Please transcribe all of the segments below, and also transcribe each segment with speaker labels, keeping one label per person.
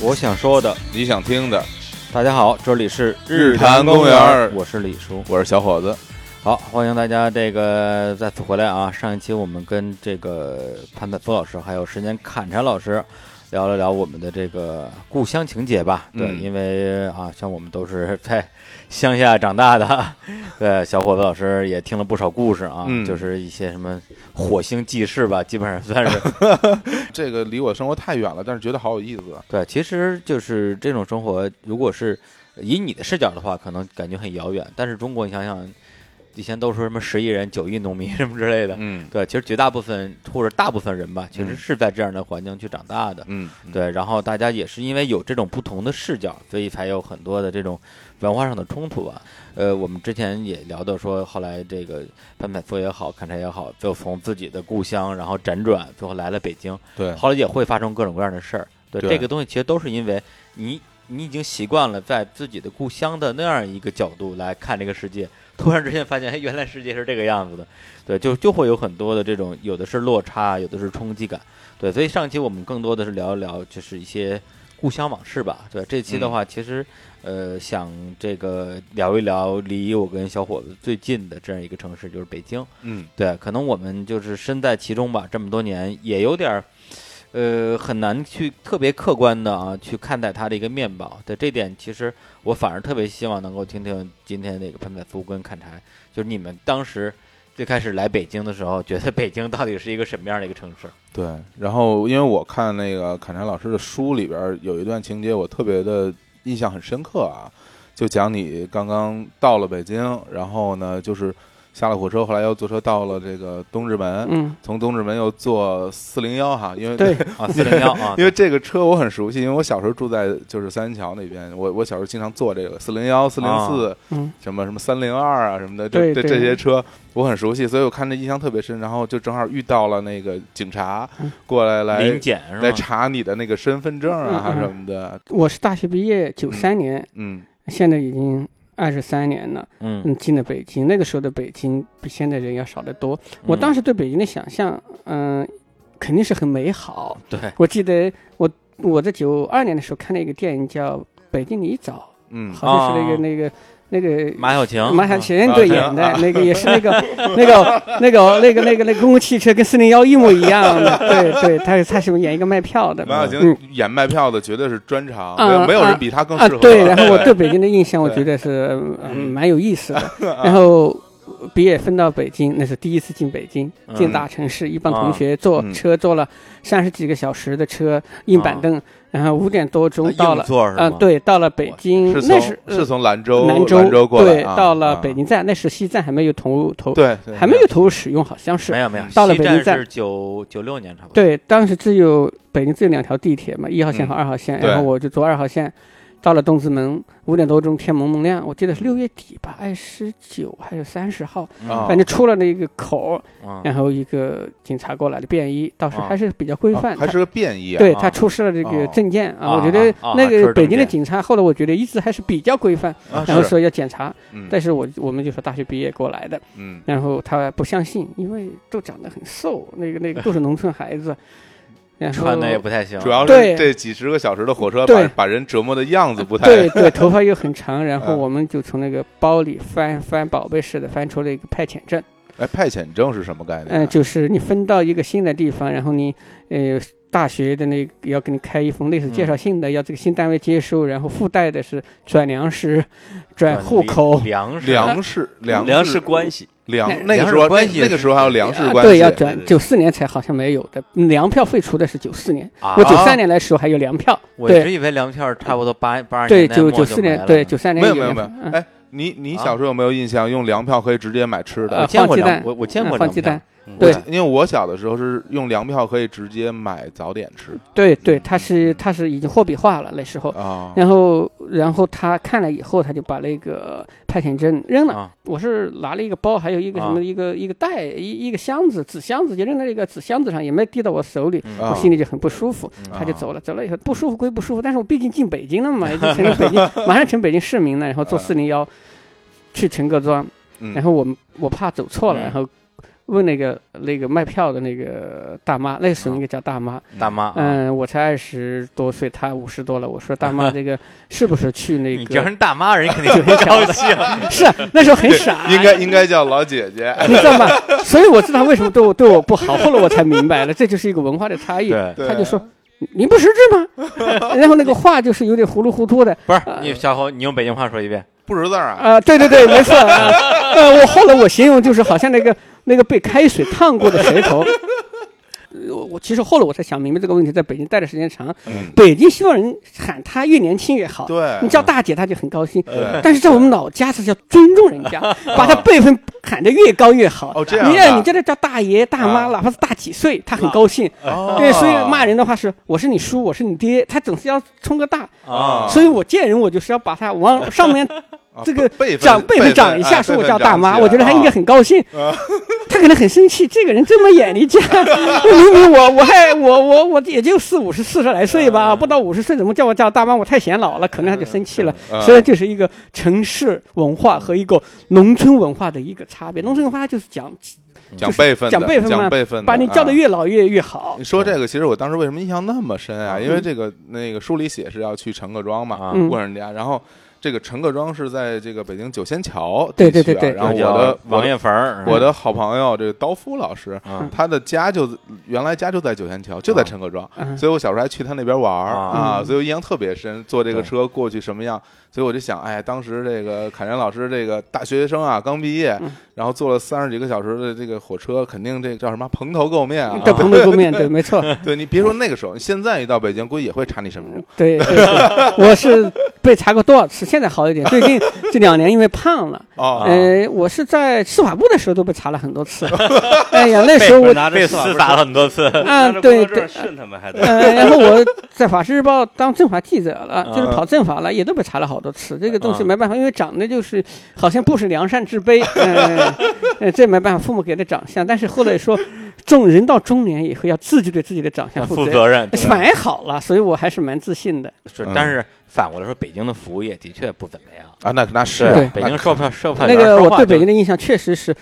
Speaker 1: 我想说的，
Speaker 2: 你想听的，
Speaker 1: 大家好，这里是
Speaker 2: 日坛
Speaker 1: 坛
Speaker 2: 公园
Speaker 1: 园
Speaker 2: 儿，
Speaker 1: 我是李叔。
Speaker 2: 我是小伙子。
Speaker 1: 好，欢迎大家这个再次回来啊！上一期我们跟这个潘柏夫老师还有时间砍柴老师聊了聊我们的这个故乡情节吧。对，
Speaker 2: 嗯
Speaker 1: 因为啊，像我们都是在乡下长大的， 对，小伙子老师也听了不少故事啊，
Speaker 2: 嗯
Speaker 1: 就是一些什么火星记事吧，基本上算是
Speaker 2: 这个离我生活太远了，但是觉得好有意思。
Speaker 1: 对，其实就是这种生活，如果是以你的视角的话，可能感觉很遥远。但是中国，你想想，以前都说什么十亿人、九亿农民什么之类的，
Speaker 2: 嗯
Speaker 1: 对，其实绝大部分或者大部分人吧，其实
Speaker 2: 嗯
Speaker 1: 是在这样的环境去长大的。
Speaker 2: 嗯，
Speaker 1: 对，然后大家也是因为有这种不同的视角，所以才有很多的这种文化上的冲突吧。呃，我们之前也聊到说，后来这个潘柏夫也好，砍柴也好，就从自己的故乡，然后辗转，最后来了北京。
Speaker 2: 对
Speaker 1: 后来也会发生各种各样的事儿。对
Speaker 2: 对
Speaker 1: 这个东西，其实都是因为你你已经习惯了在自己的故乡的那样一个角度来看这个世界，突然之间发现，哎，原来世界是这个样子的。对，就就会有很多的这种，有的是落差，有的是冲击感。对，所以上期我们更多的是聊一聊，就是一些故乡往事吧。对，这期的
Speaker 2: 嗯
Speaker 1: 话，其实呃，想这个聊一聊离我跟小伙子最近的这样一个城市，就是北京。
Speaker 2: 嗯
Speaker 1: 对，可能我们就是身在其中吧，这么多年也有点儿，呃，很难去特别客观的啊去看待它的一个面貌。对这点，其实我反而特别希望能够听听今天那个潘柏夫跟砍柴，就是你们当时最开始来北京的时候，觉得北京到底是一个什么样的一个城市？
Speaker 2: 对。然后因为我看那个砍柴老师的书里边有一段情节，我特别的印象很深刻啊，就讲你刚刚到了北京，然后呢就是下了火车，后来又坐车到了这个东直门，
Speaker 3: 嗯，
Speaker 2: 从东直门又坐四零幺哈，因为
Speaker 3: 对，
Speaker 1: 啊，四零幺啊，
Speaker 2: 因为这个车我很熟悉，因为我小时候住在就是三元桥那边，我我小时候经常坐这个四零幺、四零四，
Speaker 3: 嗯，
Speaker 2: 什么什么三零二啊什么的，这这
Speaker 3: 对对
Speaker 2: 这些车我很熟悉，所以我看这印象特别深。然后就正好遇到了那个警察
Speaker 3: 嗯
Speaker 2: 过来来
Speaker 1: 临检是
Speaker 2: 来
Speaker 1: 吗？
Speaker 2: 查你的那个身份证啊
Speaker 3: 嗯嗯
Speaker 2: 什么的，
Speaker 3: 我是大学毕业九三年，
Speaker 2: 嗯
Speaker 3: 现在已经二十三年了。
Speaker 1: 嗯，
Speaker 3: 嗯，进了北京，那个时候的北京比现在人要少得多。
Speaker 2: 嗯
Speaker 3: 我当
Speaker 1: 时
Speaker 3: 时对北京的想象，嗯、肯定是很美好。
Speaker 1: 对，
Speaker 3: 我记得我我在九二年的时候看了一个电影叫《北京泥沼
Speaker 2: 嗯》，
Speaker 3: 好像是那个、
Speaker 1: 哦
Speaker 3: 那个那个
Speaker 1: 马小晴，
Speaker 3: 马小
Speaker 1: 啊，
Speaker 3: 晴
Speaker 2: 啊
Speaker 3: 对
Speaker 2: 行
Speaker 3: 演的
Speaker 2: 啊
Speaker 3: 那个也是那个 那个那个那个那个那个公共汽车跟四零幺一模一样的，对对，他他是演一个卖票的，
Speaker 2: 马小
Speaker 3: 嗯
Speaker 2: 晴演卖票的绝对是专长，
Speaker 3: 啊
Speaker 2: 没有没有
Speaker 3: 啊
Speaker 2: 人比他更
Speaker 3: 啊
Speaker 2: 适合了。，
Speaker 3: 对，然后我对北京的印象，我
Speaker 2: 对
Speaker 3: 觉得是呃蛮有意思的。然后毕业分到北京，那是第一次进北京，进
Speaker 1: 嗯
Speaker 3: 大城市，一帮同
Speaker 1: 啊
Speaker 3: 学坐
Speaker 2: 嗯
Speaker 3: 车坐了三十几个小时的车，硬板凳，然后五点多钟到了
Speaker 1: 啊硬，座是吗？
Speaker 3: 嗯，，对，到了北京
Speaker 2: 是，
Speaker 3: 那
Speaker 2: 从
Speaker 3: 是呃
Speaker 2: 是从兰州
Speaker 3: 兰
Speaker 2: 州过来
Speaker 3: 对，
Speaker 2: 啊，
Speaker 3: 到了
Speaker 2: 啊
Speaker 3: 北京站，那时西站还没有投入投，
Speaker 2: 对对
Speaker 3: 还没有投入使用，好像是
Speaker 1: 没。有没有，
Speaker 3: 到了
Speaker 1: 西
Speaker 3: 北京
Speaker 1: 站
Speaker 3: 站
Speaker 1: 是九九六年差不多。
Speaker 3: 对，当时只有北京只有两条地铁嘛，一号线和
Speaker 2: 嗯
Speaker 3: 二号线，
Speaker 2: 对
Speaker 3: 然后我就坐二号线，到了东直门，五点多钟天蒙蒙亮，我记得是六月底吧，二十九还是三十号，
Speaker 2: 啊
Speaker 3: 反正出了那个口，
Speaker 2: 哦
Speaker 1: 嗯
Speaker 3: 然后一个警察过来的便衣，倒是
Speaker 1: 啊
Speaker 3: 还是比较规范，
Speaker 2: 啊还
Speaker 3: 他
Speaker 2: 是个便衣啊，
Speaker 3: 对
Speaker 1: 啊
Speaker 3: 他出示了这个
Speaker 2: 哦
Speaker 3: 证件
Speaker 1: 啊
Speaker 3: 啊，我觉得
Speaker 1: 啊啊
Speaker 3: 那
Speaker 1: 出示
Speaker 3: 个北
Speaker 1: 证
Speaker 3: 京的
Speaker 1: 件
Speaker 3: 警察后来我觉得一直还是比较规范，
Speaker 2: 啊
Speaker 3: 然后
Speaker 2: 是
Speaker 3: 说要检查，
Speaker 2: 嗯
Speaker 3: 但是我我们就说大学毕业过来的，
Speaker 2: 嗯
Speaker 3: 然后他不相信，因为都长得很瘦，那个那个 都是农村孩子，然后
Speaker 1: 穿的也不太行，
Speaker 2: 主要是
Speaker 3: 对
Speaker 2: 这几十个小时的火车把
Speaker 3: 对
Speaker 2: 把人折磨的样子不太
Speaker 3: 对对，头发又很 长，然后
Speaker 2: 嗯
Speaker 3: 我们就从那个包里翻翻宝贝似的翻出了一个派遣证，
Speaker 2: 哎，派遣证是什么概念
Speaker 3: 嗯、
Speaker 2: 啊？
Speaker 3: 就是你分到一个新的地方，然后你呃大学的那个要给你开一封类似
Speaker 1: 嗯
Speaker 3: 介绍信的，要这个新单位接收，然后附带的是转粮食、转户口。
Speaker 1: 呃粮食
Speaker 2: 粮食粮
Speaker 1: 粮食关系，
Speaker 2: 粮
Speaker 3: 粮
Speaker 2: 那个时候
Speaker 1: 粮食关系
Speaker 2: 那个时候还有粮食
Speaker 3: 啊
Speaker 2: 关系，
Speaker 3: 对，要转
Speaker 1: 对对
Speaker 3: 九四年才好像没有的，嗯粮票废除的是九四年，
Speaker 1: 啊
Speaker 3: 我九三年来的时候还有粮票，
Speaker 1: 我一
Speaker 3: 对
Speaker 1: 直以为粮票差不多八八二
Speaker 3: 对
Speaker 1: 代末
Speaker 3: 九九
Speaker 1: 就
Speaker 3: 四
Speaker 1: 没
Speaker 3: 年
Speaker 1: 了
Speaker 3: 对九三年
Speaker 2: 没有没有
Speaker 3: 粮
Speaker 2: 没
Speaker 3: 票
Speaker 2: 有，
Speaker 3: 嗯
Speaker 2: 哎，你你
Speaker 1: 啊
Speaker 2: 小时候有没有印象？用粮票可以直接买吃的
Speaker 1: 我
Speaker 3: 呃，
Speaker 1: 见过
Speaker 3: 放鸡
Speaker 1: 粮，
Speaker 3: 蛋
Speaker 1: 我我见
Speaker 3: 嗯
Speaker 1: 过
Speaker 3: 放
Speaker 1: 粮
Speaker 3: 鸡
Speaker 1: 票
Speaker 3: 蛋，
Speaker 1: 嗯
Speaker 3: 对
Speaker 2: 因为我小的时候是用粮票可以直接买早点吃
Speaker 3: 对对，它是它是已经货币化了那时
Speaker 1: 哦
Speaker 3: 候，
Speaker 2: 啊，
Speaker 3: 哦然后，然后他看了以后，他就把那个派遣证扔了。
Speaker 1: 啊
Speaker 3: 我是拿了一个包，还有一个什
Speaker 1: 啊
Speaker 3: 么，一个一个袋，一一个箱子，纸箱子，就扔在那个纸箱子上，也没递到我手里，
Speaker 1: 嗯
Speaker 3: 我
Speaker 2: 啊
Speaker 3: 心里就很不舒服。
Speaker 1: 嗯
Speaker 3: 他就走了，走了以后不舒服归不舒服，但是我毕竟进北京了嘛，已经成 了北京，马上成北京市民
Speaker 1: 哦
Speaker 3: 了。然后坐
Speaker 2: 啊
Speaker 3: 四零幺去陈各庄，
Speaker 2: 嗯
Speaker 3: 然后我们我怕走错了，
Speaker 1: 嗯
Speaker 3: 然后问那个那个卖票的那个大妈，那时候应该叫大妈，
Speaker 1: 大妈啊，
Speaker 3: 嗯，我才二十多岁，她五十多了。我说大 妈，这个是不是去那
Speaker 1: 你叫
Speaker 3: 个？
Speaker 1: 人大妈，人家肯定不高 兴。
Speaker 3: 是啊那时候很傻，
Speaker 2: 应该应该叫老姐姐。
Speaker 3: 你知道吗？所以我知道为什么对我对我不好，后来我才明白了，这就是一个文化的差异。
Speaker 1: 对，
Speaker 2: 对
Speaker 3: 他就说：“您不识字吗？”然后那个话就是有点糊里糊涂的。
Speaker 1: 不是你小侯，你用北京话说一遍。
Speaker 2: 不识字儿啊，
Speaker 3: 啊、对 对对，没错啊。呃，我后来我形容就是好像那个那个被开水烫过的舌头。 呃我我其实后来我才想明白这个问题，在北京待的时间长，
Speaker 2: 嗯
Speaker 3: 北京西方人喊她越年轻越好，
Speaker 2: 对
Speaker 3: 你叫大姐她就很高兴。
Speaker 2: 对
Speaker 3: 但是在我们老家是要尊重人 家，把她辈分喊得越高越好。
Speaker 2: 哦这样
Speaker 3: 你
Speaker 2: 的
Speaker 3: 让你叫她叫大爷大妈，
Speaker 2: 啊
Speaker 3: 哪怕是大几岁，她很高兴。
Speaker 2: 哦
Speaker 3: 对，所以骂人的话是我是你叔，我是你爹，她总是要冲个大。
Speaker 2: 啊
Speaker 3: 所以我见人我就是要把她往上面
Speaker 2: 啊
Speaker 3: 这个
Speaker 2: 辈分
Speaker 3: 长辈
Speaker 2: 分
Speaker 3: 们长一
Speaker 2: 哎
Speaker 3: 下，说
Speaker 2: 辈
Speaker 3: 我
Speaker 2: 分
Speaker 3: 叫大
Speaker 2: 长
Speaker 3: 妈，
Speaker 2: 起
Speaker 3: 我觉得
Speaker 2: 来
Speaker 3: 他应该
Speaker 2: 啊
Speaker 3: 很高兴
Speaker 2: 啊。
Speaker 3: 他可能很生气，这个人这么眼力见，明明我我还我我我也就四五十四十来岁吧，不到五十岁怎么叫我叫大妈？我太显老了，可能他就生气了。
Speaker 2: 啊嗯
Speaker 3: 所以就是一个城市文化和一个农村文化的一个差别。农村文化它就是讲
Speaker 2: 讲辈分的，
Speaker 3: 讲辈分嘛
Speaker 2: 讲辈分的，
Speaker 3: 把你叫得
Speaker 2: 啊
Speaker 3: 越老越越好
Speaker 2: 你。说
Speaker 1: 嗯
Speaker 2: 这个，其实我当时为什么印象那么深啊？因为这个那个书里写是要去陈各庄嘛，
Speaker 1: 啊
Speaker 3: 嗯
Speaker 2: 问人家，然后这个陈各庄是在这个北京九仙桥
Speaker 3: 对
Speaker 2: 地区啊
Speaker 3: 对对对
Speaker 2: 然后
Speaker 1: 就叫
Speaker 2: 我的我
Speaker 1: 王
Speaker 2: 的
Speaker 1: 艳坟儿，
Speaker 2: 我的好朋友这个刀夫老师，
Speaker 3: 嗯
Speaker 1: 啊
Speaker 2: 他的家就原来家就在九仙桥，就在陈各庄，
Speaker 3: 嗯
Speaker 2: 所以我小时候还去他那边玩儿
Speaker 1: 啊
Speaker 2: 啊，所以我印象特别深，坐这个
Speaker 1: 对
Speaker 2: 车过去什么样，所以我就想，哎，当时这个凯然老师这个大学生啊，刚毕业
Speaker 3: 嗯，
Speaker 2: 然后坐了三十几个小时的这个火车，肯定这个叫什么蓬头垢面啊，
Speaker 3: 对，蓬头垢面，对，没错。
Speaker 2: 对你别说那个时候，你现在一到北京，估计也会查你身份证。
Speaker 3: 对对对，我是被查过多少次，现在好一点。最近这两年因为胖了，
Speaker 2: 哦，
Speaker 3: 呃，我是在司法部的时候都被查了很多次。哎呀，那时候
Speaker 4: 被
Speaker 3: 我，
Speaker 4: 拿着
Speaker 1: 被
Speaker 4: 司法
Speaker 1: 厮
Speaker 4: 部
Speaker 1: 打了很多次。
Speaker 3: 啊
Speaker 4: 拿着
Speaker 3: 对
Speaker 4: 工作证
Speaker 3: 对
Speaker 4: 训他们还得。
Speaker 3: 呃，然后我在《法制日报》当政法记者了，就是
Speaker 2: 啊
Speaker 3: 跑政法了，也都被查了好多次。这个东西
Speaker 1: 啊
Speaker 3: 没办法，因为长得就是好像不是良善之辈，呃，呃这没办法，父母给的长相。但是后来说，中人到中年以后要自己对自己的长相
Speaker 1: 负
Speaker 3: 责。哎
Speaker 1: 责任，对
Speaker 3: 蛮好了，所以我还是蛮自信的。
Speaker 1: 是
Speaker 2: 嗯，
Speaker 1: 但是反过来说，北京的服务业的确不怎么样。
Speaker 2: 啊，那那是
Speaker 3: 对
Speaker 2: 啊
Speaker 1: 北京售票售票
Speaker 3: 那
Speaker 1: 员
Speaker 3: 个
Speaker 1: 说
Speaker 3: 我
Speaker 1: 话
Speaker 3: 对
Speaker 1: 就
Speaker 3: 北京的印象确实是，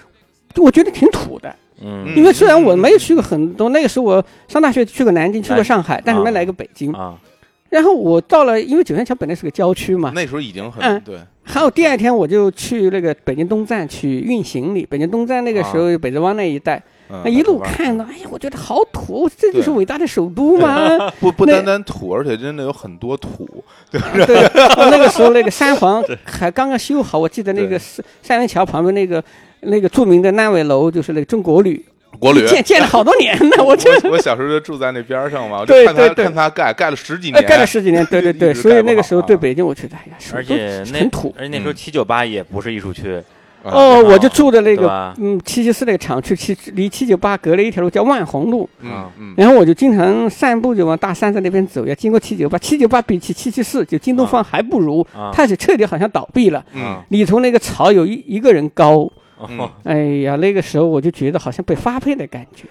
Speaker 3: 我觉得挺土的。
Speaker 1: 嗯
Speaker 3: 因为虽然我没有去过很多，那个时候我上大学去过南京，去过上海，但是没来过北京。
Speaker 1: 啊
Speaker 3: 然后我到了，因为九仙桥本来是个郊区嘛，
Speaker 2: 那时候已经很
Speaker 3: 嗯
Speaker 2: 对，
Speaker 3: 还有第二天我就去那个北京东站去运行李。北京东站那个时候北直汪那一带，
Speaker 2: 嗯
Speaker 3: 那一路看到，哎呀，我觉得好土，这就是伟大的首都吗？
Speaker 2: 不不
Speaker 3: 那
Speaker 2: 单单土，而且真的有很多土。
Speaker 3: 对，那个时候那个三环还刚刚修好，我记得那个三三元桥旁边那个那个著名的烂尾楼，就是那个中国旅，
Speaker 2: 国旅，
Speaker 3: 建建了好多年呢，我这
Speaker 2: 我我小时候就住在那边上嘛，我就
Speaker 3: 对
Speaker 2: 看他
Speaker 3: 对对
Speaker 2: 看他盖，盖了十几
Speaker 3: 哎
Speaker 2: 年，
Speaker 3: 盖了十几 年，对对
Speaker 2: 一
Speaker 3: 对，
Speaker 2: 直
Speaker 3: 所
Speaker 2: 盖
Speaker 3: 以
Speaker 2: 不
Speaker 3: 那个
Speaker 2: 好
Speaker 3: 时候对
Speaker 2: 啊
Speaker 3: 北京，我觉得哎呀，首
Speaker 1: 而
Speaker 3: 都
Speaker 1: 且那
Speaker 3: 很土。
Speaker 1: 而且那时候
Speaker 2: 嗯
Speaker 1: 七九八也不是艺术区，
Speaker 2: 啊
Speaker 3: 哦，
Speaker 1: 啊
Speaker 3: 我就住的那
Speaker 1: 对
Speaker 3: 个，
Speaker 1: 吧？
Speaker 3: 嗯，七七四那个厂区，七离七九八隔了一条路叫万虹路。
Speaker 2: 嗯嗯，
Speaker 3: 然后我就经常散步，就往大山子那边走，要经过七九八。七九八比起七七四，就京东方还不如，
Speaker 1: 啊
Speaker 3: 它是彻底好像倒闭了。
Speaker 2: 嗯
Speaker 3: 里头那个草有一一个人高，
Speaker 1: 哦，
Speaker 3: 哎呀，那个时候我就觉得好像被发配的感觉。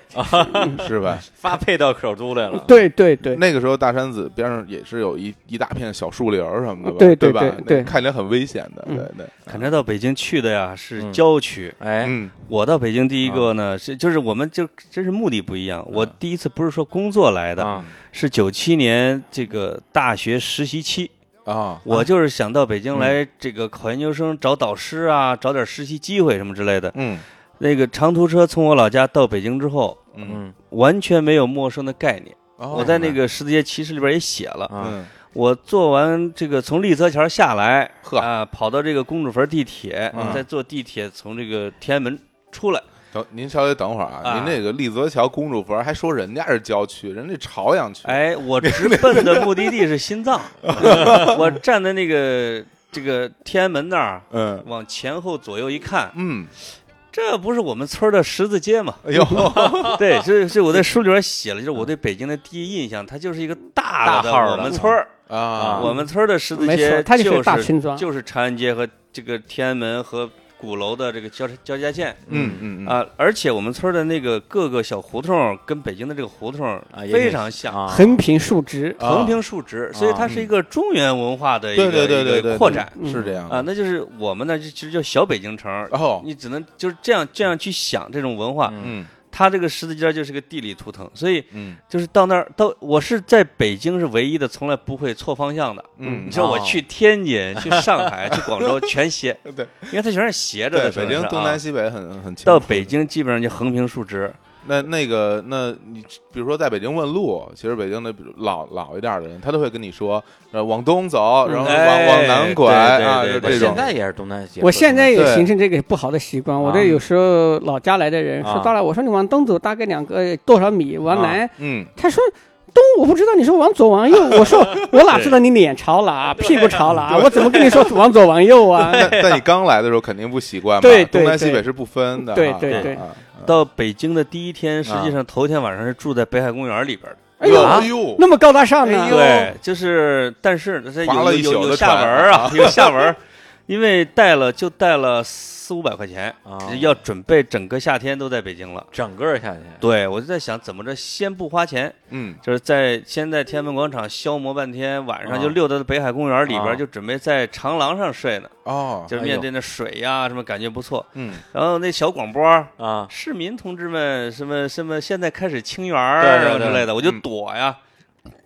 Speaker 2: 嗯，是吧？
Speaker 1: 发配到首都来了。
Speaker 3: 对对对，
Speaker 2: 那个时候大山子边上也是有一一大片小树林儿什么的吧，
Speaker 3: 对
Speaker 2: 对
Speaker 3: 对
Speaker 2: 吧？
Speaker 3: 对
Speaker 2: 那
Speaker 3: 对
Speaker 2: 看起来很危险的，
Speaker 3: 嗯
Speaker 2: 对对，
Speaker 4: 肯德到北京去的呀是
Speaker 1: 嗯
Speaker 4: 郊区。
Speaker 1: 哎，
Speaker 2: 嗯
Speaker 4: 我到北京第一个呢是就是我们就真是目的不一样。我第一次不是说工作来的，
Speaker 1: 啊
Speaker 4: 是九七年这个大学实习期，
Speaker 2: 啊，
Speaker 4: 我就是想到北京来这个考研究生，找导师啊，找点实习机会什么之类的。
Speaker 2: 嗯
Speaker 4: 那个长途车从我老家到北京之后，
Speaker 2: 嗯，
Speaker 1: 嗯，
Speaker 4: 完全没有陌生的概念。
Speaker 2: 哦
Speaker 4: 我在那个十字街骑士里边也写了，
Speaker 1: 啊
Speaker 2: 嗯
Speaker 4: 我坐完这个从立泽桥下来，
Speaker 2: 呵
Speaker 4: 啊，跑到这个公主坟地铁
Speaker 2: 嗯，
Speaker 4: 再坐地铁从这个天安门出来。
Speaker 2: 等您稍微等会儿啊，
Speaker 4: 啊
Speaker 2: 您那个丽泽桥公主坟还说人家是郊区，人家朝阳区，
Speaker 4: 哎，我直奔的目的地是心脏，呃我站在那个这个天安门那儿，
Speaker 2: 嗯
Speaker 4: 往前后左右一看，
Speaker 2: 嗯，
Speaker 4: 这不是我们村儿的十字街 吗？
Speaker 2: 哎呦，
Speaker 4: 对，这这我在书里边写了，就是我对北京的第一印象，它就是一个大的
Speaker 1: 大号的
Speaker 4: 我们村儿，
Speaker 2: 啊，
Speaker 4: 我们村儿的十字
Speaker 3: 没错
Speaker 4: 街，
Speaker 3: 它就是是大村庄
Speaker 4: 就是长安街和这个天安门和鼓楼的这个交交界线
Speaker 2: 嗯嗯嗯
Speaker 4: 啊，而且我们村儿的那个各个小胡同跟北京的这个胡同
Speaker 1: 啊，也
Speaker 4: 非
Speaker 1: 挺
Speaker 4: 常像，
Speaker 1: 啊，
Speaker 3: 横平竖直，
Speaker 2: 啊
Speaker 4: 横平竖直，所以它是
Speaker 2: 嗯
Speaker 4: 一个中原文化的一
Speaker 2: 对
Speaker 4: 个
Speaker 2: 对对对
Speaker 4: 一
Speaker 2: 对，
Speaker 4: 个扩展
Speaker 2: 嗯是这样的
Speaker 4: 啊。那就是我们呢，就其实叫小北京城儿，
Speaker 2: 然后
Speaker 4: 你只能就是这样这样去想这种文化。
Speaker 1: 嗯
Speaker 2: 嗯
Speaker 4: 它这个十字街就是个地理图腾，所以
Speaker 2: 嗯
Speaker 4: 就是到那儿到我是在北京是唯一的从来不会错方向的。
Speaker 2: 嗯
Speaker 4: 你知道我
Speaker 1: 哦
Speaker 4: 去天津、去上 海、去广州全斜，
Speaker 2: 对，
Speaker 4: 因为它全是斜着
Speaker 2: 对，
Speaker 4: 的。
Speaker 2: 北
Speaker 4: 是
Speaker 2: 京
Speaker 4: 不是
Speaker 2: 东
Speaker 4: 啊
Speaker 2: 南西北很很清
Speaker 4: 到
Speaker 2: 楚
Speaker 4: 北京基本上就横平竖直，
Speaker 2: 那那个，那你比如说在北京问路，其实北京的比如老老一点儿的人，他都会跟你说，呃，往东走，然后往、
Speaker 4: 哎
Speaker 2: 往南拐
Speaker 4: 对对
Speaker 2: 啊，
Speaker 4: 对
Speaker 2: 就
Speaker 4: 对
Speaker 1: 我
Speaker 2: 这
Speaker 1: 现
Speaker 2: 种。
Speaker 1: 在也是东南西北。
Speaker 3: 我现在也
Speaker 2: 对
Speaker 3: 形成这个不好的习惯。我
Speaker 1: 啊
Speaker 3: 这有时候老家来的人说
Speaker 1: 啊
Speaker 3: 到了，我说你往东走大概两个多少米，往
Speaker 1: 啊
Speaker 3: 南，
Speaker 2: 嗯，
Speaker 3: 他说。东我不知道，你说往左往右，我说我哪知道你脸朝哪，屁股朝哪，我怎么跟你说往左往右 啊？
Speaker 2: 但但你刚来的时候肯定不习惯嘛，
Speaker 3: 对对
Speaker 2: 东南西
Speaker 3: 对
Speaker 2: 北是不分的啊，
Speaker 3: 对对对
Speaker 2: 啊
Speaker 4: 到北京的第一天，实际上头天晚上是住在北海公园里边的。
Speaker 3: 哎
Speaker 2: 呦
Speaker 3: 呦，
Speaker 2: 哎呦，
Speaker 3: 那么高大上呢
Speaker 2: 哎？呦
Speaker 4: 对，就是，但是这
Speaker 2: 划
Speaker 4: 有
Speaker 2: 了一宿
Speaker 4: 有有
Speaker 2: 的
Speaker 4: 有
Speaker 2: 船
Speaker 4: 下文 儿啊，有下文儿，因为带了就带了四五百块钱，
Speaker 1: 啊
Speaker 4: 要准备整个夏天都在北京了。
Speaker 1: 整个下去，
Speaker 4: 对，我就在想怎么着，先不花钱，
Speaker 2: 嗯
Speaker 4: 就是在先在天安门广场消磨半天，晚
Speaker 1: 啊
Speaker 4: 上就溜达到北海公园里边
Speaker 1: 啊
Speaker 4: 儿，就准备在长廊上睡呢，
Speaker 2: 哦，
Speaker 4: 就是面对那水呀、什么感觉不错。
Speaker 2: 嗯
Speaker 4: 然后那小广播儿，
Speaker 1: 啊，
Speaker 4: 市民同志们，什么什么，现在开始清园
Speaker 1: 对
Speaker 4: 儿
Speaker 1: 对
Speaker 4: 什么
Speaker 1: 对
Speaker 4: 之类的，我就
Speaker 2: 嗯
Speaker 4: 躲呀。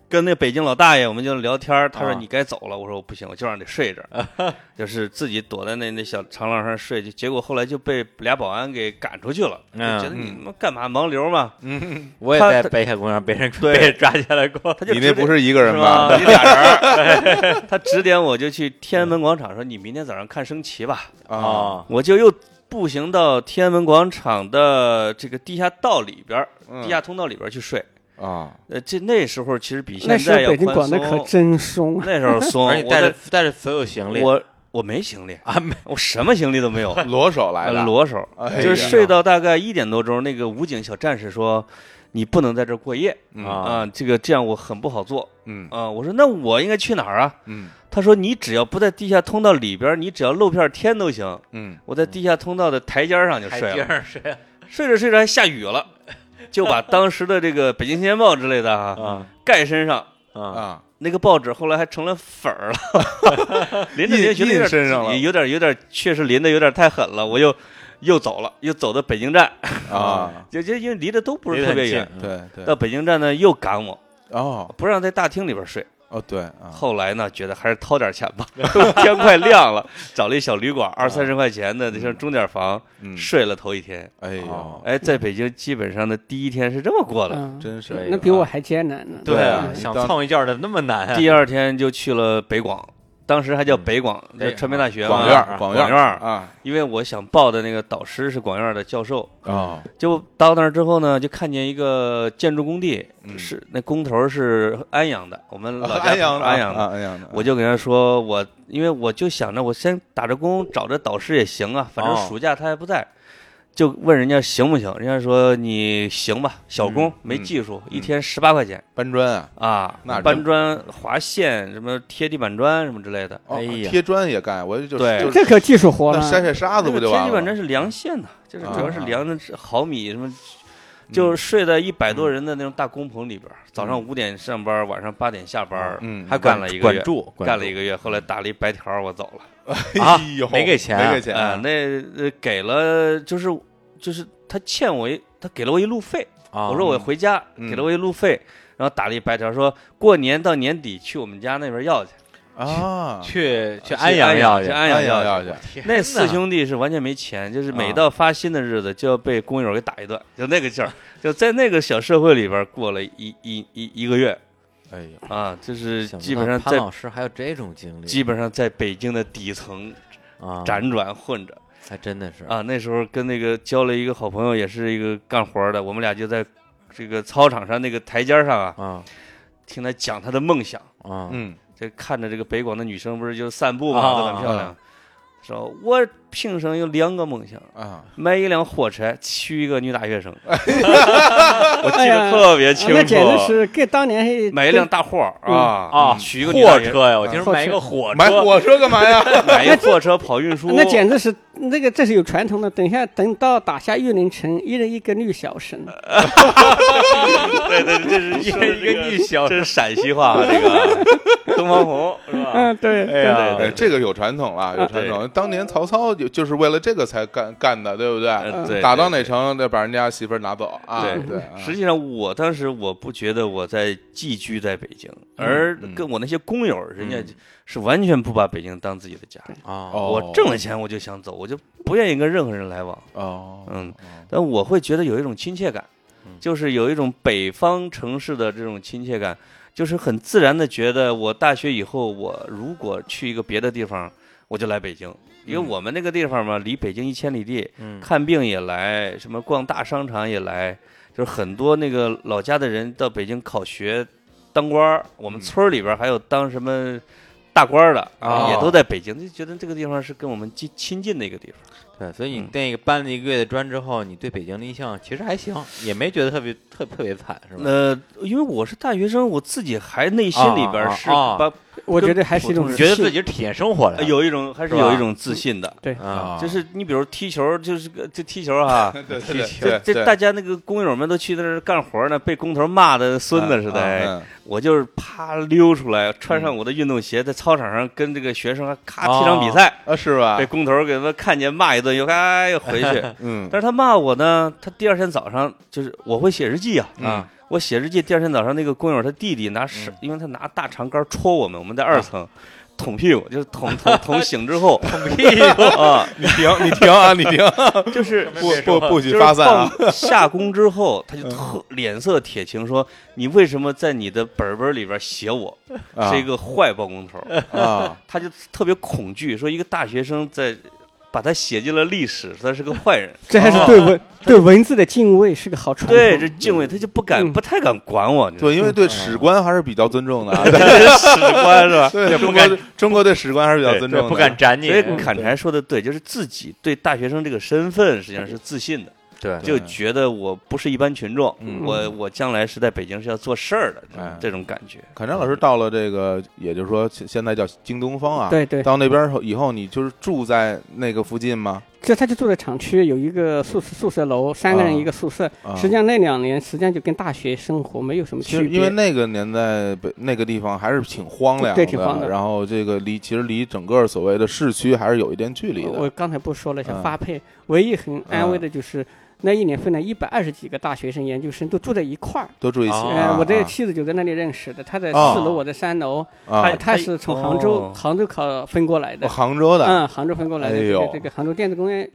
Speaker 4: 跟那北京老大爷，我们就聊天儿他说
Speaker 1: 啊
Speaker 4: 你该走了，我说我不行，我就让你睡这儿， 就是自己躲在那那小长廊上睡，就结果后来就被俩保安给赶出去了，就
Speaker 1: 嗯
Speaker 4: 觉得你
Speaker 2: 嗯
Speaker 4: 他妈干嘛盲流嘛？
Speaker 2: 嗯，
Speaker 1: 我也
Speaker 4: 他
Speaker 1: 在
Speaker 4: 他
Speaker 1: 北海公园被人
Speaker 4: 对
Speaker 1: 被人抓起来过，
Speaker 4: 他就
Speaker 2: 你那
Speaker 4: 指
Speaker 2: 不
Speaker 4: 点
Speaker 2: 是一个人
Speaker 4: 是
Speaker 2: 吧？
Speaker 4: 吧？你俩人 儿，他指点我就去天安门广场说你明天早上看升旗吧，
Speaker 2: 啊，
Speaker 1: 啊，
Speaker 4: 我就又步行到天安门广场的这个地下道里边儿，地下
Speaker 2: 嗯
Speaker 4: 通道里边儿去睡。
Speaker 2: 啊，，
Speaker 4: 呃，这那时候其实比
Speaker 3: 那
Speaker 4: 现
Speaker 3: 时
Speaker 4: 在
Speaker 3: 候
Speaker 4: 要
Speaker 3: 北京
Speaker 4: 宽
Speaker 3: 管
Speaker 4: 松。
Speaker 3: 的可真松啊！
Speaker 4: 那时候松，
Speaker 1: 而且
Speaker 4: 我
Speaker 1: 带着
Speaker 4: 的
Speaker 1: 带着所有行李，啊
Speaker 4: 我我没行李，
Speaker 1: 啊没
Speaker 4: 我什么行李都 没有
Speaker 2: 裸手来的，
Speaker 4: 呃裸手，
Speaker 2: 哎呀，
Speaker 4: 就是睡到大概一点多钟，那个武警小战士说。你不能在这儿过夜
Speaker 2: 嗯
Speaker 1: 啊
Speaker 4: 啊、这个这样我很不好做
Speaker 2: 嗯
Speaker 4: 啊、我说那我应该去哪儿啊？
Speaker 2: 嗯
Speaker 4: 他说你只要不在地下通道里边儿，你只要露片天都行。
Speaker 2: 嗯，
Speaker 4: 我在地下通道的台阶儿上就
Speaker 1: 台
Speaker 4: 睡
Speaker 1: 阶
Speaker 4: 了，
Speaker 1: 儿睡
Speaker 4: 睡着睡着还下雨了，就把当时的这个《北京青年报》之类的啊
Speaker 1: 啊
Speaker 4: 盖身上，
Speaker 1: 啊，
Speaker 2: 啊，
Speaker 4: 那个报纸后来还成了粉儿了，淋着
Speaker 2: 印
Speaker 4: 淋觉得有
Speaker 2: 印
Speaker 4: 点
Speaker 2: 身上了
Speaker 4: 有点有点确实淋的有点太狠了，我又又走了，又走到北京站，
Speaker 2: 啊，嗯
Speaker 4: 就就因为离得都不是
Speaker 1: 离得
Speaker 4: 特别
Speaker 1: 很
Speaker 4: 远，
Speaker 1: 近，啊
Speaker 2: 对对，
Speaker 4: 到北京站呢又赶我，
Speaker 2: 哦
Speaker 4: 不让在大厅里边睡。
Speaker 2: 哦对啊，
Speaker 4: 后来呢，觉得还是掏点钱吧， 都天快亮了，找了一小旅馆，二三十块钱的那像钟点房
Speaker 2: 啊嗯，
Speaker 4: 睡了头一天。
Speaker 2: 哎呦
Speaker 1: 哦，
Speaker 4: 哎，在北京基本上的第一天是这么过的，
Speaker 3: 嗯，
Speaker 2: 真是
Speaker 1: 对
Speaker 3: 那比我还艰难呢。
Speaker 1: 对啊，
Speaker 2: 嗯
Speaker 1: 想
Speaker 2: 当
Speaker 1: 蹭一觉的那么难啊，
Speaker 4: 第二天就去了北广。当时还叫
Speaker 1: 嗯
Speaker 4: 北广，
Speaker 1: 北
Speaker 4: 就传媒大学嘛
Speaker 2: 广
Speaker 1: 广
Speaker 2: 院
Speaker 1: 院
Speaker 2: 儿，
Speaker 1: 儿
Speaker 2: 广
Speaker 4: 院儿
Speaker 2: 院儿啊
Speaker 4: 因为我想报的那个导师是广院的教授，
Speaker 2: 啊，
Speaker 4: 就到那儿之后呢，就看见一个建筑工地，
Speaker 2: 嗯
Speaker 4: 是那工头是安阳的，我们老家
Speaker 2: 安阳的，啊
Speaker 4: 安阳
Speaker 2: 的，
Speaker 4: 的。
Speaker 2: 安阳的，
Speaker 4: 我就跟他说，我因为我就想着我先打着工找着导师也行啊，反正
Speaker 1: 哦
Speaker 4: 暑假他还不在，就问人家行不行，人家说你行吧，小工、
Speaker 1: 嗯
Speaker 4: 没
Speaker 2: 嗯
Speaker 4: 技术，一
Speaker 2: 嗯
Speaker 4: 天十八块钱
Speaker 2: 搬砖啊，
Speaker 4: 啊
Speaker 2: 那，
Speaker 4: 搬
Speaker 2: 真
Speaker 4: 砖、划线、什么贴地板砖什么之类的，
Speaker 2: 哦
Speaker 1: 哎呀
Speaker 2: 贴砖也干，我就
Speaker 4: 对
Speaker 2: 就
Speaker 3: 这可技术活
Speaker 2: 那
Speaker 3: 了。啊
Speaker 2: 筛筛沙子不
Speaker 4: 那个
Speaker 2: 就
Speaker 4: 贴
Speaker 2: 完
Speaker 4: 地板砖
Speaker 2: 了？
Speaker 4: 是量线的，就是主要是
Speaker 2: 啊
Speaker 4: 量的毫米什么，就是睡在一百多人的那种大工棚里边儿，早上
Speaker 2: 嗯
Speaker 4: 五点上班儿，晚上八点下班儿，
Speaker 2: 嗯，
Speaker 1: 还
Speaker 4: 干
Speaker 1: 管
Speaker 4: 了一个
Speaker 1: 管
Speaker 4: 月
Speaker 1: 住，管
Speaker 4: 干
Speaker 1: 住
Speaker 4: 了一个月，后来打了一白条儿，我走了。
Speaker 1: 啊
Speaker 2: 哎呦
Speaker 1: 没给钱啊
Speaker 2: 没给钱哎
Speaker 4: 啊，那呃给了就是就是他欠我一，他给了我一路费，
Speaker 1: 啊，
Speaker 4: 我说我回家，
Speaker 2: 嗯
Speaker 4: 给了我一路费，然后打了一白条儿说过年到年底去我们家那边要去，
Speaker 2: 啊！哎
Speaker 1: 去去
Speaker 4: 去
Speaker 1: 安
Speaker 4: 阳
Speaker 1: 阳要
Speaker 4: 去
Speaker 1: 去，
Speaker 4: 安
Speaker 2: 安
Speaker 4: 阳
Speaker 2: 阳
Speaker 4: 去。
Speaker 2: 要去，
Speaker 1: 天
Speaker 4: 那四
Speaker 1: 哪
Speaker 4: 兄弟是完全没钱，就是每
Speaker 1: 啊
Speaker 4: 到发薪的日子就要被工友给打一顿，就那个劲儿，就在那个小社会里边过了一一一一个月
Speaker 2: 哎呦，
Speaker 4: 啊，就是
Speaker 1: 想不
Speaker 4: 基
Speaker 1: 到
Speaker 4: 本上
Speaker 1: 潘
Speaker 4: 在
Speaker 1: 老师还有这种经历，
Speaker 4: 基本上在北京的底层
Speaker 1: 啊，
Speaker 4: 辗转混着
Speaker 1: 还真的是
Speaker 4: 啊。那时候跟那个交了一个好朋友，也是一个干活的，我们俩就在这个操场上那个台阶上啊，
Speaker 1: 啊
Speaker 4: 听他讲他的梦想。
Speaker 1: 啊
Speaker 2: 嗯
Speaker 4: 这看着这个北广的女生不是就散步
Speaker 1: 啊
Speaker 4: 嘛，都很漂亮，说我平生有两个梦想，
Speaker 2: 啊，
Speaker 4: 买一辆货车，娶一个女大 学生，
Speaker 3: 我
Speaker 4: 记得特别清楚。
Speaker 3: 哎啊那简直是嗯跟当年
Speaker 4: 买一辆大货儿啊
Speaker 1: 啊
Speaker 4: 娶一个女大
Speaker 1: 货
Speaker 4: 学，
Speaker 1: 车呀，我听说
Speaker 3: 货
Speaker 1: 买一
Speaker 3: 车
Speaker 1: 个火
Speaker 2: 买
Speaker 1: 车，
Speaker 2: 火车干嘛 呀？
Speaker 4: 买一货车跑运 输，
Speaker 3: 那简直是那个，这是有传统的。等一下，等到打下玉林城，一人一个女小生，
Speaker 2: 呃
Speaker 4: 对对，对这是
Speaker 1: 一
Speaker 4: 说
Speaker 1: 人一
Speaker 4: 的这
Speaker 1: 个女小
Speaker 4: 这是陕西话啊，这 个东方红是吧？
Speaker 3: 嗯，对，
Speaker 1: 哎呀
Speaker 2: 呃哎，这个有传统
Speaker 4: 啊
Speaker 2: 了，有传统。当年曹操就就是为了这个才干干的，对不对？
Speaker 4: 呃对，
Speaker 2: 打
Speaker 4: 对
Speaker 2: 到哪城，得把人家媳妇儿拿走啊？
Speaker 4: 对
Speaker 2: 对，啊
Speaker 4: 实际上，我当时我不觉得我在寄居在北京，而跟我那些工友，人家是完全不把北京当自己的家。
Speaker 1: 啊，
Speaker 2: 哦
Speaker 4: 我挣了钱我就想走，我就不愿意跟任何人来往。
Speaker 2: 哦，
Speaker 4: 嗯，但我会觉得有一种亲切感，就是有一种北方城市的这种亲切感，就是很自然的觉得我大学以后，我如果去一个别的地方，我就来北京，因为我们那个地方嘛，离北京一千里地，
Speaker 1: 嗯
Speaker 4: 看病也来，什么逛大商场也来，就是很多那个老家的人到北京考学、当官儿。我们村儿里边儿还有当什么大官儿的
Speaker 1: 哦
Speaker 4: 啊，也都在北京，就觉得这个地方是跟我们近亲近的一个地方。
Speaker 1: 对，所以你
Speaker 4: 嗯
Speaker 1: 那个搬了一个月的砖之后，你对北京的印象其实还行，也没觉得特别特特别惨，是吧？
Speaker 4: 呃，因为我是大学生，我自己还内心里边儿是
Speaker 1: 哦哦
Speaker 4: 把
Speaker 3: 我觉得还是一种
Speaker 1: 你觉得自
Speaker 3: 幸
Speaker 1: 己是体验生活的，
Speaker 4: 有一种还是
Speaker 1: 哎是吧
Speaker 4: 有一种自信的。
Speaker 1: 啊，
Speaker 4: 就是你比如踢球，就是个这踢球 啊，
Speaker 2: 对
Speaker 1: 踢
Speaker 2: 对
Speaker 1: 球
Speaker 2: 对，
Speaker 4: 这大家那个工友们都去那儿干活呢，被工头骂的孙子似
Speaker 1: 嗯
Speaker 4: 的。哎
Speaker 2: 的，
Speaker 4: 我就是啪溜出来，穿上我的运动鞋，在操场上跟这个学生啊咔踢场比赛，
Speaker 2: 啊是吧
Speaker 1: 哦
Speaker 4: 被？工头给他们看见骂一顿，又哎又 回去。
Speaker 2: 嗯
Speaker 4: 但是他骂我呢，他第二天早上就是我会写日记啊，
Speaker 2: 啊
Speaker 4: 我写日记，第二天早上那个工友他弟弟拿手，因为他拿大长杆戳我们，我们在二层。捅屁股就是捅捅捅醒之后捅屁股啊，
Speaker 2: 你停你停啊你停，
Speaker 4: 就是
Speaker 2: 不不不
Speaker 4: 就
Speaker 2: 许
Speaker 4: 是
Speaker 2: 发散啊！
Speaker 4: 放下工之后，他就特脸色铁青说：“你为什么在你的本本里边写我
Speaker 2: 啊
Speaker 4: 是一个坏包工头？”
Speaker 2: 啊
Speaker 4: 他就特别恐惧，说一个大学生在把他写进了历史，他是个坏人，
Speaker 3: 这还是对
Speaker 2: 啊
Speaker 3: 文对文字的敬畏是个好传统。
Speaker 4: 对，这敬畏他就不敢，
Speaker 3: 嗯
Speaker 4: 不太敢管我，你知道吗
Speaker 2: 对，因为对史官还是比较尊重 的啊，
Speaker 4: 史官是吧？
Speaker 2: 对中
Speaker 1: 不
Speaker 2: 国
Speaker 1: 敢
Speaker 2: 对中国对史官还是比较尊重
Speaker 1: 对
Speaker 2: 的，
Speaker 1: 不敢斩你
Speaker 4: 所，以砍柴说的对，就是自己对大学生这个身份实际上是自信的，
Speaker 3: 嗯
Speaker 1: 对
Speaker 4: 就觉得我不是一般群众，
Speaker 2: 嗯
Speaker 4: 我我将来是在北京是要做事儿的这种
Speaker 3: 嗯
Speaker 2: 哎
Speaker 4: 这种感觉。
Speaker 2: 侃山老师到了这个，也就是说现现在叫京东方啊，
Speaker 3: 对对
Speaker 2: 到那边以后，你就是住在那个附近吗？
Speaker 3: 就他就住在厂区，有一个宿舍宿舍楼，三个人一个宿舍。
Speaker 2: 啊
Speaker 3: 实际上那两年，实际上就跟大学生活没有什么
Speaker 2: 其
Speaker 3: 区
Speaker 2: 实
Speaker 3: 别。
Speaker 2: 因为那个年代，北那个地方还是挺荒凉的，
Speaker 3: 对挺荒的
Speaker 2: 然后这个离其实离整个所谓的市区还是有一点距离
Speaker 3: 我
Speaker 2: 的。
Speaker 3: 刚才不是说了一下
Speaker 2: 嗯
Speaker 3: 发配，唯一很安慰
Speaker 2: 嗯
Speaker 3: 的就是。那一年分了一百二十几个大学生、研究生，都住在一块儿。
Speaker 2: 都住一起。
Speaker 1: 哦
Speaker 3: 呃，
Speaker 2: 啊
Speaker 3: 我这个妻子就在那里认识的，她在四
Speaker 2: 哦
Speaker 3: 楼，我在三楼。
Speaker 2: 啊
Speaker 4: 哎
Speaker 2: 啊
Speaker 3: 她是从杭州
Speaker 4: 哦
Speaker 3: 杭州考分过来
Speaker 2: 哦
Speaker 3: 的，
Speaker 2: 杭州的，
Speaker 3: 嗯，杭州分过来的
Speaker 2: 哎
Speaker 3: 这
Speaker 2: 呦
Speaker 3: 个这个杭州电子工业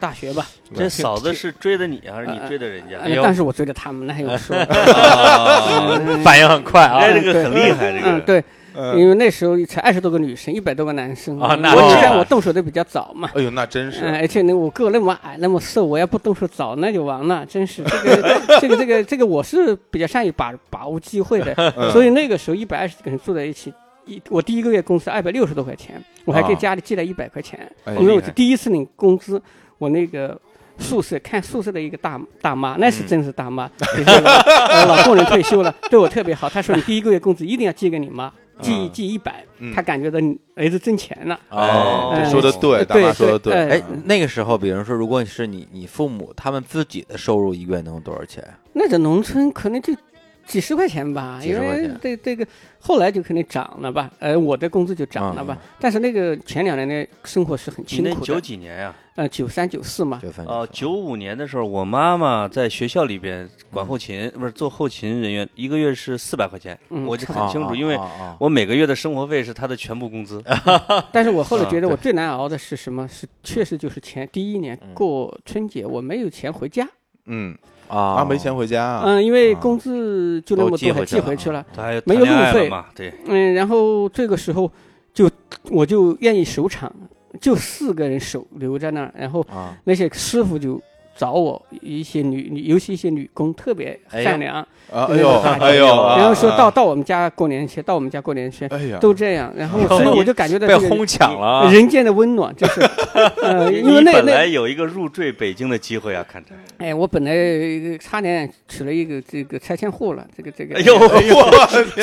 Speaker 3: 大学吧。
Speaker 4: 这嫂子是追的你啊还是你
Speaker 3: 呃
Speaker 4: 追的人 家？
Speaker 1: 哎呦
Speaker 3: 但是我追着他们，那还用说？哎
Speaker 4: 啊
Speaker 3: 嗯
Speaker 1: 反应很快啊，
Speaker 4: 哎，这个很厉害，这个
Speaker 3: 嗯，对，
Speaker 2: 嗯，
Speaker 3: 因为那时候才二十多个女生，一百多个男生。
Speaker 1: 啊
Speaker 3: 我
Speaker 1: 那
Speaker 3: 我
Speaker 2: 是
Speaker 3: 虽然我动手的比较早嘛，
Speaker 2: 哎呦，那真
Speaker 3: 嗯，
Speaker 2: 是
Speaker 3: 而且呢，我个儿那么矮，那么瘦，我要不动手早，那就完了。真是这个这个这个这个，我是比较善于把把握机会
Speaker 2: 嗯
Speaker 3: 的，所以那个时候一百二十几个人住在一起。一我第一个月工资二百六十多块钱，我还给
Speaker 2: 啊
Speaker 3: 家里借了一百块钱，
Speaker 2: 哎
Speaker 3: 因为我
Speaker 2: 厉害
Speaker 3: 是第一次领工资，我那个宿舍看宿舍的一个大大妈，那
Speaker 2: 嗯
Speaker 3: 是真是大妈，也是我我老工人退休了，对我特别好，她说你第一个月工资一定要寄给你妈，寄
Speaker 2: 嗯
Speaker 3: 寄一百
Speaker 2: 嗯，
Speaker 3: 她感觉到你儿子挣钱了，
Speaker 1: 哦，
Speaker 2: 这
Speaker 3: 哎
Speaker 2: 说的对，大妈
Speaker 3: 对
Speaker 2: 说的
Speaker 3: 对
Speaker 2: 对
Speaker 1: 哎
Speaker 3: 哎，
Speaker 1: 那个时候，比如说，如果是你你父母他们自己的收入一个月能有多少钱？
Speaker 3: 那在农村可能就几十块钱吧，
Speaker 1: 几十
Speaker 3: 因
Speaker 1: 块钱
Speaker 3: 为这这个后来就可能涨了吧，呃，我的工资就涨了吧。
Speaker 1: 嗯
Speaker 3: 但是那个前两年的生活是很
Speaker 4: 你
Speaker 3: 辛
Speaker 4: 那
Speaker 3: 苦
Speaker 4: 九
Speaker 3: 的，
Speaker 4: 几年呀？
Speaker 3: 呃，九三九四嘛，
Speaker 1: 就分
Speaker 4: 哦，九五年的时候，我妈妈在学校里边管后勤，不是做后勤人员，一个月是四百块钱，
Speaker 3: 嗯
Speaker 4: 我就
Speaker 3: 差
Speaker 4: 很清
Speaker 1: 哦
Speaker 4: 楚，因为
Speaker 1: 我
Speaker 4: 我每个月的生活费是她的全部工资。
Speaker 3: 哎但是我后来
Speaker 4: 啊
Speaker 3: 觉得
Speaker 1: 对
Speaker 3: 我最难熬的是什么？是确实就是前第一年
Speaker 1: 嗯
Speaker 3: 过春节，我没有钱回家，
Speaker 2: 嗯
Speaker 1: 啊
Speaker 2: 啊，没钱回家啊，
Speaker 3: 嗯，因为
Speaker 2: 啊
Speaker 3: 工资就那
Speaker 1: 都
Speaker 3: 么
Speaker 1: 寄
Speaker 3: 多，还
Speaker 1: 回去
Speaker 3: 寄
Speaker 1: 了啊
Speaker 3: 回去了，
Speaker 4: 她还
Speaker 3: 没
Speaker 4: 谈
Speaker 3: 有
Speaker 4: 恋爱
Speaker 3: 路费
Speaker 4: 了嘛？对，
Speaker 3: 嗯，然后这个时候就我就愿意守场，就四个人守留在那儿，然后
Speaker 1: 啊
Speaker 3: 那些师傅就找我一些女，女尤其一些女工特别
Speaker 1: 哎呦
Speaker 3: 善良，
Speaker 2: 啊，哎呦，哎呦，
Speaker 3: 然后说到
Speaker 2: 啊，
Speaker 3: 到我们家过年去，到我们家过年去，
Speaker 2: 哎呀，
Speaker 3: 都这样。然后
Speaker 1: 哎呦
Speaker 3: 所以
Speaker 1: 你
Speaker 3: 我就感觉到
Speaker 1: 被
Speaker 3: 这个
Speaker 1: 哄抢了啊！
Speaker 3: 人间的温暖，就是呃，
Speaker 4: 你
Speaker 3: 因为
Speaker 4: 你
Speaker 3: 那
Speaker 4: 本来
Speaker 3: 那
Speaker 4: 有一个入赘北京的机会啊，看着。
Speaker 3: 哎，我本来呃差点娶了一个这个拆迁户了，这个这个
Speaker 4: 哎呦，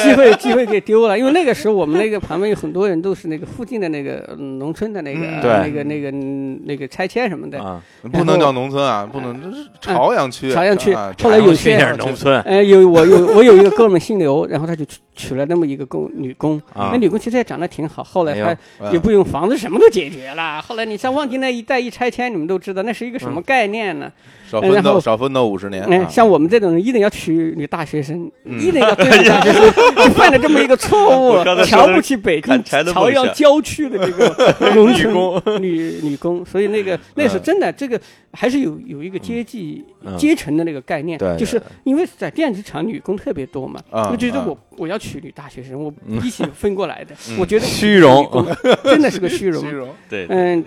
Speaker 3: 机会机会给丢了，因为那个时候我们那个旁边有很多人都是那个附近的那个呃农村的那个
Speaker 2: 嗯
Speaker 3: 呃
Speaker 1: 对
Speaker 3: 那个那个嗯那个拆迁什么的，
Speaker 1: 啊，
Speaker 2: 不能叫农村啊，不能，这是朝阳区，
Speaker 3: 嗯朝阳区
Speaker 2: 啊
Speaker 3: 后来有
Speaker 1: 去
Speaker 3: 些
Speaker 1: 点儿农村
Speaker 3: 呃，有我有我有一个哥们儿姓刘，然后他就娶娶了那么一个工女工，
Speaker 1: 啊
Speaker 3: 那女工其实也长得挺好，后来
Speaker 1: 哎呦
Speaker 3: 她也不用房子，什么都解决了。后来你像望京那一带一拆迁，你们都知道那是一个
Speaker 1: 嗯
Speaker 3: 什么概念呢？
Speaker 2: 少奋
Speaker 3: 然
Speaker 2: 斗，
Speaker 3: 后
Speaker 2: 少奋斗五十年
Speaker 3: 哎，
Speaker 2: 啊，
Speaker 3: 像我们这种人，一定要娶女大学生，
Speaker 2: 嗯
Speaker 3: 一定要对付大学生， 就犯了这么一个错
Speaker 4: 我刚才
Speaker 3: 误，
Speaker 4: 说的
Speaker 3: 瞧不起北
Speaker 4: 砍
Speaker 3: 京
Speaker 4: 柴的梦
Speaker 3: 朝阳
Speaker 4: 想
Speaker 3: 郊区的这个农村女女工，所以那
Speaker 4: 嗯
Speaker 3: 个那是真的，这个还是有有一个阶级
Speaker 1: 嗯
Speaker 3: 阶层的那个概念
Speaker 1: 对，
Speaker 3: 就是因为在电子厂女工特别多嘛，
Speaker 4: 啊
Speaker 2: 嗯
Speaker 3: 我觉得
Speaker 2: 嗯
Speaker 3: 我我要娶女大学生，我
Speaker 4: 嗯
Speaker 3: 一起分过来的，我觉得
Speaker 1: 虚荣
Speaker 3: 女工真的是个虚荣，
Speaker 2: 荣，
Speaker 4: 对，
Speaker 3: 嗯，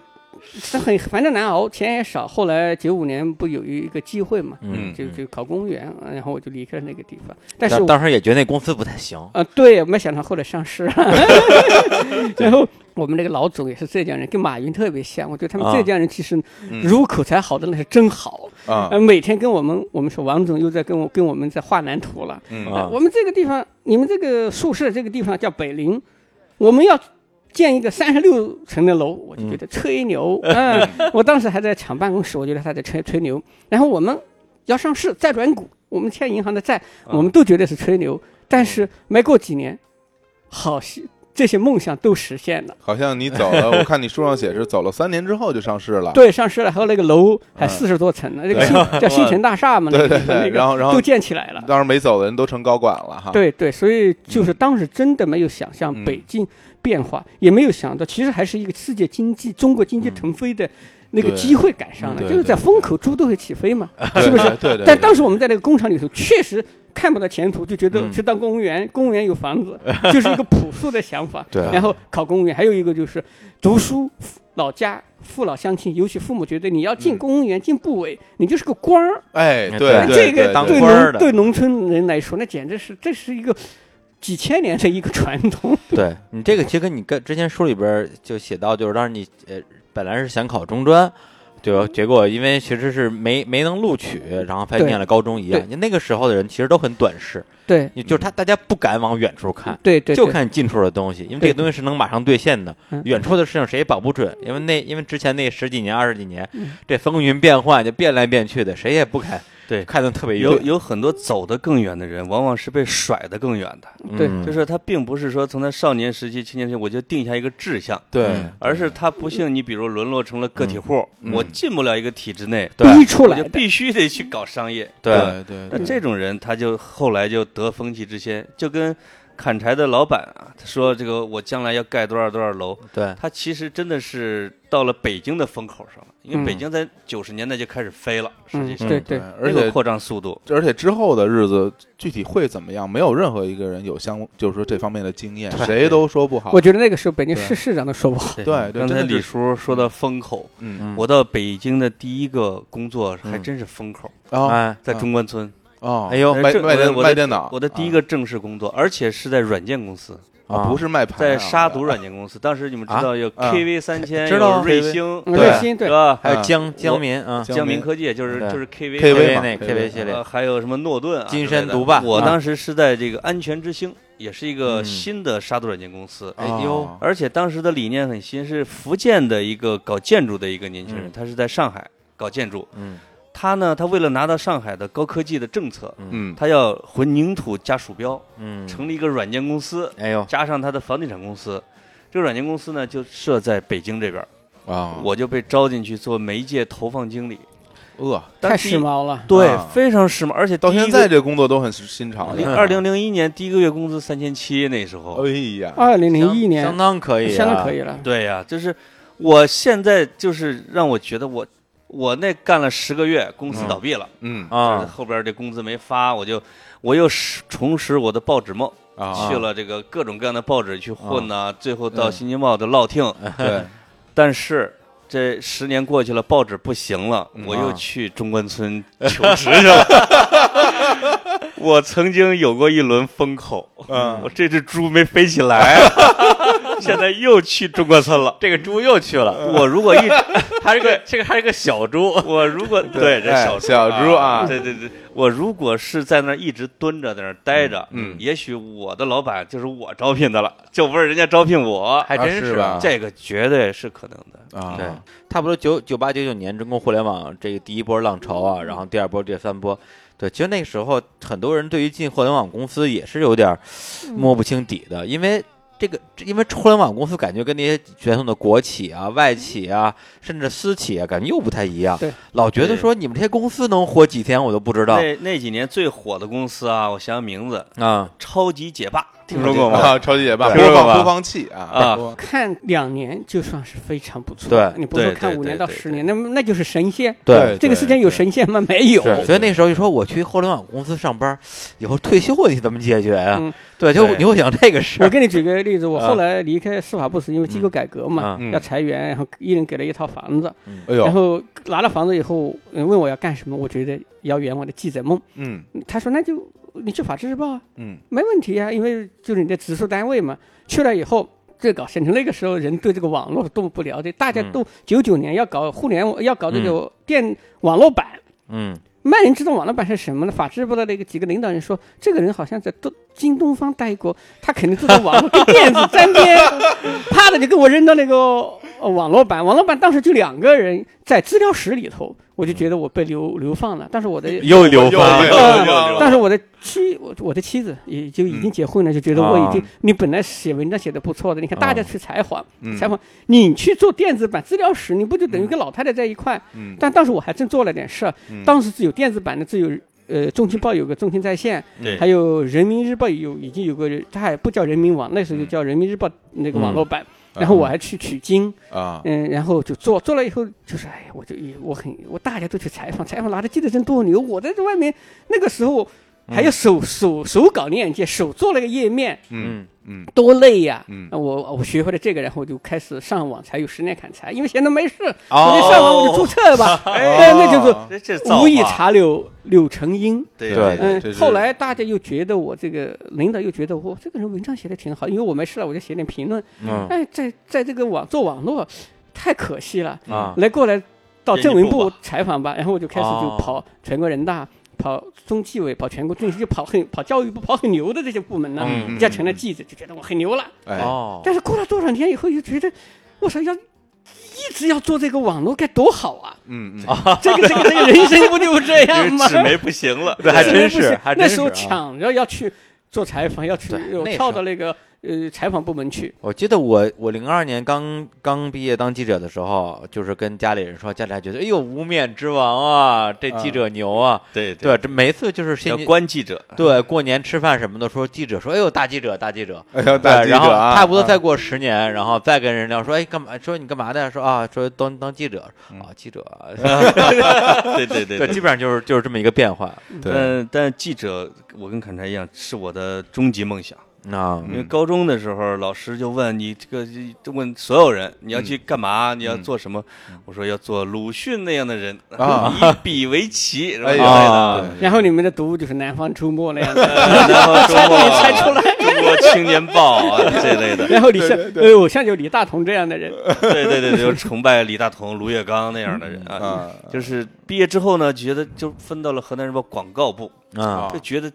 Speaker 3: 这很反正难熬，钱也少。后来九五年不有一个机会嘛，
Speaker 1: 嗯
Speaker 3: 就就考公务员，然后我就离开了那个地方。但是
Speaker 1: 但
Speaker 3: 我
Speaker 1: 当时也觉得那公司不太行，
Speaker 3: 啊，对，没想到后来上市了。 然后我们那个老总也是浙江人，跟马云特别像。我觉得他们
Speaker 1: 啊
Speaker 3: 浙江人其实
Speaker 2: 嗯
Speaker 3: 如果口才好的那是真好。
Speaker 2: 啊
Speaker 3: 呃，，每天跟我们我们说王总又在跟我跟我们在画蓝图了。
Speaker 2: 嗯
Speaker 1: 啊
Speaker 3: 哎我们这个地方，你们这个宿舍这个地方叫北陵，我们要建一个三十六层的楼，我就觉得吹牛。嗯， 我当时还在厂办公室，我觉得他在吹吹牛。然后我们要上市再转股，我们欠银行的债，我
Speaker 2: 啊
Speaker 3: 们都觉得是吹牛。
Speaker 2: 嗯
Speaker 3: 但是没过几年，好些这些梦想都实现了。
Speaker 2: 好像你走了，我看你书上写是走了三年之后就上市了，
Speaker 3: 对，上市了，还有那个楼还
Speaker 2: 啊嗯
Speaker 3: 四十多层呢， 那个新叫新城大厦嘛，那
Speaker 2: 对
Speaker 3: 个
Speaker 2: 对
Speaker 3: 那
Speaker 2: 对，
Speaker 3: 个
Speaker 2: 然后然后
Speaker 3: 都建起来了。
Speaker 2: 当时没走的人都成高管了哈，
Speaker 3: 对对，所以就是当时真的没有想象
Speaker 2: 啊嗯
Speaker 3: 北京变化，也没有想到，其实还是一个世界经济、中国经济腾飞的那个
Speaker 2: 嗯对
Speaker 3: 机会赶上
Speaker 2: 嗯
Speaker 3: 了，
Speaker 2: 对
Speaker 3: 就是在
Speaker 2: 对
Speaker 3: 风口猪都会起飞嘛，
Speaker 2: 对，
Speaker 3: 是不是？
Speaker 2: 对对对，
Speaker 3: 但当时我们在那个工厂里头确实看不到前途，就觉得
Speaker 1: 嗯
Speaker 3: 去当公务员，公务员有房子，就是一个朴素的想 法。
Speaker 2: 啊
Speaker 1: 对
Speaker 3: 然后考公务员，还有一个就是读书，老家父老乡亲，尤其父母觉得你要进
Speaker 2: 嗯
Speaker 3: 公务员、进部委，你就是个官儿。
Speaker 2: 哎，对
Speaker 1: 对
Speaker 2: 对，对
Speaker 3: 这个
Speaker 1: 当
Speaker 3: 对
Speaker 1: 官儿的
Speaker 3: 农对农村人来说，那简直是这是一个几千年的一个传统。
Speaker 1: 对你这个，其实跟你跟之前书里边儿就写到，就是当时你呃本来是想考中专，对吧？结果因为其实是没没能录取，然后才
Speaker 3: 对
Speaker 1: 念了高中一样。
Speaker 3: 对
Speaker 1: 你那个时候的人其实都很短视，
Speaker 3: 对
Speaker 1: 你就是他大家不敢往远处看。
Speaker 3: 对对，
Speaker 1: 就看近处的东西，因为这
Speaker 3: 对
Speaker 1: 个东西是能马上兑现的
Speaker 3: 嗯，
Speaker 1: 远处的事情谁也保不准。因为那因为之前那十几年、二十几年
Speaker 3: 嗯，
Speaker 1: 这风云变幻就变来变去的，谁也不敢
Speaker 4: 对
Speaker 1: 看得特别
Speaker 4: 有
Speaker 1: 远。
Speaker 4: 有很多走得更远的人，往往是被甩得更远的。
Speaker 1: 嗯
Speaker 3: 对
Speaker 4: 就是他并不是说从他少年时期、青年时期我就定下一个志向，
Speaker 2: 对
Speaker 1: 嗯
Speaker 4: 而是他不幸你比如沦落成了个体户，
Speaker 2: 嗯
Speaker 4: 我进不了一个体制内，
Speaker 1: 对
Speaker 3: 逼出
Speaker 4: 我
Speaker 3: 来
Speaker 4: 就
Speaker 3: 的。
Speaker 4: 必须得去搞商业。
Speaker 1: 对
Speaker 2: 对
Speaker 4: 那
Speaker 2: 对，
Speaker 4: 这种人他就后来就得风气之先，就跟砍柴的老板啊，他说这个我将来要盖多少多少楼，
Speaker 1: 对
Speaker 4: 他其实真的是到了北京的风口上了，因为
Speaker 3: 嗯
Speaker 4: 北京在九十年代就开始飞了，实际
Speaker 3: 嗯，
Speaker 4: 上、
Speaker 3: 对
Speaker 2: 对
Speaker 3: 对，，
Speaker 2: 而
Speaker 4: 那个
Speaker 2: 且
Speaker 4: 扩张速度。
Speaker 2: 而且之后的日子具体会怎么样，没有任何一个人有相就是说这方面的经验，
Speaker 1: 对
Speaker 2: 谁都说不好
Speaker 3: 我。觉得那个时候北京
Speaker 2: 对
Speaker 3: 市市长都说不好。
Speaker 4: 对
Speaker 2: 对对真
Speaker 4: 刚才
Speaker 2: 的是
Speaker 4: 李叔说到风口，
Speaker 2: 嗯，
Speaker 4: 我到北京的第一个工作还
Speaker 1: 嗯
Speaker 4: 真是风口，
Speaker 2: 啊
Speaker 1: 哎，
Speaker 4: 在中关村，
Speaker 2: 哦
Speaker 1: 哎，呦
Speaker 4: 哎
Speaker 2: 卖
Speaker 4: 这
Speaker 2: 卖电
Speaker 4: 我的
Speaker 2: 卖电脑，
Speaker 4: 我的第一个正式工作，而且是在软件公司，
Speaker 2: 啊不是卖盘啊，
Speaker 4: 在杀毒软件公司。当时你们知道有
Speaker 2: 啊
Speaker 4: KV 三千，
Speaker 1: 知道啊
Speaker 4: 有瑞星，
Speaker 3: 嗯
Speaker 2: 对
Speaker 3: 瑞星
Speaker 4: 是
Speaker 3: 对，
Speaker 4: 吧？
Speaker 1: 还有
Speaker 2: 啊
Speaker 1: 江江民啊
Speaker 2: 江
Speaker 4: 江
Speaker 2: 民
Speaker 4: 民科技，就是
Speaker 1: 对
Speaker 4: 就是 KV
Speaker 2: KV 嘛
Speaker 1: 那 KV 系列
Speaker 4: 呃，还有什么诺顿、啊、
Speaker 1: 金
Speaker 4: 之类
Speaker 1: 山
Speaker 4: 的
Speaker 1: 毒霸
Speaker 4: 我
Speaker 1: 啊
Speaker 4: 当时是在这个安全之星，也是一个
Speaker 1: 嗯
Speaker 4: 新的杀毒软件公司。
Speaker 1: 哎呦
Speaker 2: 哦
Speaker 4: 而且当时的理念很新，是福建的一个搞建筑的一个年轻人，
Speaker 1: 嗯
Speaker 4: 他是在上海搞建筑。
Speaker 1: 嗯
Speaker 4: 他呢，他为了拿到上海的高科技的政策，
Speaker 2: 嗯
Speaker 4: 他要混凝土加鼠标，
Speaker 1: 嗯，
Speaker 4: 成立一个软件公司，
Speaker 1: 哎呦，
Speaker 4: 加上他的房地产公司。这个软件公司呢，就设在北京这边儿，
Speaker 1: 哦
Speaker 2: 啊，
Speaker 4: 我就被招进去做媒介投放经理。
Speaker 2: 饿，
Speaker 4: 但
Speaker 3: 太
Speaker 4: 第一
Speaker 3: 时髦了。
Speaker 4: 对
Speaker 2: 啊，
Speaker 4: 非常时髦，而且
Speaker 2: 到现在这工作都很新潮的。
Speaker 4: 二零零一年第一个月工资三千七，那时候，
Speaker 2: 哎呀，
Speaker 3: 二零零一年
Speaker 1: 相当可以，啊
Speaker 3: 相当可以。了。
Speaker 4: 对呀、就是我现在就是让我觉得我我那干了十个月，公司
Speaker 1: 嗯
Speaker 4: 倒闭了，
Speaker 2: 嗯
Speaker 4: 就是
Speaker 1: 啊
Speaker 4: 后边这工资没发，我就我又拾重拾我的报纸梦，
Speaker 2: 啊，
Speaker 4: 去了这个各种各样的报纸去混呐、最后到
Speaker 2: 嗯
Speaker 4: 新京报的落听，
Speaker 2: 对，
Speaker 4: 但是这十年过去了，报纸不行了，
Speaker 2: 嗯
Speaker 4: 我
Speaker 2: 啊
Speaker 4: 又去中关村求职去了。 我曾经有过一轮风口，
Speaker 2: 嗯
Speaker 4: 我哦这只猪没飞起来， 现在又去中关村了。
Speaker 1: 这个猪又去了，
Speaker 4: 我如果 一
Speaker 1: 它是个这个还是个小猪，
Speaker 4: 我如果
Speaker 2: 对
Speaker 4: 对这
Speaker 2: 哎
Speaker 4: 小
Speaker 2: 小猪啊
Speaker 4: 对对对，我如果是在那儿一直蹲着，在那儿待着，
Speaker 2: 嗯嗯
Speaker 4: 也许我的老板就是我招聘的了，就不是人家招聘我，
Speaker 1: 还真
Speaker 2: 啊是吧
Speaker 4: 这个绝对是可能的。
Speaker 2: 啊，
Speaker 1: 对，差不多九九八九九年中国互联网这个第一波浪潮
Speaker 3: 嗯
Speaker 1: 啊，然后第二波、第三波，对，其实那时候很多人对于进互联网公司也是有点儿
Speaker 3: 嗯
Speaker 1: 摸不清底的，因为。这个，因为互联网公司感觉跟那些传统的国企啊、外企啊，甚至私企啊，感觉又不太一样。
Speaker 3: 嗯对，
Speaker 1: 老觉得说你们这些公司能活几天，我都不知道
Speaker 4: 那那几年最火的公司啊，我想想名字，
Speaker 1: 啊。
Speaker 4: 超级解霸，听
Speaker 1: 说
Speaker 4: 说
Speaker 1: 过
Speaker 4: 过
Speaker 1: 吗
Speaker 4: 吗？
Speaker 2: 啊，超级解霸
Speaker 1: 听说
Speaker 2: 播
Speaker 1: 过吧
Speaker 2: 放播放器啊
Speaker 4: 啊
Speaker 2: 播放
Speaker 3: 看两年就算是非常不错。
Speaker 1: 对
Speaker 3: 你不说
Speaker 4: 对
Speaker 3: 看
Speaker 4: 对
Speaker 3: 五
Speaker 4: 对
Speaker 3: 年到
Speaker 4: 对
Speaker 3: 十年，那么那就是神仙。
Speaker 2: 对
Speaker 3: 这个世界有
Speaker 2: 对
Speaker 3: 神仙吗？没有。
Speaker 1: 所以那时候就说我去互联网公司上班， 以后退休问题怎么解决啊？
Speaker 3: 嗯
Speaker 1: 对，就
Speaker 4: 对
Speaker 1: 你会想这个事
Speaker 3: 我
Speaker 1: 儿
Speaker 3: 给你举个例子，我
Speaker 1: 啊
Speaker 3: 后来离开司法部是因为机构改革嘛，
Speaker 1: 啊，
Speaker 2: 嗯
Speaker 3: 要裁员，然后一人给了一套房子，
Speaker 2: 哎
Speaker 3: 然
Speaker 2: 呦，
Speaker 3: 后拿了房子以后，嗯问我要干什么，我觉得要圆我的记者梦。
Speaker 2: 嗯
Speaker 3: 他说那就你去法制日报啊，
Speaker 2: 嗯
Speaker 3: 没问题啊，因为就是你的直属单位嘛。去了以后。这搞县城那个时候人对这个网络是多么不了解，大家都九九年要搞互联网，要搞这个电网络版，
Speaker 1: 嗯，
Speaker 3: 慢人知道网络版是什么呢？法制部的那个几个领导人说，这个人好像在东京东方待过，他肯定知道网络跟电子沾边，啪的就给我扔到那个、呃网络版。网络版当时就两个人在资料室里头，我就觉得我被流流放了。但是我的，
Speaker 1: 又流
Speaker 2: 又
Speaker 1: 放了
Speaker 2: 流嗯放
Speaker 3: 呃
Speaker 2: 流放
Speaker 3: 但是我的妻，我我的妻子也就已经结婚了，就觉得我已
Speaker 2: 啊
Speaker 3: 经，你本来写文章写的不错的，你看大家去采访，
Speaker 2: 嗯
Speaker 3: 采访你去做电子版资料室，你不就等于跟老太太在一块？
Speaker 2: 嗯，
Speaker 3: 但当时我还真做了点事儿，
Speaker 2: 嗯
Speaker 3: 当时只有电子版的，只有呃中青报有个中青在线，
Speaker 4: 对
Speaker 3: 还有人民日报有已经有个，它还不叫人民网，那时候就
Speaker 2: 嗯
Speaker 3: 叫人民日报那个网络版。然后我还去取经，
Speaker 2: 啊
Speaker 3: 嗯，然后就做做了以后，就是哎呀，我就我很我大家都去采访，采访拿着记者证多牛，我在这外面那个时候还要手、手手搞链接，手做了个页面，
Speaker 2: 嗯嗯
Speaker 3: 多累呀、
Speaker 2: 嗯
Speaker 3: 我我学会了这个，然后我就开始上网，才有十年砍柴，因为闲着没事，
Speaker 1: 哦
Speaker 3: 我就上网我就注册 吧，哎，那就是
Speaker 4: 这这造
Speaker 3: 无以
Speaker 4: 化，
Speaker 3: 查柳柳成荫。
Speaker 4: 对
Speaker 1: 对
Speaker 4: 对
Speaker 3: 嗯
Speaker 2: 这，是
Speaker 3: 后来大家又觉得我这个领导又觉得我这个人文章写的挺好，因为我没事了我就写点评论。
Speaker 1: 嗯
Speaker 3: 哎，在在这个网做网络太可惜了，
Speaker 1: 啊，
Speaker 3: 来过来到
Speaker 4: 进
Speaker 3: 政
Speaker 4: 一
Speaker 3: 文
Speaker 4: 步
Speaker 3: 部
Speaker 4: 吧
Speaker 3: 采访吧，然后我就开始就
Speaker 1: 哦
Speaker 3: 跑全国人大、跑中纪委、跑全国政协，就跑很跑教育部、跑很牛的这些部门呢，
Speaker 1: 嗯
Speaker 3: 人家成了记者就觉得我很牛了。
Speaker 2: 哎
Speaker 1: 哦，
Speaker 3: 但是过了多少年以后，又觉得我操要。一直要做这个网络该多好啊！
Speaker 2: 嗯嗯
Speaker 3: 这个这个这个人生不就这样
Speaker 4: 因
Speaker 3: 吗
Speaker 4: 为？纸媒不行了，
Speaker 1: 对还
Speaker 3: 实
Speaker 1: 真
Speaker 3: 在不
Speaker 1: 是
Speaker 3: 行
Speaker 1: 还真
Speaker 3: 那
Speaker 1: 是
Speaker 3: 时候
Speaker 1: 啊
Speaker 3: 抢着要去做采访，要去
Speaker 1: 对
Speaker 3: 有
Speaker 1: 那
Speaker 3: 跳
Speaker 1: 时候
Speaker 3: 到那个呃采访部门去。
Speaker 1: 我记得我我零二年刚刚毕业当记者的时候，就是跟家里人说，家里还觉得哎呦无冕之王啊，这记者牛啊，
Speaker 4: 对对，
Speaker 1: 对，这每次就是
Speaker 4: 要
Speaker 1: 先进
Speaker 4: 关记 者，
Speaker 1: 对过年吃饭什么的，说记者说哎呦大记者大记者，
Speaker 2: 哎呦，
Speaker 1: 对
Speaker 2: 大，记
Speaker 1: 然后
Speaker 2: 者啊
Speaker 1: 差不多
Speaker 2: 啊
Speaker 1: 再过十年，然后再跟人聊说哎干嘛说你干嘛的呀？说啊说当当记者啊记者，
Speaker 4: 对对对
Speaker 1: 对，基本上就是就是这么一个变化
Speaker 2: 对
Speaker 4: 但但记者，我跟砍柴一样，是我的终极梦想。
Speaker 1: 啊，
Speaker 2: 嗯
Speaker 4: 因为高中的时候，老师就问你这个，就问所有人你要去干嘛，
Speaker 2: 嗯
Speaker 4: 你要做什么？我说要做鲁迅那样的人，
Speaker 2: 啊
Speaker 4: 以笔为棋，呃然后
Speaker 2: 哎
Speaker 4: 之
Speaker 2: 呀
Speaker 4: 类的。
Speaker 2: 对
Speaker 3: 然后你们的读物就是《南方周末》那样 的，
Speaker 4: 然后中国
Speaker 3: 猜出来。
Speaker 4: 中国青年报啊这类 的，
Speaker 3: 然后李像呃，我像有李大同这样的人，
Speaker 4: 对对对，就崇拜李大同、卢月刚那样的人啊。
Speaker 2: 啊
Speaker 4: 就是毕业之后呢，觉得就分到了河南日报广告部，
Speaker 1: 啊
Speaker 4: 就觉得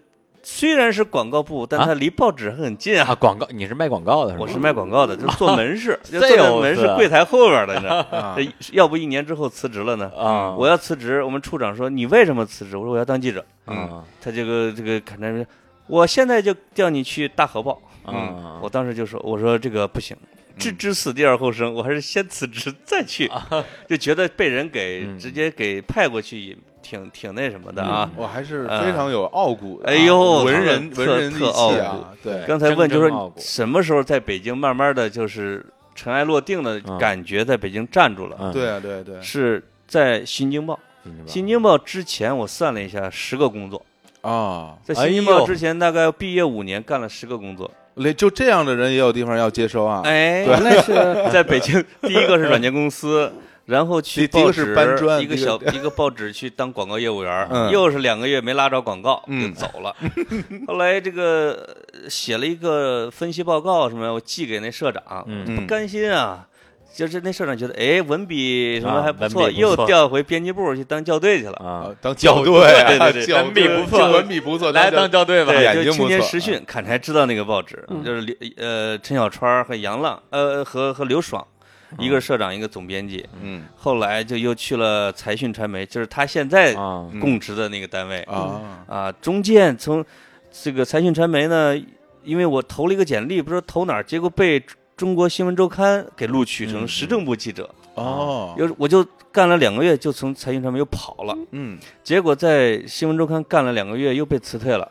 Speaker 4: 虽然是广告部，但它离报纸还很近啊
Speaker 1: 啊。广告你是卖广告的是吗？
Speaker 4: 我是卖广告的，就是做 门市，就
Speaker 1: 这
Speaker 4: 坐在
Speaker 1: 有
Speaker 4: 门
Speaker 1: 事
Speaker 4: 市
Speaker 1: 啊
Speaker 4: 柜台后边的，你知道。
Speaker 2: 啊
Speaker 4: 这要不一年之后辞职了呢？
Speaker 1: 啊
Speaker 4: 我要辞职，我们处长说你为什么辞职？我说我要当记者。
Speaker 1: 啊
Speaker 4: 他这个这个砍柴人，我现在就叫你去大河报。
Speaker 1: 啊嗯
Speaker 4: 我当时就说，我说这个不行，置之死地而后生，我还是先辞职再去，就觉得被人
Speaker 1: 啊
Speaker 4: 给
Speaker 1: 嗯
Speaker 4: 直接给派过去也挺挺那什么的啊。
Speaker 2: 我还是非常有傲骨的啊，
Speaker 4: 哎呦
Speaker 2: 文人
Speaker 4: 特
Speaker 2: 文人意
Speaker 4: 特傲
Speaker 2: 气啊，对，
Speaker 4: 刚才问就
Speaker 1: 真正傲
Speaker 4: 说
Speaker 1: 骨
Speaker 4: 你什么时候在北京慢慢的就是尘埃落定的
Speaker 1: 嗯
Speaker 4: 感觉，在北京站住了，
Speaker 1: 嗯
Speaker 2: 对啊对啊对啊，
Speaker 4: 是在新京报。新京报之前我算了一下，十个工作，
Speaker 2: 啊，
Speaker 4: 在
Speaker 1: 哎
Speaker 4: 新京报
Speaker 1: 呦
Speaker 4: 之前大概毕业五年干了十个工作，
Speaker 2: 连就这样的人也有地方要接收啊，
Speaker 4: 哎，
Speaker 3: 那是
Speaker 4: 在北京第一个是软件公司，然后去
Speaker 2: 第一
Speaker 4: 报
Speaker 2: 个是
Speaker 4: 纸
Speaker 2: 搬砖
Speaker 4: 一个
Speaker 2: 第一
Speaker 4: 小
Speaker 2: 个
Speaker 4: 一个报纸去当广告业务员儿，
Speaker 2: 嗯
Speaker 4: 又是两个月没拉着广告就
Speaker 2: 嗯
Speaker 4: 走 了。后来这个呃写了一个分析报告什么，我寄给那社长，
Speaker 1: 嗯，
Speaker 4: 不
Speaker 2: 嗯，
Speaker 4: 甘心啊。就是那社长觉得，哎，文笔什么
Speaker 1: 啊
Speaker 4: 还不
Speaker 1: 文笔
Speaker 4: 错，
Speaker 1: 不
Speaker 4: 又
Speaker 1: 错
Speaker 4: 调回编辑部去当校对去了。
Speaker 1: 啊，
Speaker 2: 当校队
Speaker 4: 对
Speaker 2: 啊，
Speaker 4: 对对
Speaker 2: 校
Speaker 1: 文笔
Speaker 2: 队
Speaker 1: 不错
Speaker 2: 文笔不错，
Speaker 1: 来
Speaker 2: 当校
Speaker 1: 当校队吧。哎
Speaker 2: 眼
Speaker 4: 对，就
Speaker 2: 睛
Speaker 4: 青
Speaker 2: 不
Speaker 4: 年
Speaker 2: 错
Speaker 4: 时
Speaker 2: 啊
Speaker 4: 讯，看才知道那个报纸，
Speaker 3: 嗯
Speaker 4: 就是刘呃陈小川儿和杨浪，呃和和刘爽，
Speaker 1: 嗯
Speaker 4: 一个是社长，一个总编辑。
Speaker 2: 嗯
Speaker 4: 后来就又去了财讯传媒，就是他现在
Speaker 1: 啊，
Speaker 2: 嗯
Speaker 4: 供职的那个单位
Speaker 2: 啊，
Speaker 4: 啊。中间从这个财讯传媒呢，因为我投了一个简历，不知道投哪儿，结果被中中国新闻周刊给录取成
Speaker 1: 嗯
Speaker 4: 时政部记者。
Speaker 2: 哦，
Speaker 4: 就是我就干了两个月，就从财讯传媒又跑了，
Speaker 2: 嗯
Speaker 4: 结果在新闻周刊干了两个月又被辞退了。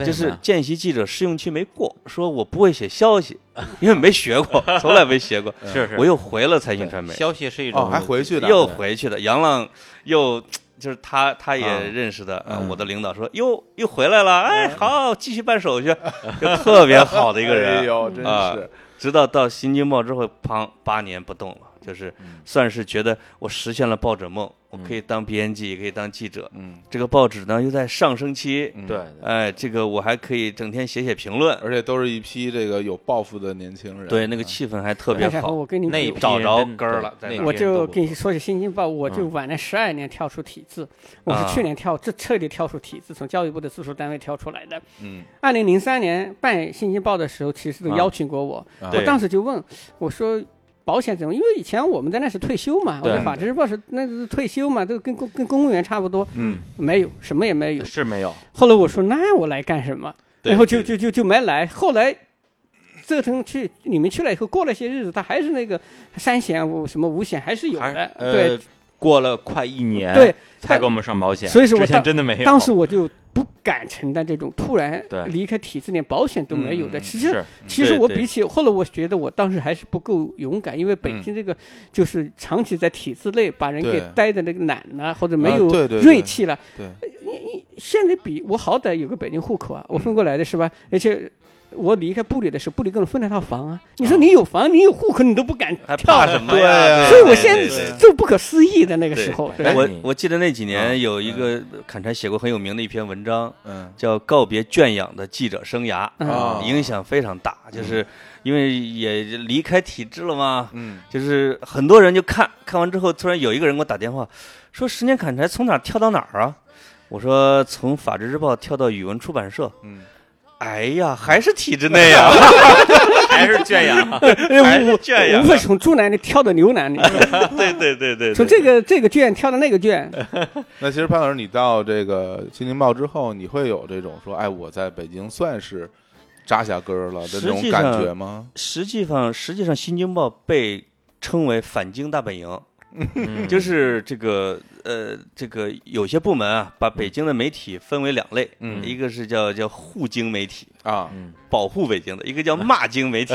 Speaker 4: 就
Speaker 1: 为
Speaker 4: 是
Speaker 1: 啥
Speaker 4: 见习记者试用期没过，说我不会写消息，因为没学过，从来没学过。
Speaker 1: 是 是，
Speaker 4: 我又回了财经传
Speaker 1: 嗯
Speaker 4: 媒，
Speaker 1: 消息是一
Speaker 2: 哦，
Speaker 1: 种
Speaker 2: 嗯还回去呢，
Speaker 4: 又回去的。杨浪又就是他，他也
Speaker 1: 啊嗯
Speaker 4: 认识的啊，
Speaker 2: 嗯
Speaker 4: 我的领导说哟又回来了，哎好，继续办手续， 就特别好的一个
Speaker 2: 哎
Speaker 4: 人。
Speaker 2: 呦，真
Speaker 4: 啊
Speaker 2: 是
Speaker 4: 直到到新京报之后，砰，八年不动了，就是
Speaker 2: 嗯
Speaker 4: 算是觉得我实现了报纸梦，我可以当编辑，也可以当记者。
Speaker 2: 嗯，
Speaker 4: 这个报纸呢又在上升期，
Speaker 2: 嗯
Speaker 1: 对，对
Speaker 4: 哎，这个我还可以整天写写评论，
Speaker 2: 而且都是啊嗯一批这个有抱负的年轻人，
Speaker 4: 对，那个气氛还特别
Speaker 3: 那家伙
Speaker 4: 好。
Speaker 3: 哎我跟你
Speaker 1: 那一
Speaker 3: 比
Speaker 1: 批
Speaker 4: 找着
Speaker 1: 人
Speaker 4: 根儿了
Speaker 1: 对
Speaker 4: 在那
Speaker 1: 那
Speaker 4: 儿
Speaker 3: 我
Speaker 1: 批人
Speaker 3: 就
Speaker 1: 都
Speaker 3: 跟
Speaker 1: 不
Speaker 3: 你说起《新京报》，我就
Speaker 1: 嗯
Speaker 3: 晚了十二年跳出体制，我
Speaker 4: 啊
Speaker 3: 是去年跳，这彻底跳出体制，从教育部的直属单位跳出来的。
Speaker 2: 嗯，
Speaker 3: 二零零三年办《新京报》的时候，其实都
Speaker 1: 啊
Speaker 3: 邀请过我，
Speaker 2: 啊
Speaker 3: 我
Speaker 1: 对
Speaker 3: 当时就问我说。保险怎么？因为以前我们在那是退休嘛，我
Speaker 1: 对
Speaker 3: 在法制日报是那是退休嘛，都跟公跟公务员差不多，
Speaker 2: 嗯，
Speaker 3: 没有什么也没有。
Speaker 1: 是没有，
Speaker 3: 后来我说那我来干什么？
Speaker 1: 对
Speaker 3: 然后就
Speaker 1: 对
Speaker 3: 就就就没来。后来折腾去你们去了以后，过了些日子，他还是那个三险五什么五险还是有
Speaker 1: 还
Speaker 3: 的，对
Speaker 1: 呃，过了快一年
Speaker 3: 对。
Speaker 1: 才给我们上保险，
Speaker 3: 所以说我
Speaker 1: 之前
Speaker 3: 当
Speaker 1: 真的没有，
Speaker 3: 当时我就不敢承担这种突然
Speaker 1: 对
Speaker 3: 离开体制，连保险都没有的。
Speaker 2: 嗯
Speaker 3: 其实
Speaker 1: 是
Speaker 3: 其实
Speaker 4: 对
Speaker 3: 我
Speaker 4: 对
Speaker 3: 比起后来，我觉得我当时还是不够勇敢，因为北
Speaker 2: 嗯
Speaker 3: 京这个就是长期在体制内把人
Speaker 2: 对
Speaker 3: 给待的那个懒了，或者没
Speaker 2: 啊
Speaker 3: 有
Speaker 2: 对对对
Speaker 3: 锐气了。呃
Speaker 2: 对
Speaker 3: 现在比我好歹有个北京户口啊，我分过来的是吧？而且我离开部里的时候，部里给我分了套房啊。你说你有房，你有户口，你都不敢
Speaker 4: 还
Speaker 3: 跳
Speaker 4: 怕
Speaker 3: 了。
Speaker 4: 什么
Speaker 2: 对
Speaker 4: 呀？
Speaker 2: 啊
Speaker 3: 所以我
Speaker 4: 啊对
Speaker 3: 现
Speaker 4: 对
Speaker 3: 在就不可思议的那个时候，
Speaker 1: 对
Speaker 3: 对
Speaker 1: 哎
Speaker 4: 我
Speaker 1: 你
Speaker 4: 我记得那几
Speaker 2: 啊
Speaker 4: 年有一个砍柴写过很有名的一篇文章，
Speaker 2: 嗯
Speaker 4: 叫《告别圈养的记者生涯
Speaker 3: 嗯》，
Speaker 2: 啊
Speaker 4: 影响非常大，就是因为也离开体制了嘛，
Speaker 2: 嗯
Speaker 4: 就是很多人就看看完之后，突然有一个人给我打电话，说十年砍柴从哪儿跳到哪儿啊？我说从法制日报跳到语文出版社。
Speaker 2: 嗯，
Speaker 4: 哎呀，还是体制内啊呀，
Speaker 1: 还是圈 养，
Speaker 4: 还是圈养
Speaker 3: 无。非从猪腩里跳到牛腩里，
Speaker 4: 对对对对，
Speaker 3: 从
Speaker 4: 对
Speaker 3: 这个这个卷跳到那个卷，
Speaker 2: 那其实潘老师，你到这个《新京报》之后，你会有这种说，哎，我在北京算是扎下根儿了的这
Speaker 4: 实
Speaker 2: 种
Speaker 4: 际
Speaker 2: 感
Speaker 4: 上
Speaker 2: 觉吗？
Speaker 4: 实际上，实际上，《新京报》被称为反京大本营，就是这个呃，这个有些部门啊，把北京的媒体分为两类，
Speaker 2: 嗯
Speaker 4: 一个是叫叫护京媒体，
Speaker 2: 啊，
Speaker 1: 嗯
Speaker 4: 保护北京的；一个叫骂京媒体。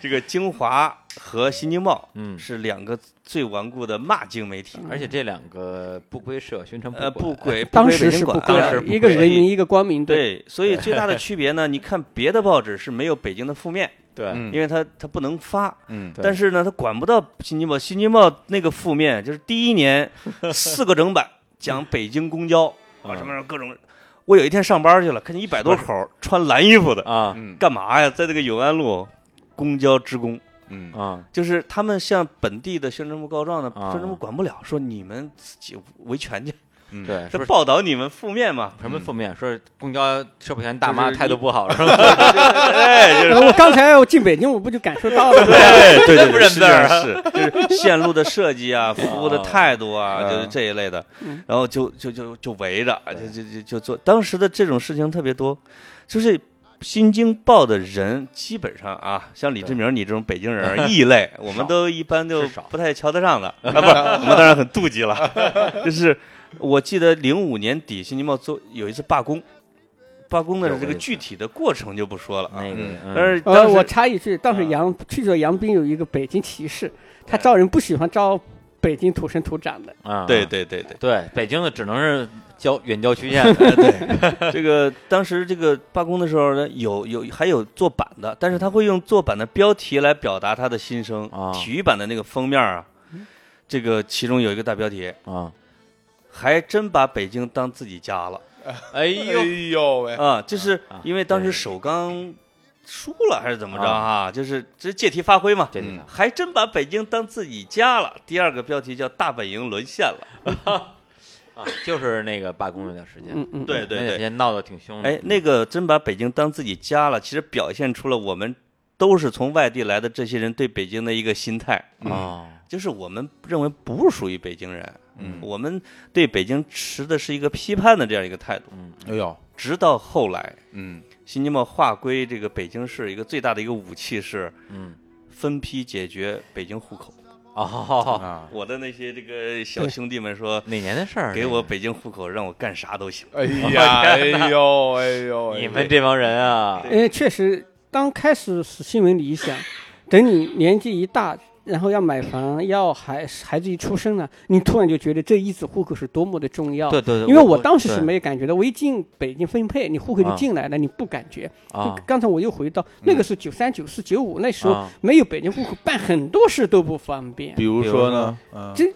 Speaker 4: 这个京华和《新京报》
Speaker 1: 嗯，
Speaker 4: 是两个最顽固的骂京媒体，
Speaker 1: 而且这两个不归社，宣传
Speaker 4: 呃，不
Speaker 1: 嗯不归，
Speaker 4: 轨，
Speaker 3: 当
Speaker 4: 归北
Speaker 3: 时
Speaker 4: 京
Speaker 3: 是不
Speaker 4: 管
Speaker 3: 贵
Speaker 1: 当时
Speaker 3: 的，
Speaker 1: 不
Speaker 3: 一个
Speaker 1: 贵
Speaker 3: 是文
Speaker 4: 所
Speaker 3: 明，
Speaker 4: 以
Speaker 3: 一个光明，对，
Speaker 4: 对，所以最大的区别呢，你看别的报纸是没有北京的负面，
Speaker 1: 对，
Speaker 4: 因为它它不能发，
Speaker 2: 嗯
Speaker 1: 对
Speaker 4: 但是呢，他管不到《新京报》，《新京报》那个负面就是第一年四个整版讲北京公交啊，
Speaker 1: 嗯
Speaker 4: 什么什么各种。我有一天上班去了，看见一百多口儿穿蓝衣服的，
Speaker 1: 啊
Speaker 2: 嗯
Speaker 4: 干嘛呀？在这个永安路公交职工，
Speaker 2: 嗯
Speaker 1: 啊，
Speaker 4: 就是他们向本地的宣传部告状呢，
Speaker 1: 啊
Speaker 4: 宣传部管不了，说你们自己维权去，
Speaker 2: 嗯，
Speaker 1: 对，
Speaker 4: 这
Speaker 1: 说。
Speaker 4: 报道你们负面嘛
Speaker 1: 什么负面，说公交售票员大妈
Speaker 4: 就是
Speaker 1: 态度不 好，是吧？嗯
Speaker 4: 哎，就是
Speaker 3: 我 刚才我进北京，我不就感受 到了吗？
Speaker 4: 对对对，
Speaker 1: 不认
Speaker 4: 是
Speaker 1: 字儿啊
Speaker 4: 是就是线路的设计 啊，服务的态度啊，
Speaker 2: 嗯
Speaker 4: 就是这一类的
Speaker 3: 嗯，
Speaker 4: 然后就就就就围着，就就就就做。当时的这种事情特别多，就是。新京报的人基本上啊，像李志明你这种北 京人儿异类，我们都一般就是
Speaker 1: 少
Speaker 4: 不太瞧得 上的。啊，不，我们当然很妒忌了。就是我记得零五年底，新京报做有一次罢工，罢工的
Speaker 1: 有过
Speaker 4: 这个
Speaker 1: 一次
Speaker 4: 具体的过程就不说了啊。
Speaker 1: 那个，嗯
Speaker 4: 但是
Speaker 3: 呃，
Speaker 4: 当时
Speaker 3: 我插一句，当时
Speaker 4: 啊
Speaker 3: 杨去说杨斌有一个北京歧视，他
Speaker 4: 对
Speaker 3: 招人不喜欢招北京土生土长的，
Speaker 1: 啊，
Speaker 4: 对对对对，
Speaker 1: 对，北京的只能是郊远郊区县的，
Speaker 4: 这个当时这个罢工的时候呢，有有还有做版的，但是他会用做版的标题来表达他的心声。
Speaker 1: 啊
Speaker 4: 体育版的那个封面啊，这个其中有一个大标题，
Speaker 1: 啊，
Speaker 4: 还真把北京当自己家了
Speaker 1: 哎
Speaker 2: 哎
Speaker 1: 呦，
Speaker 2: 呦喂，
Speaker 4: 啊！就是
Speaker 1: 啊
Speaker 4: 因为当时
Speaker 1: 对
Speaker 4: 首钢输了还是怎么着啊？就是这是借题发挥嘛，
Speaker 1: 这
Speaker 2: 嗯
Speaker 4: 还真把北京当自己家了。第二个标题叫“大本营沦陷了
Speaker 1: 啊，就是那个罢工那段时间，
Speaker 3: 嗯嗯，”，
Speaker 4: 对对
Speaker 1: 那段时
Speaker 4: 对，
Speaker 1: 间闹得挺凶的。
Speaker 4: 哎，那个真把北京当自己家了，其实表现出了我们都是从外地来的这些人对北京的一个心态。
Speaker 3: 嗯
Speaker 1: 哦，
Speaker 4: 就是我们认为不是属于北京人，
Speaker 2: 嗯
Speaker 4: 我们对北京持的是一个批判的这样一个态度。
Speaker 1: 嗯，
Speaker 2: 哎呦，
Speaker 4: 直到后来，
Speaker 2: 嗯，
Speaker 4: 新京报划归这个北京市一个最大的一个武器是
Speaker 1: 嗯，
Speaker 4: 分批解决北京户口。
Speaker 1: 哦，
Speaker 2: 啊，
Speaker 4: 我的那些这个小兄弟们说，
Speaker 1: 哪年的事儿？
Speaker 4: 给我
Speaker 1: 这
Speaker 4: 北京户口，让我干啥都行。
Speaker 2: 哎呀，哎呦，哎呦，
Speaker 1: 个，你们这帮人啊，
Speaker 3: 呃，确实，当开始是新闻理想，等你年纪一大，然后要买房，要孩孩子一出生了，你突然就觉得这一纸户口是多么的重要。
Speaker 1: 对对对，
Speaker 3: 因为我当时是
Speaker 1: 对
Speaker 3: 没有感觉的，我一进北京分配，你户口就
Speaker 1: 啊
Speaker 3: 进来了，你不感觉。
Speaker 1: 啊
Speaker 3: 就刚才我又回到那个是九三、九四、九五那时候
Speaker 1: 啊，
Speaker 3: 没有北京户口，办很多事都不方便。
Speaker 2: 比如说呢，嗯
Speaker 3: 这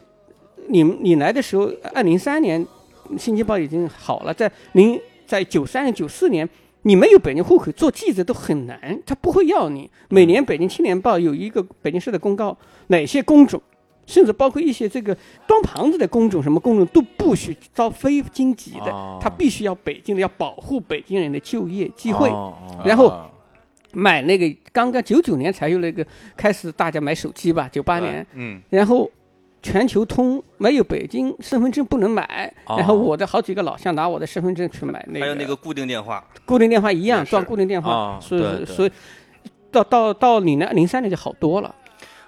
Speaker 3: 你你来的时候，二零三年《新京报》已经好了，在零在九三年、九四年，你没有北京户口，做记者都很难，他不会要你。每年北京青年报有一个北京市的公告，哪些工种，甚至包括一些这个装盘子的工种，什么工种都不许招非京籍的，
Speaker 1: 哦
Speaker 3: 他必须要北京的，要保护北京人的就业机会。
Speaker 1: 哦哦
Speaker 3: 然后
Speaker 2: 啊
Speaker 3: 买那个刚刚九九年才有那个开始大家买手机吧，九八年，
Speaker 2: 嗯，
Speaker 3: 然后全球通没有北京身份证不能买，
Speaker 1: 哦
Speaker 3: 然后我的好几个老乡拿我的身份证去买那个，
Speaker 4: 还有那个固定电话，
Speaker 3: 固定电话一样
Speaker 4: 也是
Speaker 3: 装固定电
Speaker 1: 哦
Speaker 3: 话，所
Speaker 1: 对
Speaker 3: 以
Speaker 1: 对
Speaker 3: 所以到到到你那零三年就好多了，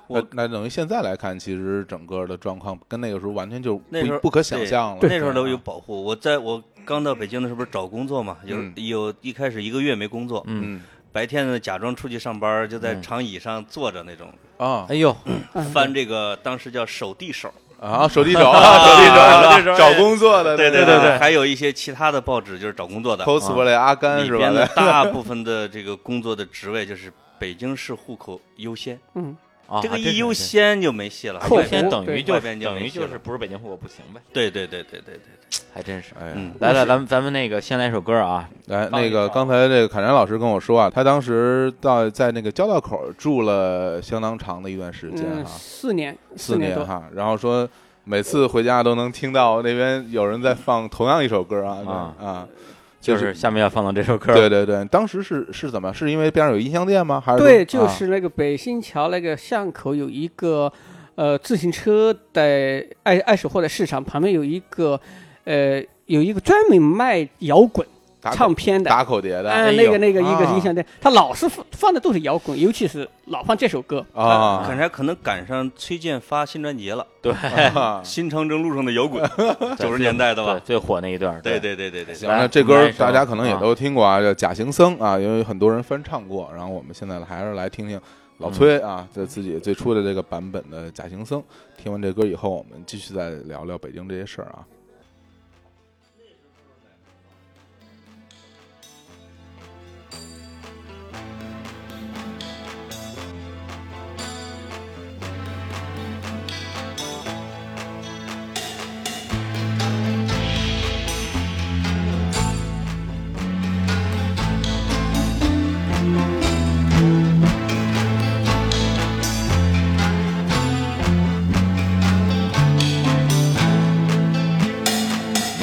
Speaker 4: 我
Speaker 2: 那那等于现在来看，其实整个的状况跟那个时候完全就
Speaker 4: 那时候
Speaker 2: 不不可想象了。
Speaker 4: 那时候都有保护。我在我刚到北京的时候，不是找工作嘛，有
Speaker 2: 嗯
Speaker 4: 有一开始一个月没工作，
Speaker 1: 嗯，
Speaker 2: 嗯
Speaker 4: 白天呢假装出去上班，就在
Speaker 1: 嗯
Speaker 4: 长椅上坐着那种
Speaker 2: 啊
Speaker 1: 哎呦，
Speaker 3: 嗯
Speaker 4: 翻这个当时叫手递手，
Speaker 2: 啊，手递手，啊手递手
Speaker 4: 啊
Speaker 2: 手递手，找工作的，
Speaker 4: 对
Speaker 2: 对
Speaker 4: 对
Speaker 2: 对
Speaker 4: 啊还有一些其他的报纸就是找工作的，
Speaker 2: ，cosplay 阿甘
Speaker 4: 里
Speaker 2: 是吧
Speaker 4: 边？的大部分的这个工作的职位就是北京市户口优先，
Speaker 3: 嗯，
Speaker 1: 啊
Speaker 4: 这个
Speaker 1: 还真
Speaker 4: 一
Speaker 1: 是
Speaker 4: 优先就没戏了，
Speaker 3: 扣
Speaker 1: 优
Speaker 4: 外
Speaker 3: 分
Speaker 4: 边
Speaker 1: 先等于
Speaker 3: 对
Speaker 1: 就
Speaker 4: 外边就
Speaker 1: 等于
Speaker 4: 没戏
Speaker 1: 就是
Speaker 4: 了
Speaker 1: 不是北京户口不行呗，
Speaker 4: 对对对对对对对，
Speaker 1: 还真是。
Speaker 2: 哎呀，
Speaker 4: 嗯，
Speaker 1: 来来，咱们咱们那个先来一首歌啊，
Speaker 2: 来，
Speaker 1: 放一
Speaker 2: 那个
Speaker 1: 首
Speaker 2: 刚才这个凯然老师跟我说啊，他当时到在那个交道口住了相当长的一段时间
Speaker 3: 嗯，
Speaker 2: 哈，
Speaker 3: 四年
Speaker 2: 四
Speaker 3: 年多，
Speaker 2: 哈，然后说每次回家都能听到那边有人在放同样一首歌啊
Speaker 1: 啊
Speaker 2: 对啊，
Speaker 1: 就
Speaker 2: 就是
Speaker 1: 是下面要放到这首歌。
Speaker 2: 对对对，当时是是怎么？是因为边上有音像店吗？还是
Speaker 3: 对，
Speaker 2: 说
Speaker 3: 就
Speaker 2: 啊
Speaker 3: 是那个北新桥那个巷口有一个呃自行车的二二手货的市场，旁边有一个呃有一个专门卖摇滚
Speaker 2: 打口
Speaker 3: 唱片的。
Speaker 2: 打口碟的
Speaker 1: 哎
Speaker 3: 嗯，那
Speaker 1: 呦
Speaker 3: 个那个一个
Speaker 2: 啊
Speaker 3: 音响店，他老是放放的都是摇滚，尤其是老放这首歌。
Speaker 2: 啊，
Speaker 4: 可能可能赶上崔健发新专辑了，
Speaker 1: 对，
Speaker 2: 啊
Speaker 4: 《新长征路上的摇滚》， 九十年代的
Speaker 1: 对
Speaker 4: 吧？
Speaker 1: 最火那一段。
Speaker 4: 对对对对对，
Speaker 2: 行，
Speaker 1: 来
Speaker 2: 那这
Speaker 1: 我们
Speaker 3: 嗯
Speaker 2: 歌
Speaker 1: 来一首
Speaker 2: 大家可能也都听过啊，叫《假行僧》啊，因为很多人翻唱过。然后我们现在还是来听听老崔
Speaker 3: 嗯
Speaker 2: 啊，在自己最初的这个版本的《假行僧》。听完这歌以后，我们继续再聊聊北京这些事儿啊。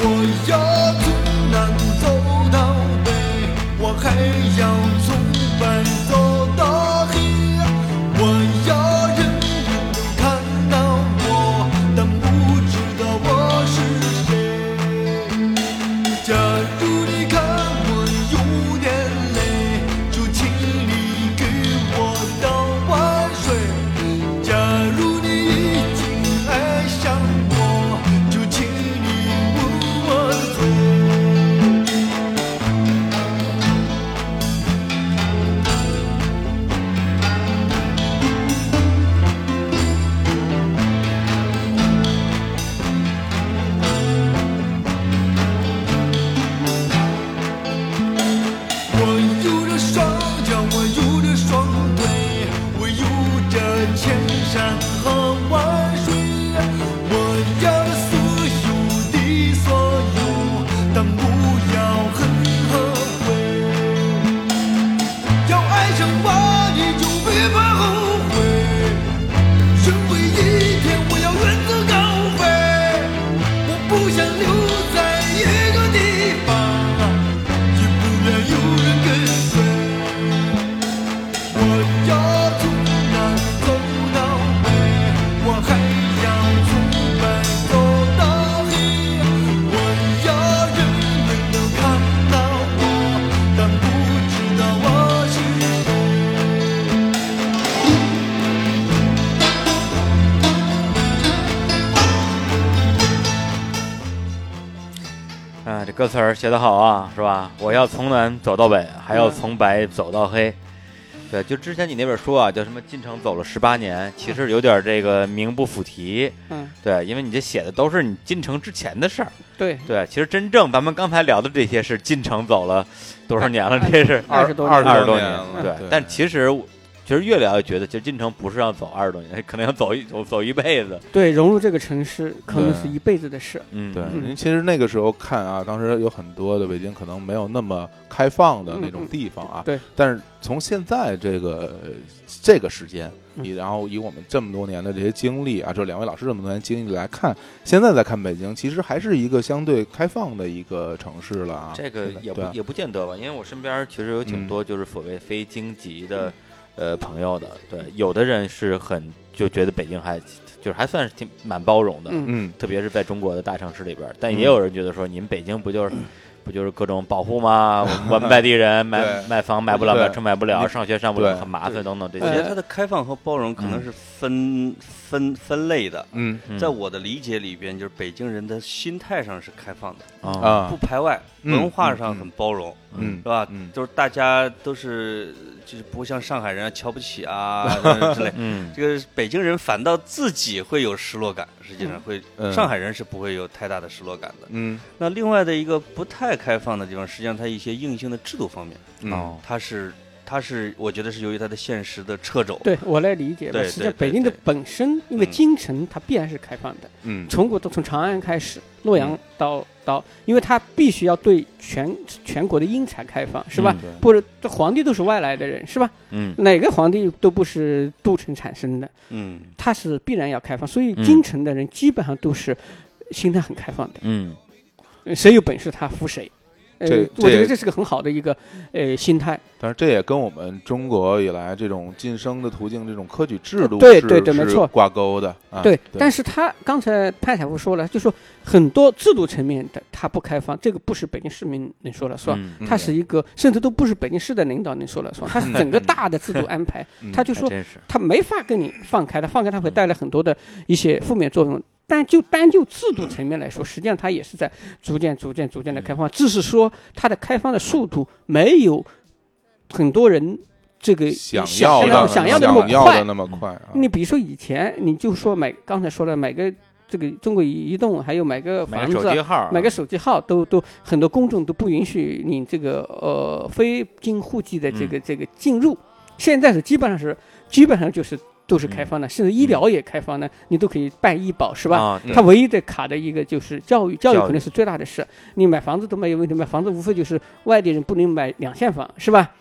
Speaker 5: 我
Speaker 1: 歌词儿写得好啊，是吧？我要从南走到北，还要
Speaker 3: 嗯
Speaker 1: 从白走到黑。对，就之前你那本书啊，叫什么《进城走了十八年》，其实有点这个名不符题。
Speaker 3: 嗯，
Speaker 1: 对，因为你这写的都是你进城之前的事儿。
Speaker 3: 对，
Speaker 1: 对，其实真正咱们刚才聊的这些是进城走了多少年了，这是
Speaker 3: 二十多
Speaker 2: 二
Speaker 3: 年
Speaker 1: 二
Speaker 2: 十
Speaker 1: 十多
Speaker 2: 年
Speaker 1: 年。
Speaker 2: 了对
Speaker 1: 但其实我其实越聊越觉得，其实进城不是要走二十多年，可能要走一走走一辈子。
Speaker 3: 对，融入这个城市可能
Speaker 2: 对
Speaker 3: 是一辈子的事。
Speaker 1: 嗯，
Speaker 2: 对，
Speaker 3: 嗯
Speaker 2: 因为其实那个时候看啊，当时有很多的北京可能没有那么开放的那种地方啊。
Speaker 3: 嗯嗯对。
Speaker 2: 但是从现在这个这个时间，
Speaker 3: 嗯
Speaker 2: 以然后以我们这么多年的这些经历啊，就两位老师这么多年经历来看，现在再看北京，其实还是一个相对开放的一个城市了啊。
Speaker 1: 这个
Speaker 2: 现在
Speaker 1: 也不
Speaker 2: 对啊
Speaker 1: 也不见得吧，因为我身边儿其实有挺
Speaker 2: 嗯
Speaker 1: 多就是所谓非京籍的、呃朋友的，对，有的人是很就觉得北京还就是还算是挺蛮包容的，
Speaker 3: 嗯，
Speaker 2: 嗯，
Speaker 1: 特别是在中国的大城市里边儿，但
Speaker 2: 嗯
Speaker 1: 也有人觉得说你们北京不就是。不就是各种保护吗？我们我们外地人买
Speaker 2: 对
Speaker 1: 买房买不了，
Speaker 2: 对
Speaker 1: 买车买不了，
Speaker 2: 你
Speaker 1: 上学上不了，
Speaker 2: 对
Speaker 1: 很麻烦等等这
Speaker 2: 嗯
Speaker 4: 我觉
Speaker 1: 些
Speaker 4: 得。它的开放和包容可能是分、分分类的。
Speaker 2: 嗯
Speaker 1: 嗯
Speaker 4: 在我的理解里边，就是北京人的心态上是开放的，
Speaker 1: 啊，
Speaker 2: 啊
Speaker 4: 不，排外，
Speaker 2: 嗯
Speaker 4: 文化上很包容，
Speaker 2: 嗯，
Speaker 4: 是吧？
Speaker 2: 嗯
Speaker 4: 就是大家都是，就是不会像上海人啊瞧不起 啊之类。
Speaker 1: 嗯
Speaker 4: 这个北京人反倒自己会有失落感，实际上会，
Speaker 2: 嗯
Speaker 4: 上海人是不会有太大的失落感的。
Speaker 2: 嗯
Speaker 4: 那另外的一个不太开放的地方，实际上它一些硬性的制度方面，
Speaker 2: 嗯
Speaker 1: 哦，
Speaker 4: 它是它是我觉得是由于它的现实的掣肘，
Speaker 3: 对我来理解吧，
Speaker 4: 对
Speaker 3: 实际上
Speaker 4: 对
Speaker 3: 北京的
Speaker 4: 对对
Speaker 3: 本身，因为
Speaker 4: 嗯
Speaker 3: 京城它必然是开放的，
Speaker 2: 嗯
Speaker 3: 从古到从长安开始，洛阳
Speaker 2: 嗯
Speaker 3: 到到，因为它必须要对全全国的英才开放，是吧？
Speaker 1: 嗯
Speaker 2: 对
Speaker 3: 不是，这皇帝都是外来的人，是吧？
Speaker 1: 嗯
Speaker 3: 哪个皇帝都不是都城产生的，
Speaker 4: 嗯，
Speaker 3: 它是必然要开放，所以
Speaker 1: 嗯
Speaker 3: 京城的人基本上都是心态很开放的，
Speaker 1: 嗯
Speaker 3: 呃谁有本事他服谁。呃
Speaker 2: 这，
Speaker 3: 我觉
Speaker 2: 这
Speaker 3: 得这是个很好的一个呃心态。
Speaker 2: 但是这也跟我们中国以来这种晋升的途径、这种科举制度
Speaker 3: 对
Speaker 2: 是
Speaker 3: 对对没
Speaker 2: 是
Speaker 3: 错
Speaker 2: 挂钩的啊。
Speaker 3: 对，但
Speaker 2: 是
Speaker 3: 是他刚才潘采夫说了，就说很多制度层面的他不开放，这个不是北京市民能说了算，
Speaker 1: 嗯，
Speaker 3: 他是一个甚至都不是北京市的领导能说了算，他是整个大的制度安排，他就
Speaker 1: 还
Speaker 3: 说
Speaker 1: 真是，
Speaker 3: 他没法跟你放开，他放开他会带来很多的一些负面作用。但就单就制度层面来说，实际上它也是在逐渐、逐渐、逐渐的开放，只是说它的开放的速度没有很多人这个
Speaker 2: 想
Speaker 3: 想
Speaker 2: 要的
Speaker 3: 的想
Speaker 1: 要
Speaker 3: 的那么快嗯
Speaker 2: 的。那么快啊。
Speaker 3: 你比如说以前，你就说买，刚才说了买个这个中国移动，还有买个
Speaker 1: 买
Speaker 3: 房
Speaker 1: 个
Speaker 3: 子
Speaker 1: 手
Speaker 3: 啊
Speaker 1: 机，号儿，
Speaker 3: 买个手机号都都很多公众都不允许你这个呃非经户籍的
Speaker 1: 嗯
Speaker 3: 这个、这个进入。现在是基本上是基本上就是都是开放的，甚至医疗也开放的，你都可以办医保是吧？
Speaker 1: 嗯啊，
Speaker 2: 嗯
Speaker 3: 它唯一的卡的一个就是教育，教
Speaker 1: 教
Speaker 3: 育
Speaker 1: 育
Speaker 3: 可能是最大的事。你买房子都没有问题，买房子无非就是外地人不能买两现房是吧？
Speaker 1: 嗯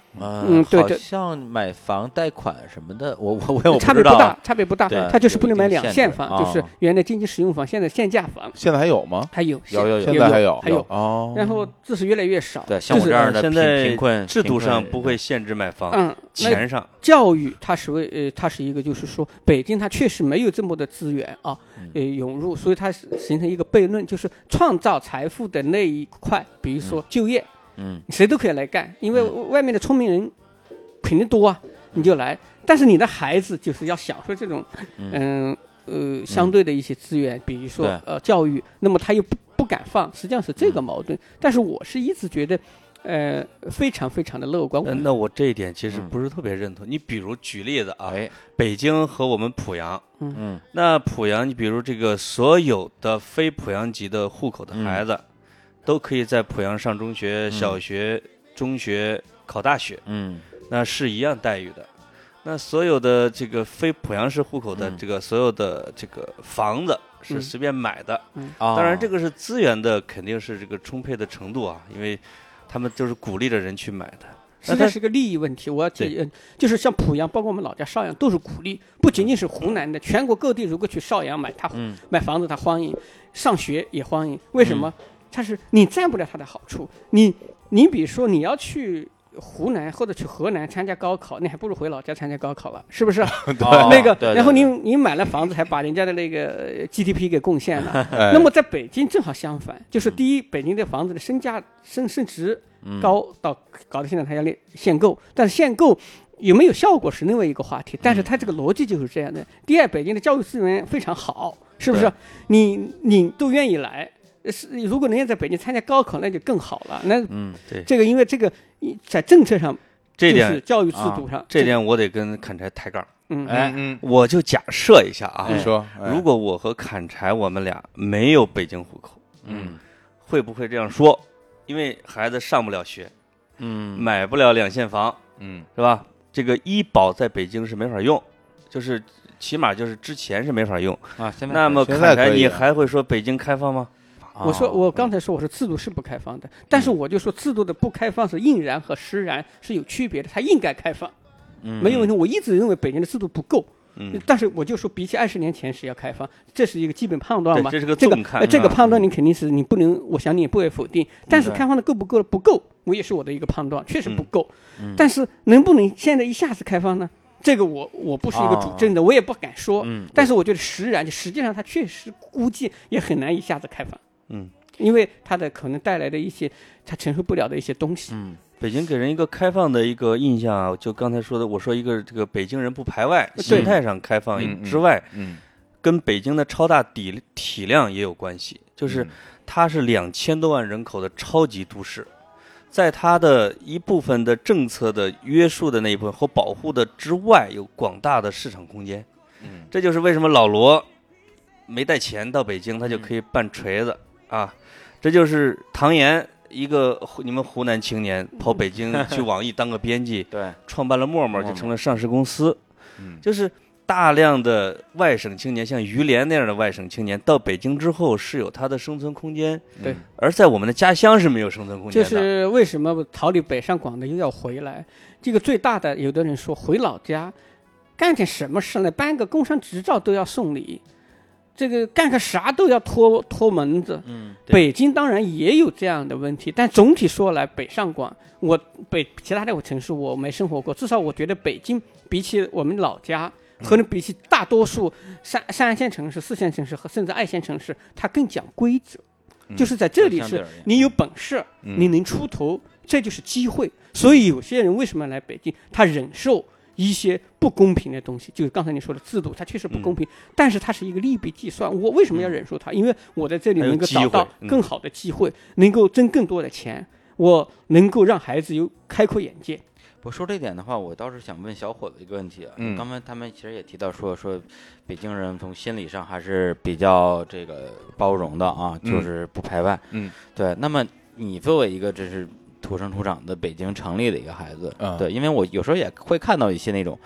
Speaker 3: 嗯对
Speaker 1: 好
Speaker 3: 对
Speaker 1: 像买房贷款什么的，我我我我
Speaker 3: 差
Speaker 1: 不知
Speaker 3: 别不
Speaker 1: 道
Speaker 3: 大
Speaker 1: 啊，，
Speaker 3: 差别不大
Speaker 1: 对，
Speaker 3: 它就是不能买
Speaker 1: 有一定
Speaker 3: 两
Speaker 1: 限
Speaker 3: 现
Speaker 1: 制
Speaker 3: 房，
Speaker 1: 啊
Speaker 3: 就是原来经济使用房，现在限价房
Speaker 2: 现在还有吗？
Speaker 3: 还有
Speaker 1: 有有有
Speaker 3: 有
Speaker 2: 现在还
Speaker 3: 有还
Speaker 2: 有哦。
Speaker 3: 然后这是越来越少，
Speaker 1: 对，像我这样的
Speaker 4: 呃现
Speaker 1: 贫
Speaker 4: 在
Speaker 1: 贫困
Speaker 4: 制度
Speaker 1: 贫困
Speaker 4: 上
Speaker 1: 人
Speaker 4: 不会限制买房，
Speaker 3: 嗯，那
Speaker 4: 钱上
Speaker 3: 教育它是为呃，它是一个就是说，北京它确实没有这么的资源啊，呃，涌入，所以它是形成一个悖论，就是创造财富的那一块，比如说就业，
Speaker 1: 嗯
Speaker 3: 谁都可以来干，因为外面的聪明人肯定多啊，你就来，但是你的孩子就是要享受这种，嗯呃，相对的一些资源，比如说
Speaker 1: 对
Speaker 3: 呃教育，那么他又不不敢放，实际上是这个矛盾，但是我是一直觉得，呃，非常非常的乐观，我
Speaker 4: 呃那我这一点其实
Speaker 1: 嗯
Speaker 4: 不是特别认同。你比如举例子啊，
Speaker 1: 哎
Speaker 4: 北京和我们濮阳，
Speaker 1: 嗯
Speaker 4: 那濮阳，你比如这个所有的非濮阳籍的户口的孩子，都可以在濮阳上中学、
Speaker 1: 嗯
Speaker 4: 小学、中学、考大学，
Speaker 1: 嗯
Speaker 4: 那是一样待遇的。那所有的这个非濮阳市户口的
Speaker 1: 嗯
Speaker 4: 这个所有的这个房子是
Speaker 3: 嗯
Speaker 4: 随便买的，
Speaker 1: 啊，
Speaker 4: 当然，这
Speaker 1: 个
Speaker 4: 个是资源的，肯定是这个充沛的程度啊，因为他们就是鼓励着人去买的。
Speaker 3: 实在是个利益问题，我要提，呃就是像濮阳，包括我们老家邵阳，都是鼓励，不仅仅是湖南的，全国各地如果去邵阳买他
Speaker 1: 嗯
Speaker 3: 买房子，他欢迎，上学也欢迎。为什么？他是你占不了他的好处，你你比如说你要去湖南或者去河南参加高考，那还不如回老家参加高考了，是不是？
Speaker 1: 哦
Speaker 3: 那个
Speaker 1: 对，对
Speaker 3: 然后你
Speaker 1: 对
Speaker 3: 你买了房子，还把人家的那个呃 GDP 给贡献了，
Speaker 2: 哎
Speaker 3: 那么在北京正好相反，就是
Speaker 4: 嗯
Speaker 3: 第一，北京的房子的身价升升值高到搞到现在它要列限购，但是限购有没有效果是另外一个话
Speaker 4: 嗯
Speaker 3: 题，但是它这个逻辑就是这样的。第二，北京的教育资源非常好，是不是？你你都愿意来，是如果能够在北京参加高考，那就更好了。那
Speaker 4: 嗯，对，
Speaker 3: 这个因为这个一在政策上，
Speaker 4: 这
Speaker 3: 就是
Speaker 4: 点啊
Speaker 3: 教育制度上，
Speaker 4: 这点我得跟砍柴抬杠。
Speaker 3: 嗯，
Speaker 1: 哎
Speaker 2: 嗯，
Speaker 4: 我就假设一下啊
Speaker 2: 你，说，哎
Speaker 4: 如果我和砍柴我们俩没有北京户口，
Speaker 1: 嗯
Speaker 4: 会不会这样说？因为孩子上不了学，
Speaker 1: 嗯
Speaker 4: 买不了两现房，
Speaker 2: 嗯
Speaker 4: 是吧？这个医保在北京是没法用，就是起码就是之前是没法用。
Speaker 1: 啊，现在
Speaker 4: 那么
Speaker 2: 现在
Speaker 4: 砍柴，
Speaker 2: 可以
Speaker 4: 你
Speaker 2: 啊
Speaker 4: 还会说北京开放吗？
Speaker 1: 啊
Speaker 3: 我
Speaker 1: 哦
Speaker 3: 说我刚才说我说制度是不开放的，但是我就说制度的不开放是应然和实然是有区别的，它应该开放，没
Speaker 2: 嗯
Speaker 1: 没
Speaker 3: 有问题。我一直认为北京的制度不够，
Speaker 4: 嗯，
Speaker 3: 但是我就说比起二十年前是要开放，这是一个基本判断
Speaker 4: 对
Speaker 3: 嘛。
Speaker 4: 这是个
Speaker 3: 这个
Speaker 4: 纵看
Speaker 3: 呃这个
Speaker 4: 嗯
Speaker 3: 判断你肯定是你不能，我想你也不会否定。但是
Speaker 1: 对
Speaker 3: 开放的够不够？不够，我也是我的一个判断，确实不
Speaker 4: 嗯
Speaker 3: 够。但是能不能现在一下子开放呢？这个我我不是一个
Speaker 4: 啊
Speaker 3: 主政的，我也不敢说。
Speaker 1: 嗯
Speaker 3: 但是我觉得实然，就实际上它确实估计也很难一下子开放，
Speaker 4: 嗯，
Speaker 3: 因为它的可能带来的一些它承受不了的一些东西。
Speaker 1: 嗯
Speaker 4: 北京给人一个开放的一个印象啊，就刚才说的，我说一个这个北京人不排外，
Speaker 3: 对
Speaker 4: 心态上开放
Speaker 2: 嗯嗯
Speaker 4: 之外，
Speaker 2: 嗯，
Speaker 4: 跟北京的超大体体量也有关系，
Speaker 2: 嗯
Speaker 4: 就是它是两千多万人口的超级都市，在它的一部分的政策的约束的那一部分和保护的之外，有广大的市场空间。
Speaker 2: 嗯
Speaker 4: 这就是为什么老罗没带钱到北京，他就可以办锤子啊。这就是唐岩，一个湖你们湖南青年跑北京去网易当个编辑，
Speaker 1: 对，
Speaker 4: 创办了陌陌，
Speaker 1: 陌陌
Speaker 4: 就成了上市公司。
Speaker 2: 嗯
Speaker 4: 就是大量的外省青年，像于连那样的外省青年，到北京之后是有他的生存空间，
Speaker 3: 对
Speaker 4: 而在我们的家乡是没有生存空间
Speaker 3: 就
Speaker 4: 的。
Speaker 3: 是为什么逃离北上广的又要回来？这个最大的，有的人说回老家，干点什么事呢？办个工商执照都要送礼，这个干个啥都要拖拖门子。
Speaker 1: 嗯
Speaker 4: 对
Speaker 3: 北京当然也有这样的问题，但总体说来，北上广，我北其他的城市我没生活过，至少我觉得北京比起我们老家，可能比起大多数三三线城市、四线城市和甚至二线城市，它更讲规则，
Speaker 2: 嗯
Speaker 3: 就是在这里
Speaker 1: 像
Speaker 3: 是
Speaker 1: 儿一样
Speaker 3: 你有本事，
Speaker 2: 嗯
Speaker 3: 你能出头，这就是机会。所以有些人为什么来北京？他忍受一些不公平的东西，就是刚才你说的制度，它确实不公平，但是它是一个利弊计算。我为什么要忍受它？因为我在这里
Speaker 4: 还有
Speaker 3: 能够
Speaker 4: 机
Speaker 3: 找
Speaker 4: 会
Speaker 3: 到
Speaker 4: 嗯
Speaker 3: 更好的机会，能够挣更多的钱，我能够让孩子有开阔眼界。
Speaker 1: 我说这点的话，我倒是想问小伙子一个问题啊。
Speaker 2: 嗯
Speaker 1: 刚才他们其实也提到说说，北京人从心理上还是比较这个包容的啊，
Speaker 2: 嗯
Speaker 1: 就是不排外。
Speaker 2: 嗯，
Speaker 1: 对。那么你作为一个这是土生土长的北京城里的一个孩子，
Speaker 2: 啊
Speaker 1: 对，因为我有时候也会看到一些那种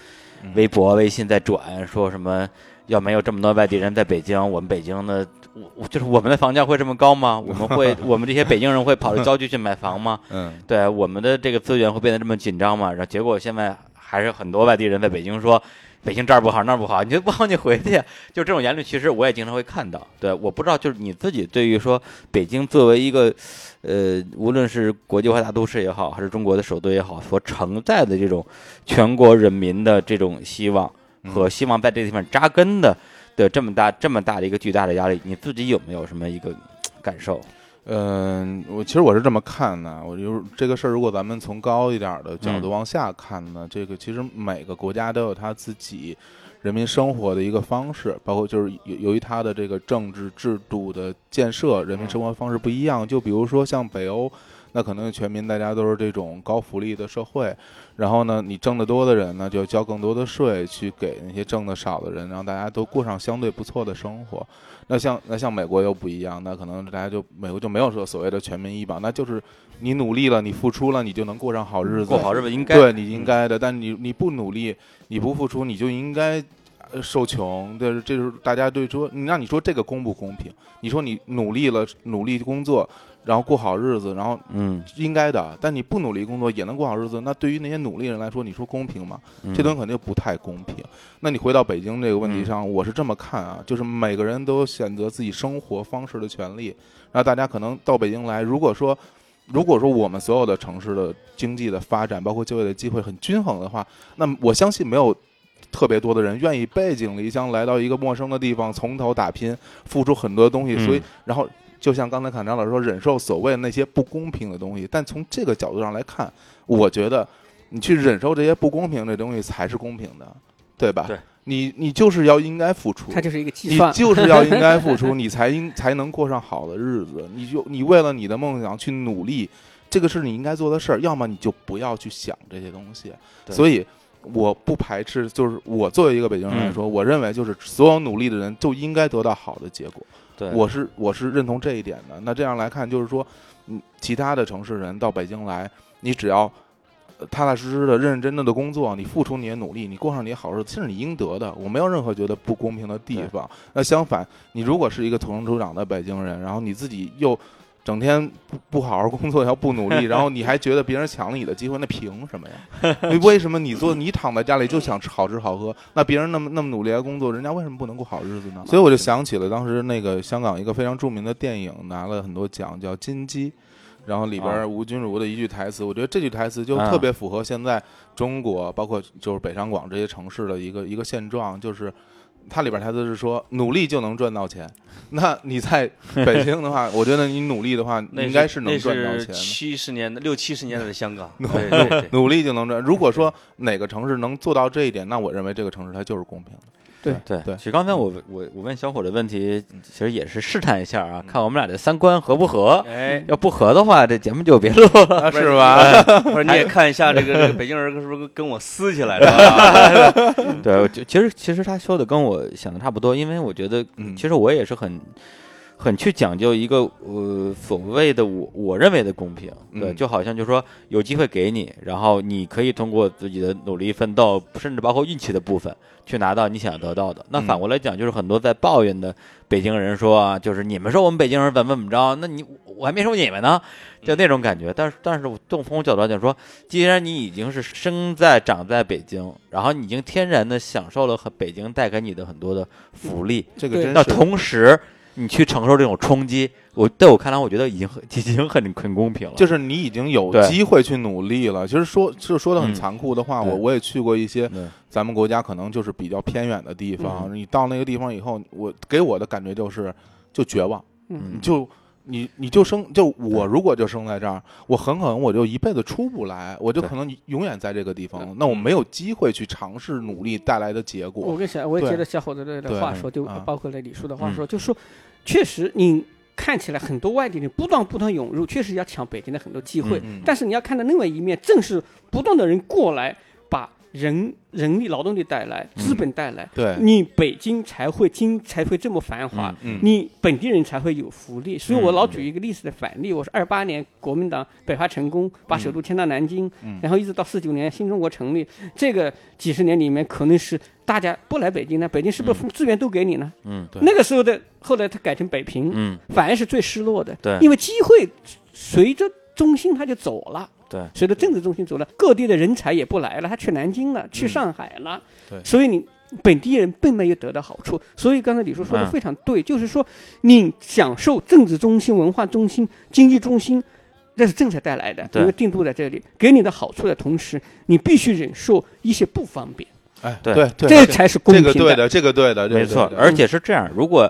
Speaker 2: 嗯
Speaker 1: 微博、微信在转说什么。要没有这么多外地人在北京，我们北京的我我就是我们的房价会这么高吗？我们 会我们这些北京人会跑到郊区去买房吗？
Speaker 2: 嗯
Speaker 1: 对我们的这个资源会变得这么紧张嘛？然后结果现在还是很多外地人在北京说，北京这儿不好那儿不好，你就不好你回去， 就这种言论，其实我也经常会看到。对，我不知道就是你自己对于说北京作为一个，呃，无论是国际化大都市也好，还是中国的首都也好，所承载的这种全国人民的这种希望
Speaker 2: 嗯
Speaker 1: 和希望在这地方扎根的的这么大这么大的一个巨大的压力，你自己有没有什么一个感受？
Speaker 2: 嗯，我其实我是这么看的，我就是这个事儿，如果咱们从高一点儿的角
Speaker 1: 嗯
Speaker 2: 度往下看呢，这个其实每个国家都有他自己人民生活的一个方式，包括就是由由于它的这个政治制度的建设，人民生活方式不一样。就比如说像北欧，那可能全民大家都是这种高福利的社会，然后呢，你挣得多的人呢，就要交更多的税，去给那些挣得少的人，让大家都过上相对不错的生活。那像那像美国又不一样，那可能大家就美国就没有说所谓的全民医保，那就是你努力了，你付出了，你就能过上好日
Speaker 1: 嗯
Speaker 2: 子，
Speaker 1: 过好日子应该
Speaker 2: 对你应该的，但你你不努力，你不付出，你就应该呃受穷。但是这就是大家对说，你让你说这个公不公平？你说你努力了，努力工作，然后过好日子，然后
Speaker 1: 嗯，
Speaker 2: 应该的。但你不努力工作也能过好日子，那对于那些努力人来说，你说公平吗？
Speaker 1: 嗯
Speaker 2: 这东西肯定不太公平。那你回到北京这个问题上，我是这么看啊，就是每个人都有选择自己生活方式的权利。那大家可能到北京来，如果说如果说我们所有的城市的经济的发展，包括就业的机会很均衡的话，那么我相信没有。特别多的人愿意背井离乡来到一个陌生的地方，从头打拼，付出很多东西，
Speaker 1: 嗯
Speaker 2: 所以然后就像刚才侃章老师说，忍受所谓那些不公平的东西。但从这个角度上来看，我觉得你去忍受这些不公平的东西才是公平的。对吧？
Speaker 1: 对
Speaker 2: 你你就是要应该付出
Speaker 3: 它，就是一个计
Speaker 2: 你
Speaker 3: 算。
Speaker 2: 就是要应该 付出，你才应才能过上好的日子。你就你为了你的梦想去努力，这个是你应该做的事儿。要么你就不要去想这些东西。
Speaker 1: 对
Speaker 2: 所以我不排斥，就是我作为一个北京人
Speaker 1: 嗯
Speaker 2: 来说，我认为就是所有努力的人就应该得到好的结果。
Speaker 1: 对，
Speaker 2: 我是我是认同这一点的。那这样来看，就是说，嗯，其他的城市人到北京来，你只要呃踏踏实实的、认认真真的工作，你付出你的努力，你过上你的好日子，这是你应得的。我没有任何觉得不公平的地方。那相反，你如果是一个土生土长的北京人，然后你自己又整天不不好好工作，要不努力， 然后你还觉得别人抢了你的机会，那凭什么 呀？为什么你做你躺在家里就想吃好吃好喝，那别人那么那么努力来工作，人家为什么不能过好日子呢？所以我就想起了当时那个香港一个非常著名的电影拿了很多奖，叫《金鸡》。然后里
Speaker 1: 啊
Speaker 2: 边吴君如的一句台词，我觉得这句台词就
Speaker 1: 啊
Speaker 2: 特别符合现在中国，包括就是北上广这些城市的一个一个现状，就是它里边台词是说努力就能赚到钱。那你在北京的话，我觉得你努力的话，
Speaker 4: 那
Speaker 2: 应该是能
Speaker 4: 那
Speaker 2: 赚到
Speaker 4: 是
Speaker 2: 钱的。
Speaker 4: 七十年代六七十年代的 香港，对对对，
Speaker 2: 努力就能赚。如果说哪个城市能做到这一点，那我认为这个城市它就是公平的。
Speaker 1: 对
Speaker 2: 对嗯
Speaker 1: 其实刚才我我我问小伙的问题，其实也是试探一下
Speaker 2: 嗯
Speaker 1: 啊，看我们俩的三观合不合。
Speaker 4: 哎，
Speaker 1: 要不合的话，这节目就别录了。
Speaker 2: 啊
Speaker 4: 不
Speaker 2: 是吧？？
Speaker 4: 不是，你也看一下这个这个北京人是不是跟我撕起 来了？啊
Speaker 2: 嗯
Speaker 1: 对，我就其实其实他说的跟我想的差不多，因为我觉得
Speaker 2: 嗯
Speaker 1: 其实我也是很很去讲究一个呃所谓的我我认为的公平，对，
Speaker 2: 嗯
Speaker 1: 就好像就是说有机会给你，然后你可以通过自己的努力奋斗，甚至包括运气的部分去拿到你想得到的。那
Speaker 2: 嗯
Speaker 1: 反过来讲，就是很多在抱怨的北京人说啊，就是你们说我们北京人怎么怎么着，那你我还没说你们呢，
Speaker 2: 嗯
Speaker 1: 就那种感觉。但是但是我从从我角度来讲说，既然你已经是生在长在北京，然后你已经天然的享受了和北京带给你的很多的福利，
Speaker 2: 这个
Speaker 3: 对
Speaker 2: 嗯真
Speaker 1: 那
Speaker 2: 是
Speaker 1: 同时你去承受这种冲击，我在我看来，我觉得已经很已经很很公平了。
Speaker 2: 就是你已经有
Speaker 1: 对
Speaker 2: 机会去努力了。其实说就说的很
Speaker 1: 嗯
Speaker 2: 残酷的话，
Speaker 1: 对
Speaker 2: 我我也去过一些
Speaker 1: 对
Speaker 2: 咱们国家可能就是比较偏远的地方。你到那个地方以后，我给我的感觉就是就绝望，
Speaker 1: 嗯
Speaker 2: 你就。你你就生就我如果就生在这儿，我很可能我就一辈子出不来，我就
Speaker 1: 对
Speaker 2: 可能永远在这个地方了
Speaker 4: 嗯。
Speaker 2: 那我没有机会去尝试努力带来的结
Speaker 3: 我
Speaker 2: 果。
Speaker 3: 跟小，我也
Speaker 2: 对
Speaker 3: 觉得小伙子的
Speaker 2: 对
Speaker 3: 话说，就
Speaker 2: 啊
Speaker 3: 包括那李叔的话说，就说确实你看起来很多外地人不断不断涌入，确实要抢北京的很多机会，
Speaker 2: 嗯嗯
Speaker 3: 但是你要看到另外一面，正是不断的人过来把。人人力劳动力带来，资本带来，
Speaker 2: 对，
Speaker 3: 你北京才会经才会这么繁华，
Speaker 2: 嗯
Speaker 3: 你本地人才会有福利。所以我
Speaker 1: 嗯
Speaker 3: 老举一个历史的反例，我是二八年国民党北伐成功，把首都迁到南京，
Speaker 2: 嗯
Speaker 3: 然后一直到四九年新中国成立，这个几十年里面，可能是大家不来北京呢，北京是不是资源都给你呢？
Speaker 1: 嗯
Speaker 2: 对
Speaker 3: 那个时候的后来他改成北平，
Speaker 1: 嗯，
Speaker 3: 反而是最失落的，
Speaker 1: 对
Speaker 3: 因为机会随着中心他就走了。
Speaker 1: 对，
Speaker 3: 随着政治中心走了，各地的人才也不来了，他去南京了，去上海了，
Speaker 2: 嗯对
Speaker 3: 所以你本地人并没有得到好处。所以刚才李叔说的
Speaker 1: 嗯
Speaker 3: 非常对，就是说你享受政治中心、文化中心、经济中心，这是政策带来的，
Speaker 1: 对
Speaker 3: 因为定都在这里，给你的好处的同时，你必须忍受一些不方便，
Speaker 2: 哎，
Speaker 1: 对
Speaker 2: 对，
Speaker 3: 这才是公
Speaker 2: 这
Speaker 3: 平
Speaker 2: 个对。的，这个对的，这个
Speaker 1: 没错
Speaker 2: 对，的嗯
Speaker 1: 而且是这样，如果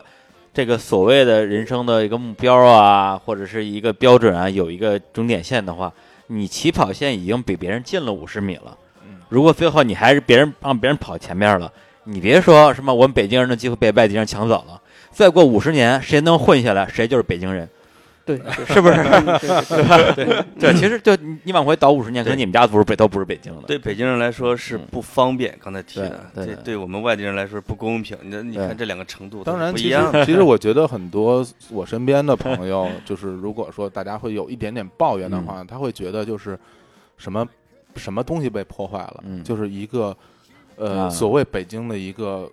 Speaker 1: 这个所谓的人生的一个目标啊，或者是一个标准啊，有一个终点线的话，你起跑线已经比别人近了五十米了
Speaker 2: 嗯。
Speaker 1: 如果最后你还是别人让别人跑前面了，你别说什么我们北京人的机会被外地人抢走了，再过五十年谁能混下来，谁就是北京人，
Speaker 3: 对，
Speaker 1: 是不是？
Speaker 3: 对
Speaker 1: 对，其实就你你往回倒五十年，可能你们家族不是都不是北京的。
Speaker 4: 对北京人来说是
Speaker 2: 嗯
Speaker 4: 不方便，刚才提的，
Speaker 1: 对对
Speaker 4: 这
Speaker 1: 对
Speaker 4: 对我们外地人来说不公平。你你
Speaker 1: 对
Speaker 4: 看这两个程度都
Speaker 2: 当
Speaker 4: 是
Speaker 2: 然，
Speaker 4: 不
Speaker 2: 其
Speaker 4: 一
Speaker 2: 实
Speaker 4: 样的。
Speaker 2: 其实我 觉得很多我身边的朋友， 就是如果说大家会有一点点抱怨的
Speaker 1: 嗯
Speaker 2: 话，他会觉得就是什么什么东西被破坏了，
Speaker 1: 嗯
Speaker 2: 就是一个呃、
Speaker 1: 啊
Speaker 2: 所谓北京的一个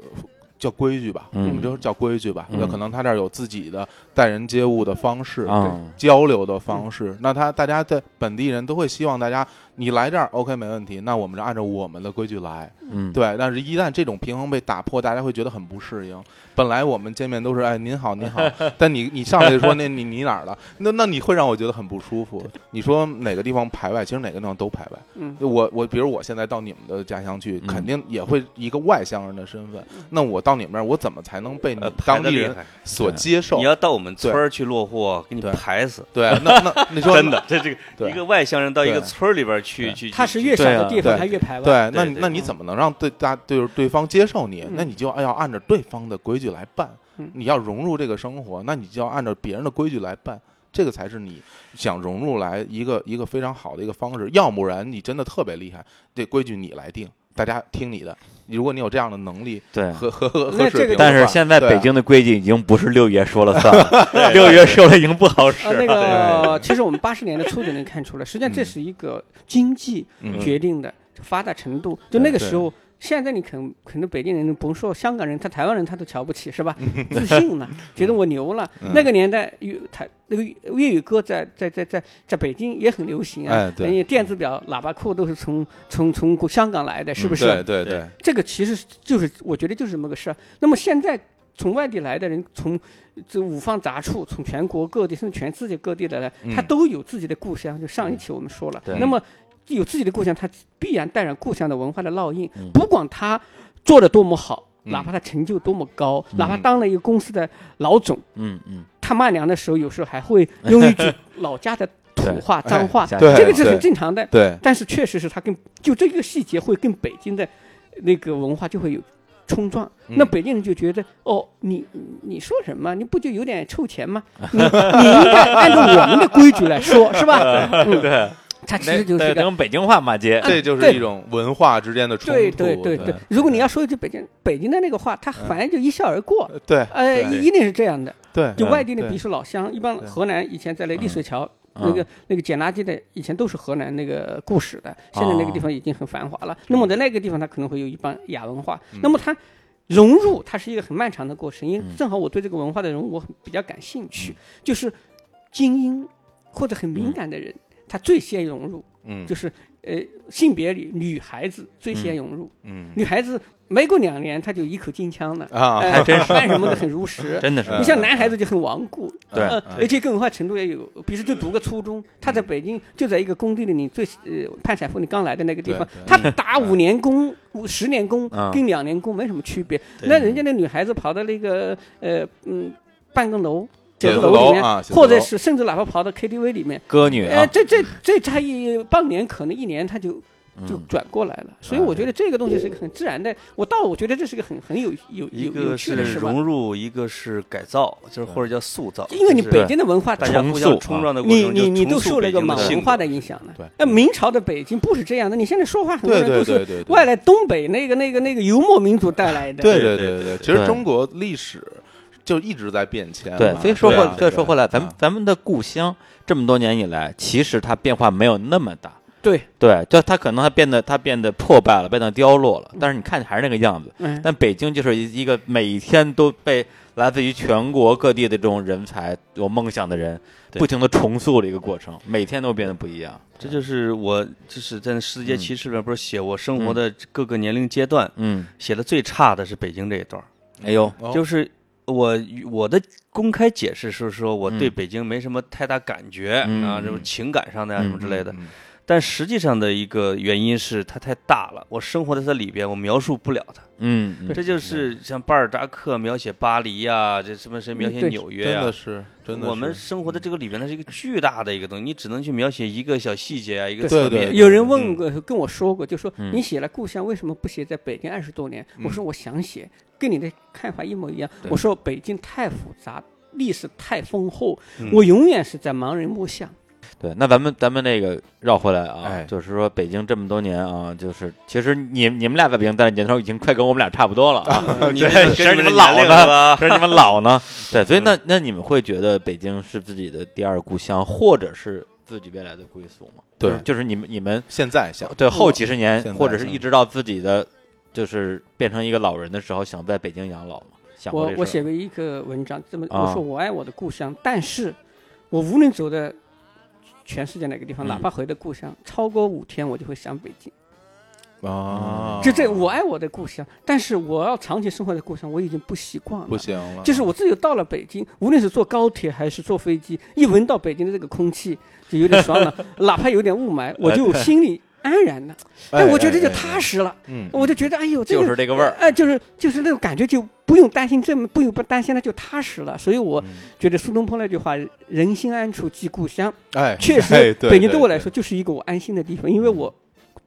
Speaker 2: 叫规矩吧，
Speaker 1: 嗯
Speaker 2: 我们就叫规矩吧。
Speaker 1: 嗯
Speaker 2: 那、可能他这儿有自己的待人接物的方式。
Speaker 1: 啊，嗯
Speaker 2: 交流的方式，那他大家在本地人都会希望大家，你来这儿 OK 没问题，那我们就按照我们的规矩来，
Speaker 1: 嗯，
Speaker 2: 对，但是一旦这种平衡被打破，大家会觉得很不适应。本来我们见面都是哎您好您 好，但你你上来就说那你你哪儿了？那那你会让我觉得很不舒服。你说哪个地方排外？其实哪个地方都排外。
Speaker 3: 嗯
Speaker 2: 我我比如我现在到你们的家乡去，
Speaker 1: 嗯
Speaker 2: 肯定也会一个外乡人的身份。那我到你们那儿，我怎么才能被你
Speaker 4: 嗯呃
Speaker 2: 们
Speaker 4: 排
Speaker 2: 当
Speaker 4: 得
Speaker 2: 地
Speaker 4: 厉
Speaker 2: 人
Speaker 4: 害
Speaker 2: 所接受
Speaker 4: 你？要到我们村儿去落户，给你
Speaker 2: 对
Speaker 4: 排死。
Speaker 2: 对，那那你说
Speaker 4: 真的，这这个
Speaker 2: 对
Speaker 4: 一个外乡人到一个
Speaker 2: 对
Speaker 4: 村儿里边去去。
Speaker 3: 它是越
Speaker 4: 去
Speaker 3: 小的地
Speaker 2: 对啊
Speaker 3: 方，它越排外。
Speaker 2: 对，那
Speaker 4: 对
Speaker 2: 你
Speaker 4: 对
Speaker 2: 那
Speaker 3: 嗯
Speaker 2: 你怎么能让对大就是对方接受你？那你就要按照对方的规矩来办
Speaker 3: 嗯。
Speaker 2: 你要融入这个生活，那你就要按照别人的规矩来办，这个才是你想融入来一个一个非常好的一个方式。要不然你真的特别厉害，这规矩你来定，大家听你的。如果你有这样的能力
Speaker 1: 对。
Speaker 2: 和和和
Speaker 3: 那
Speaker 2: 和
Speaker 3: 这
Speaker 2: 水
Speaker 3: 个
Speaker 2: 平的话，
Speaker 1: 嗯但是现在
Speaker 2: 对啊
Speaker 1: 北京的规矩已经不是六爷说了算 了，六爷说了已经不好 使
Speaker 2: 啊
Speaker 3: 呃，那
Speaker 1: 了。
Speaker 3: 个其实我们八十年代初就能看出来，实际上这是一个经济
Speaker 2: 嗯
Speaker 3: 决定的发达程度。就那个时候，现在你可能可能北京人甭说香港人，他台湾人他都瞧不起，是吧？自 信了，觉得我牛了。
Speaker 2: 嗯
Speaker 3: 那个年代粤台那个粤语歌在在在在在北京也很流行
Speaker 2: 哎
Speaker 3: 啊，
Speaker 2: 对
Speaker 3: 人家电子表、喇叭裤都是从从从香港来的，嗯是不是？
Speaker 2: 嗯对对对，
Speaker 3: 这个其实就是我觉得就是这么个事儿。那么现在从外地来的人，从这五方杂处，从全国各地，甚至全世界各地的来，他都有自己的故乡。就上一期我们说了，
Speaker 1: 对
Speaker 3: 那么有自己的故乡，他必然带上故乡的文化的烙印。不管他做的多么好，哪怕他成就多么高，哪怕当了一个公司的老总，
Speaker 1: 嗯嗯，
Speaker 3: 他骂娘的时候，有时候还会用一句老家的土话、
Speaker 2: 对
Speaker 3: 脏话，
Speaker 1: 下
Speaker 2: 对
Speaker 3: 这个是很正常的。
Speaker 2: 对
Speaker 3: 但是确实是它跟就这个细节会跟北京的那个文化就会有冲撞。
Speaker 2: 嗯
Speaker 3: 那北京人就觉得哦，你你说什么？你不就有点臭钱吗？ 你你应该按照我们的规矩 来说，是吧？嗯，
Speaker 1: 对，
Speaker 3: 它其实就是
Speaker 1: 得得
Speaker 3: 一个。
Speaker 1: 用北京话骂街。
Speaker 2: 这就是
Speaker 3: 对
Speaker 2: 一种文化之间的冲突。
Speaker 3: 对对对
Speaker 2: 对
Speaker 3: 对，如果你要说一句北京北京的那个话，他反正就一笑而过，
Speaker 2: 对
Speaker 3: 呃，
Speaker 2: 对
Speaker 3: 一定是这样的。
Speaker 2: 对，
Speaker 3: 就
Speaker 2: 嗯
Speaker 3: 外地的
Speaker 2: 对
Speaker 3: 鄙视老乡，一般
Speaker 2: 对
Speaker 3: 河南以前在那丽水桥
Speaker 1: 嗯
Speaker 3: 那个那个捡垃圾的，以前都是河南那个固始的，现在那个地
Speaker 2: 哦
Speaker 3: 方已经很繁华了。那么在那个地方，它可能会有一帮亚文化，
Speaker 2: 嗯
Speaker 3: 那么它。融入它是一个很漫长的过程，因为正好我对这个文化的融入我很比较感兴趣，
Speaker 2: 嗯
Speaker 3: 就是精英或者很敏感的人，他最先融入，
Speaker 2: 嗯
Speaker 3: 就是呃性别里女孩子最先融入，
Speaker 2: 嗯
Speaker 3: 女孩子没过两年她就一口金腔了，
Speaker 2: 啊，
Speaker 3: 哎，干什么都很如实，
Speaker 1: 真的是
Speaker 2: 嗯
Speaker 3: 你像男孩子就很顽固，
Speaker 1: 对
Speaker 3: 呃
Speaker 2: 嗯
Speaker 3: 而且跟文化程度也有，比如说就读个初
Speaker 4: 嗯
Speaker 3: 中，他在北京就在一个工地里，你最呃潘彩富你刚来的那个地方
Speaker 4: 嗯
Speaker 2: 对，
Speaker 3: 他打五年工、五十年工
Speaker 1: 嗯
Speaker 3: 跟两年工没什么区别。那人家那女孩子跑到那个呃嗯办公楼。
Speaker 2: 写
Speaker 3: 写
Speaker 2: 字
Speaker 3: 字楼
Speaker 2: 楼
Speaker 3: 里面，
Speaker 2: 啊写字楼
Speaker 3: 或者是甚至哪怕跑到 KTV 里面，
Speaker 1: 歌女
Speaker 3: 呃，
Speaker 1: 啊，
Speaker 3: 这这这差一半年，可能一年他就就
Speaker 1: 嗯
Speaker 3: 转过来了。所以
Speaker 4: 啊
Speaker 3: 我觉得这个东西是一个很自然的。我到我觉得这是一个很很有有
Speaker 4: 一
Speaker 3: 有
Speaker 4: 个
Speaker 3: 有趣
Speaker 4: 是
Speaker 3: 的事吧。
Speaker 4: 融入，一个是改造，就是或者叫塑造。
Speaker 3: 因为你
Speaker 4: 就是
Speaker 3: 北京的文化
Speaker 4: 大家
Speaker 1: 重
Speaker 4: 互相
Speaker 1: 塑
Speaker 4: 冲
Speaker 1: 啊
Speaker 4: 撞的过
Speaker 3: 你
Speaker 4: 程，
Speaker 3: 你你都
Speaker 4: 就重塑
Speaker 3: 受了
Speaker 4: 北
Speaker 3: 一个
Speaker 4: 京的
Speaker 3: 满
Speaker 4: 性
Speaker 3: 文
Speaker 4: 格
Speaker 3: 化的影响了。
Speaker 2: 对
Speaker 3: 那明朝的北京不是这样的，你现在说话很多
Speaker 2: 对
Speaker 3: 人
Speaker 2: 对
Speaker 3: 都
Speaker 2: 对
Speaker 3: 是
Speaker 2: 对，对
Speaker 3: 外来东北那个那个那个游牧民族带来的。
Speaker 2: 对对
Speaker 4: 对对
Speaker 2: 对，
Speaker 4: 对
Speaker 2: 其实
Speaker 1: 对
Speaker 2: 中国历史就一直在变迁嘛。
Speaker 1: 对，所以说
Speaker 2: 对啊
Speaker 1: 回再说回来，咱们
Speaker 2: 啊
Speaker 1: 咱们的故乡这么多年以来，其实它变化没有那么大。
Speaker 3: 对，
Speaker 1: 对，就它可能它变得它变得破败了，变得凋落了，但是你看还是那个样子。
Speaker 3: 嗯，
Speaker 1: 但北京就是一一个每天都被来自于全国各地的这种人才、有梦想的人，
Speaker 4: 对
Speaker 1: 不停的重塑的一个过程，每天都变得不一样。
Speaker 4: 这就是我就是在《世界
Speaker 1: 嗯
Speaker 4: 奇事》里边不是写我生活的各个年龄阶段，
Speaker 1: 嗯，
Speaker 4: 写的最差的是北京这一段儿，
Speaker 1: 哎呦，
Speaker 2: 哦
Speaker 4: 就是我我的公开解释是说我对
Speaker 1: 嗯
Speaker 4: 北京没什么太大感觉、
Speaker 1: 嗯
Speaker 4: 啊，
Speaker 1: 嗯
Speaker 4: 这种情感上的呀、
Speaker 1: 嗯
Speaker 4: 什么之类的，
Speaker 2: 嗯
Speaker 4: 但实际上的一个原因是它太大了，我生活在它里边，我描述不了它。
Speaker 1: 嗯，嗯
Speaker 4: 这就是像巴尔扎克描写巴黎呀、这什么谁描写
Speaker 3: 对
Speaker 4: 纽约呀、
Speaker 2: 真的是真的是，嗯
Speaker 4: 我们生活的这个里边，它是一个巨大的一个东西，你只能去描写一个小细节啊，一
Speaker 3: 对
Speaker 4: 个侧
Speaker 2: 对
Speaker 4: 面。
Speaker 3: 有人问过跟我说过，就说
Speaker 1: 嗯
Speaker 3: 你写了故乡，为什么不写在北京二十多年？我说我想写，跟你的看法一模一样。
Speaker 1: 对
Speaker 3: 我说北京太复杂，历史太丰厚，
Speaker 4: 嗯
Speaker 3: 我永远是在盲人摸象。
Speaker 1: 对，那咱们咱们那个绕回来啊，
Speaker 2: 哎
Speaker 1: 就是说北京这么多年啊，就是其实你你们俩在北京待的年头已经快跟我们俩差不多了啊，
Speaker 4: 你
Speaker 1: 对
Speaker 4: 这
Speaker 1: 谁
Speaker 4: 跟
Speaker 1: 你
Speaker 4: 们
Speaker 1: 们老
Speaker 4: 年 龄
Speaker 1: 呢
Speaker 4: 了吧？
Speaker 1: 可是你们老呢，对，所以那那你们会觉得北京是自己的第二故乡，或者是自己未来的归宿吗？
Speaker 2: 对
Speaker 1: 就是你们你们
Speaker 2: 现在想
Speaker 1: 对后几十年
Speaker 2: 现，在
Speaker 1: 或者是一直到自己的就是变成一个老人的时候，想在北京养老吗？想过
Speaker 3: 我
Speaker 1: 这
Speaker 3: 我
Speaker 1: 事儿
Speaker 3: 写过一个文章，这么
Speaker 1: 啊
Speaker 3: 我说我爱我的故乡，但是我无论走在全世界哪个地
Speaker 1: 嗯
Speaker 3: 方，哪怕回到故乡，超过五天我就会想北京。
Speaker 2: 啊，
Speaker 3: 就这，我爱我的故乡，但是我要长期生活在故乡，我已经不习惯了。
Speaker 2: 不行了，
Speaker 3: 就是我自己到了北京，无论是坐高铁还是坐
Speaker 1: 哎
Speaker 3: 飞机，一闻到北京的这个空气，就有点爽朗，哪怕有点雾霾，我就心里安然的，
Speaker 2: 哎，
Speaker 3: 我觉得就
Speaker 2: 哎
Speaker 3: 踏，实了，
Speaker 2: 嗯，
Speaker 3: 我就觉得哎呦，这
Speaker 1: 就
Speaker 3: 个
Speaker 1: 是这个味儿。
Speaker 3: 哎，就是就是那种感觉，就不用担心这么不用不担心了，就踏实了。所以我
Speaker 2: 嗯
Speaker 3: 觉得苏东坡那句话“人心暗处即故乡
Speaker 2: 哎，”，
Speaker 3: 确
Speaker 2: 哎
Speaker 3: 实，
Speaker 2: 对
Speaker 3: 北京对我
Speaker 2: 对
Speaker 3: 来说就是一个我安心的地方，因为我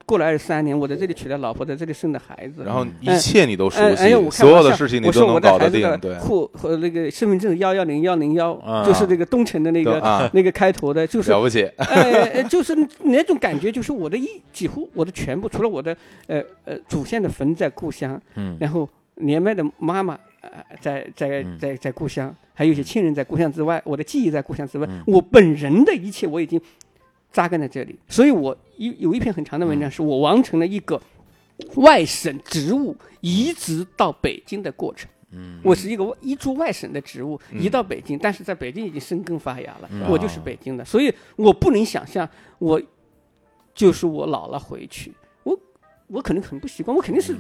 Speaker 3: 过了二十三年，我在这里娶了老婆，在这里生的孩子，
Speaker 2: 然后
Speaker 1: 嗯
Speaker 2: 一切你都熟
Speaker 3: 哎哎
Speaker 2: 悉，
Speaker 3: 呀，我
Speaker 2: 所有的事情你
Speaker 3: 我
Speaker 2: 都能搞得
Speaker 3: 我
Speaker 2: 定
Speaker 3: 说我，的
Speaker 2: 对
Speaker 3: 孩子的，户和那个身份证幺幺零幺零幺
Speaker 1: 啊，
Speaker 3: 就是那个东城的那
Speaker 2: 对
Speaker 3: 个、
Speaker 2: 啊，
Speaker 3: 那个开头的，就 是
Speaker 2: 了不起，
Speaker 3: 呃，呃就是那种感觉，就是我的一几乎我的全部，除了我的呃呃祖先的坟在故乡，
Speaker 1: 嗯，
Speaker 3: 然后年迈的妈妈呃在在
Speaker 1: 嗯
Speaker 3: 在在故乡，还有一些亲人在故乡之外，我的记忆在故乡之外
Speaker 1: 嗯，
Speaker 3: 我本人的一切我已经扎根在这里，所以我有有一篇很长的
Speaker 1: 嗯
Speaker 3: 文章，是我完成了一个外省植物移植到北京的过程。
Speaker 1: 嗯，
Speaker 3: 我是一个一株外省的植物，
Speaker 2: 嗯
Speaker 3: 移到北京，但是在北京已经生根发芽了
Speaker 1: 嗯，
Speaker 3: 我就是北京的，所以我不能想象我就是我老了回去，我我可能很不习惯，我肯定是
Speaker 1: 嗯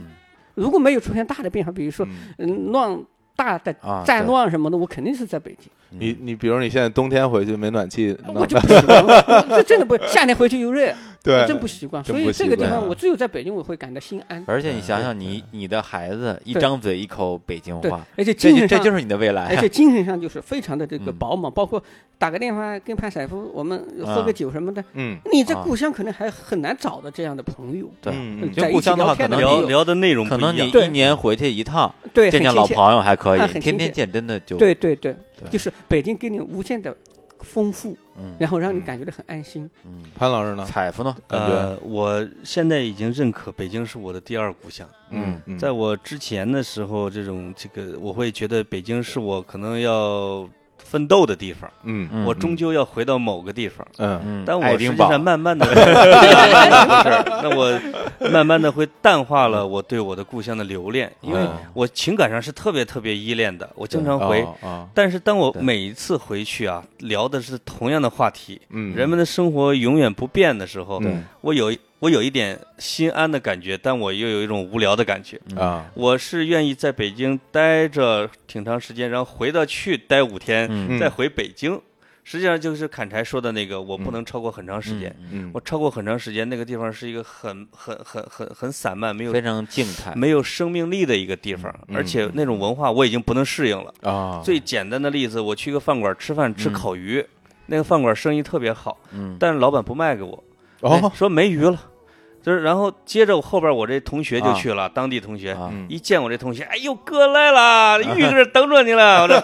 Speaker 3: 如果没有出现大的变化，比如说
Speaker 2: 嗯
Speaker 3: 嗯乱大的
Speaker 1: 啊，
Speaker 3: 战
Speaker 1: 对嗯
Speaker 3: 乱什么的，我肯定是在北京，
Speaker 2: 你你比如你现在冬天回去没暖气，
Speaker 3: 我就不 习惯，我这真的不，夏天回去又热，
Speaker 2: 对
Speaker 3: 我，真不习惯，
Speaker 2: 真
Speaker 3: 所
Speaker 2: 不
Speaker 3: 以这个地
Speaker 1: 习
Speaker 3: 方
Speaker 1: 惯
Speaker 3: 我只有在北京我会感到心安，
Speaker 1: 而
Speaker 4: 嗯
Speaker 1: 且你想想
Speaker 2: 对
Speaker 1: 你，你的孩子一
Speaker 3: 对
Speaker 1: 张嘴一口北京
Speaker 3: 对
Speaker 1: 话，，
Speaker 3: 而且
Speaker 1: 这
Speaker 3: 精
Speaker 1: 就
Speaker 3: 神
Speaker 1: 这
Speaker 3: 上哎
Speaker 1: 就是你的未来
Speaker 3: 而
Speaker 1: 呀。
Speaker 3: 且精神上就是非常的这个
Speaker 1: 嗯
Speaker 3: 饱满，包括打个电话跟潘彩夫我们喝
Speaker 1: 啊
Speaker 3: 个酒什么的，
Speaker 2: 嗯，
Speaker 3: 你在
Speaker 1: 啊
Speaker 3: 故乡可能还很难找到这样的朋友，
Speaker 1: 对，
Speaker 2: 嗯
Speaker 1: 就
Speaker 3: 在一
Speaker 1: 故
Speaker 3: 起
Speaker 1: 乡的
Speaker 3: 聊
Speaker 1: 话，可
Speaker 3: 天的
Speaker 1: 能
Speaker 4: 聊
Speaker 3: 朋
Speaker 1: 你
Speaker 3: 友
Speaker 4: 聊的内容不
Speaker 1: 可
Speaker 4: 一
Speaker 1: 能
Speaker 4: 样
Speaker 1: 你
Speaker 3: 对
Speaker 1: 一年回去一趟，
Speaker 3: 对，
Speaker 1: 见
Speaker 3: 很
Speaker 1: 见老
Speaker 3: 亲切，
Speaker 1: 朋友还可
Speaker 3: 啊
Speaker 1: 以，
Speaker 3: 很亲
Speaker 1: 天天
Speaker 3: 切
Speaker 1: 见真的就
Speaker 3: 对对对
Speaker 1: 对，
Speaker 3: 就是北京给你无限的丰富，
Speaker 1: 嗯
Speaker 3: 然后让你
Speaker 2: 嗯
Speaker 3: 感觉到很安心。
Speaker 1: 嗯，
Speaker 2: 潘老师呢？
Speaker 1: 彩夫呢？
Speaker 2: 感觉
Speaker 4: 呃，我现在已经认可北京是我的第二故乡。
Speaker 2: 嗯，嗯
Speaker 4: 在我之前的时候，这种这个我会觉得北京是我可能要奋斗的地方，
Speaker 2: 嗯
Speaker 1: 嗯
Speaker 4: 我终究要回到某个地方。
Speaker 2: 嗯
Speaker 1: 嗯，
Speaker 4: 但
Speaker 1: 爱
Speaker 4: 我实
Speaker 1: 丁
Speaker 4: 际
Speaker 1: 堡
Speaker 4: 上慢慢的，不是，那我慢慢的会淡化了我对我的故乡的留恋，因为
Speaker 2: 哦
Speaker 4: 我情感上是特别特别依恋的，我经常回。
Speaker 2: 啊，哦
Speaker 4: 但是当我
Speaker 1: 对
Speaker 4: 每一次回去啊，聊的是同样的话题，
Speaker 2: 嗯，
Speaker 4: 人们的生活永远不变的时候，
Speaker 2: 嗯
Speaker 4: 我有我有一点心安的感觉，但我又有一种无聊的感觉。
Speaker 2: 啊，
Speaker 4: 我是愿意在北京待着挺长时间，然后回到去待五天，
Speaker 1: 嗯
Speaker 2: 嗯
Speaker 4: 再回北京。实际上就是砍柴说的那个，我不能超过很长时间。
Speaker 1: 嗯
Speaker 2: 嗯
Speaker 4: 我超过很长时间，那个地方是一个很很很很很散漫，没有
Speaker 1: 非常静态，
Speaker 4: 没有生命力的一个地方，
Speaker 2: 嗯
Speaker 4: 而且那种文化我已经不能适应了。
Speaker 2: 啊，
Speaker 4: 最简单的例子，我去一个饭馆吃饭，吃
Speaker 1: 哦嗯
Speaker 4: 烤鱼，那个饭馆生意特别好，
Speaker 1: 嗯，
Speaker 4: 但是老板不卖给我，
Speaker 2: 哦，
Speaker 4: 说没鱼了。就是，然后接着我后边我这同学就
Speaker 1: 啊
Speaker 4: 去了，当地同学、
Speaker 1: 啊，
Speaker 2: 嗯
Speaker 4: 一见我这同学，哎呦哥 来了，玉哥这等着你了，我这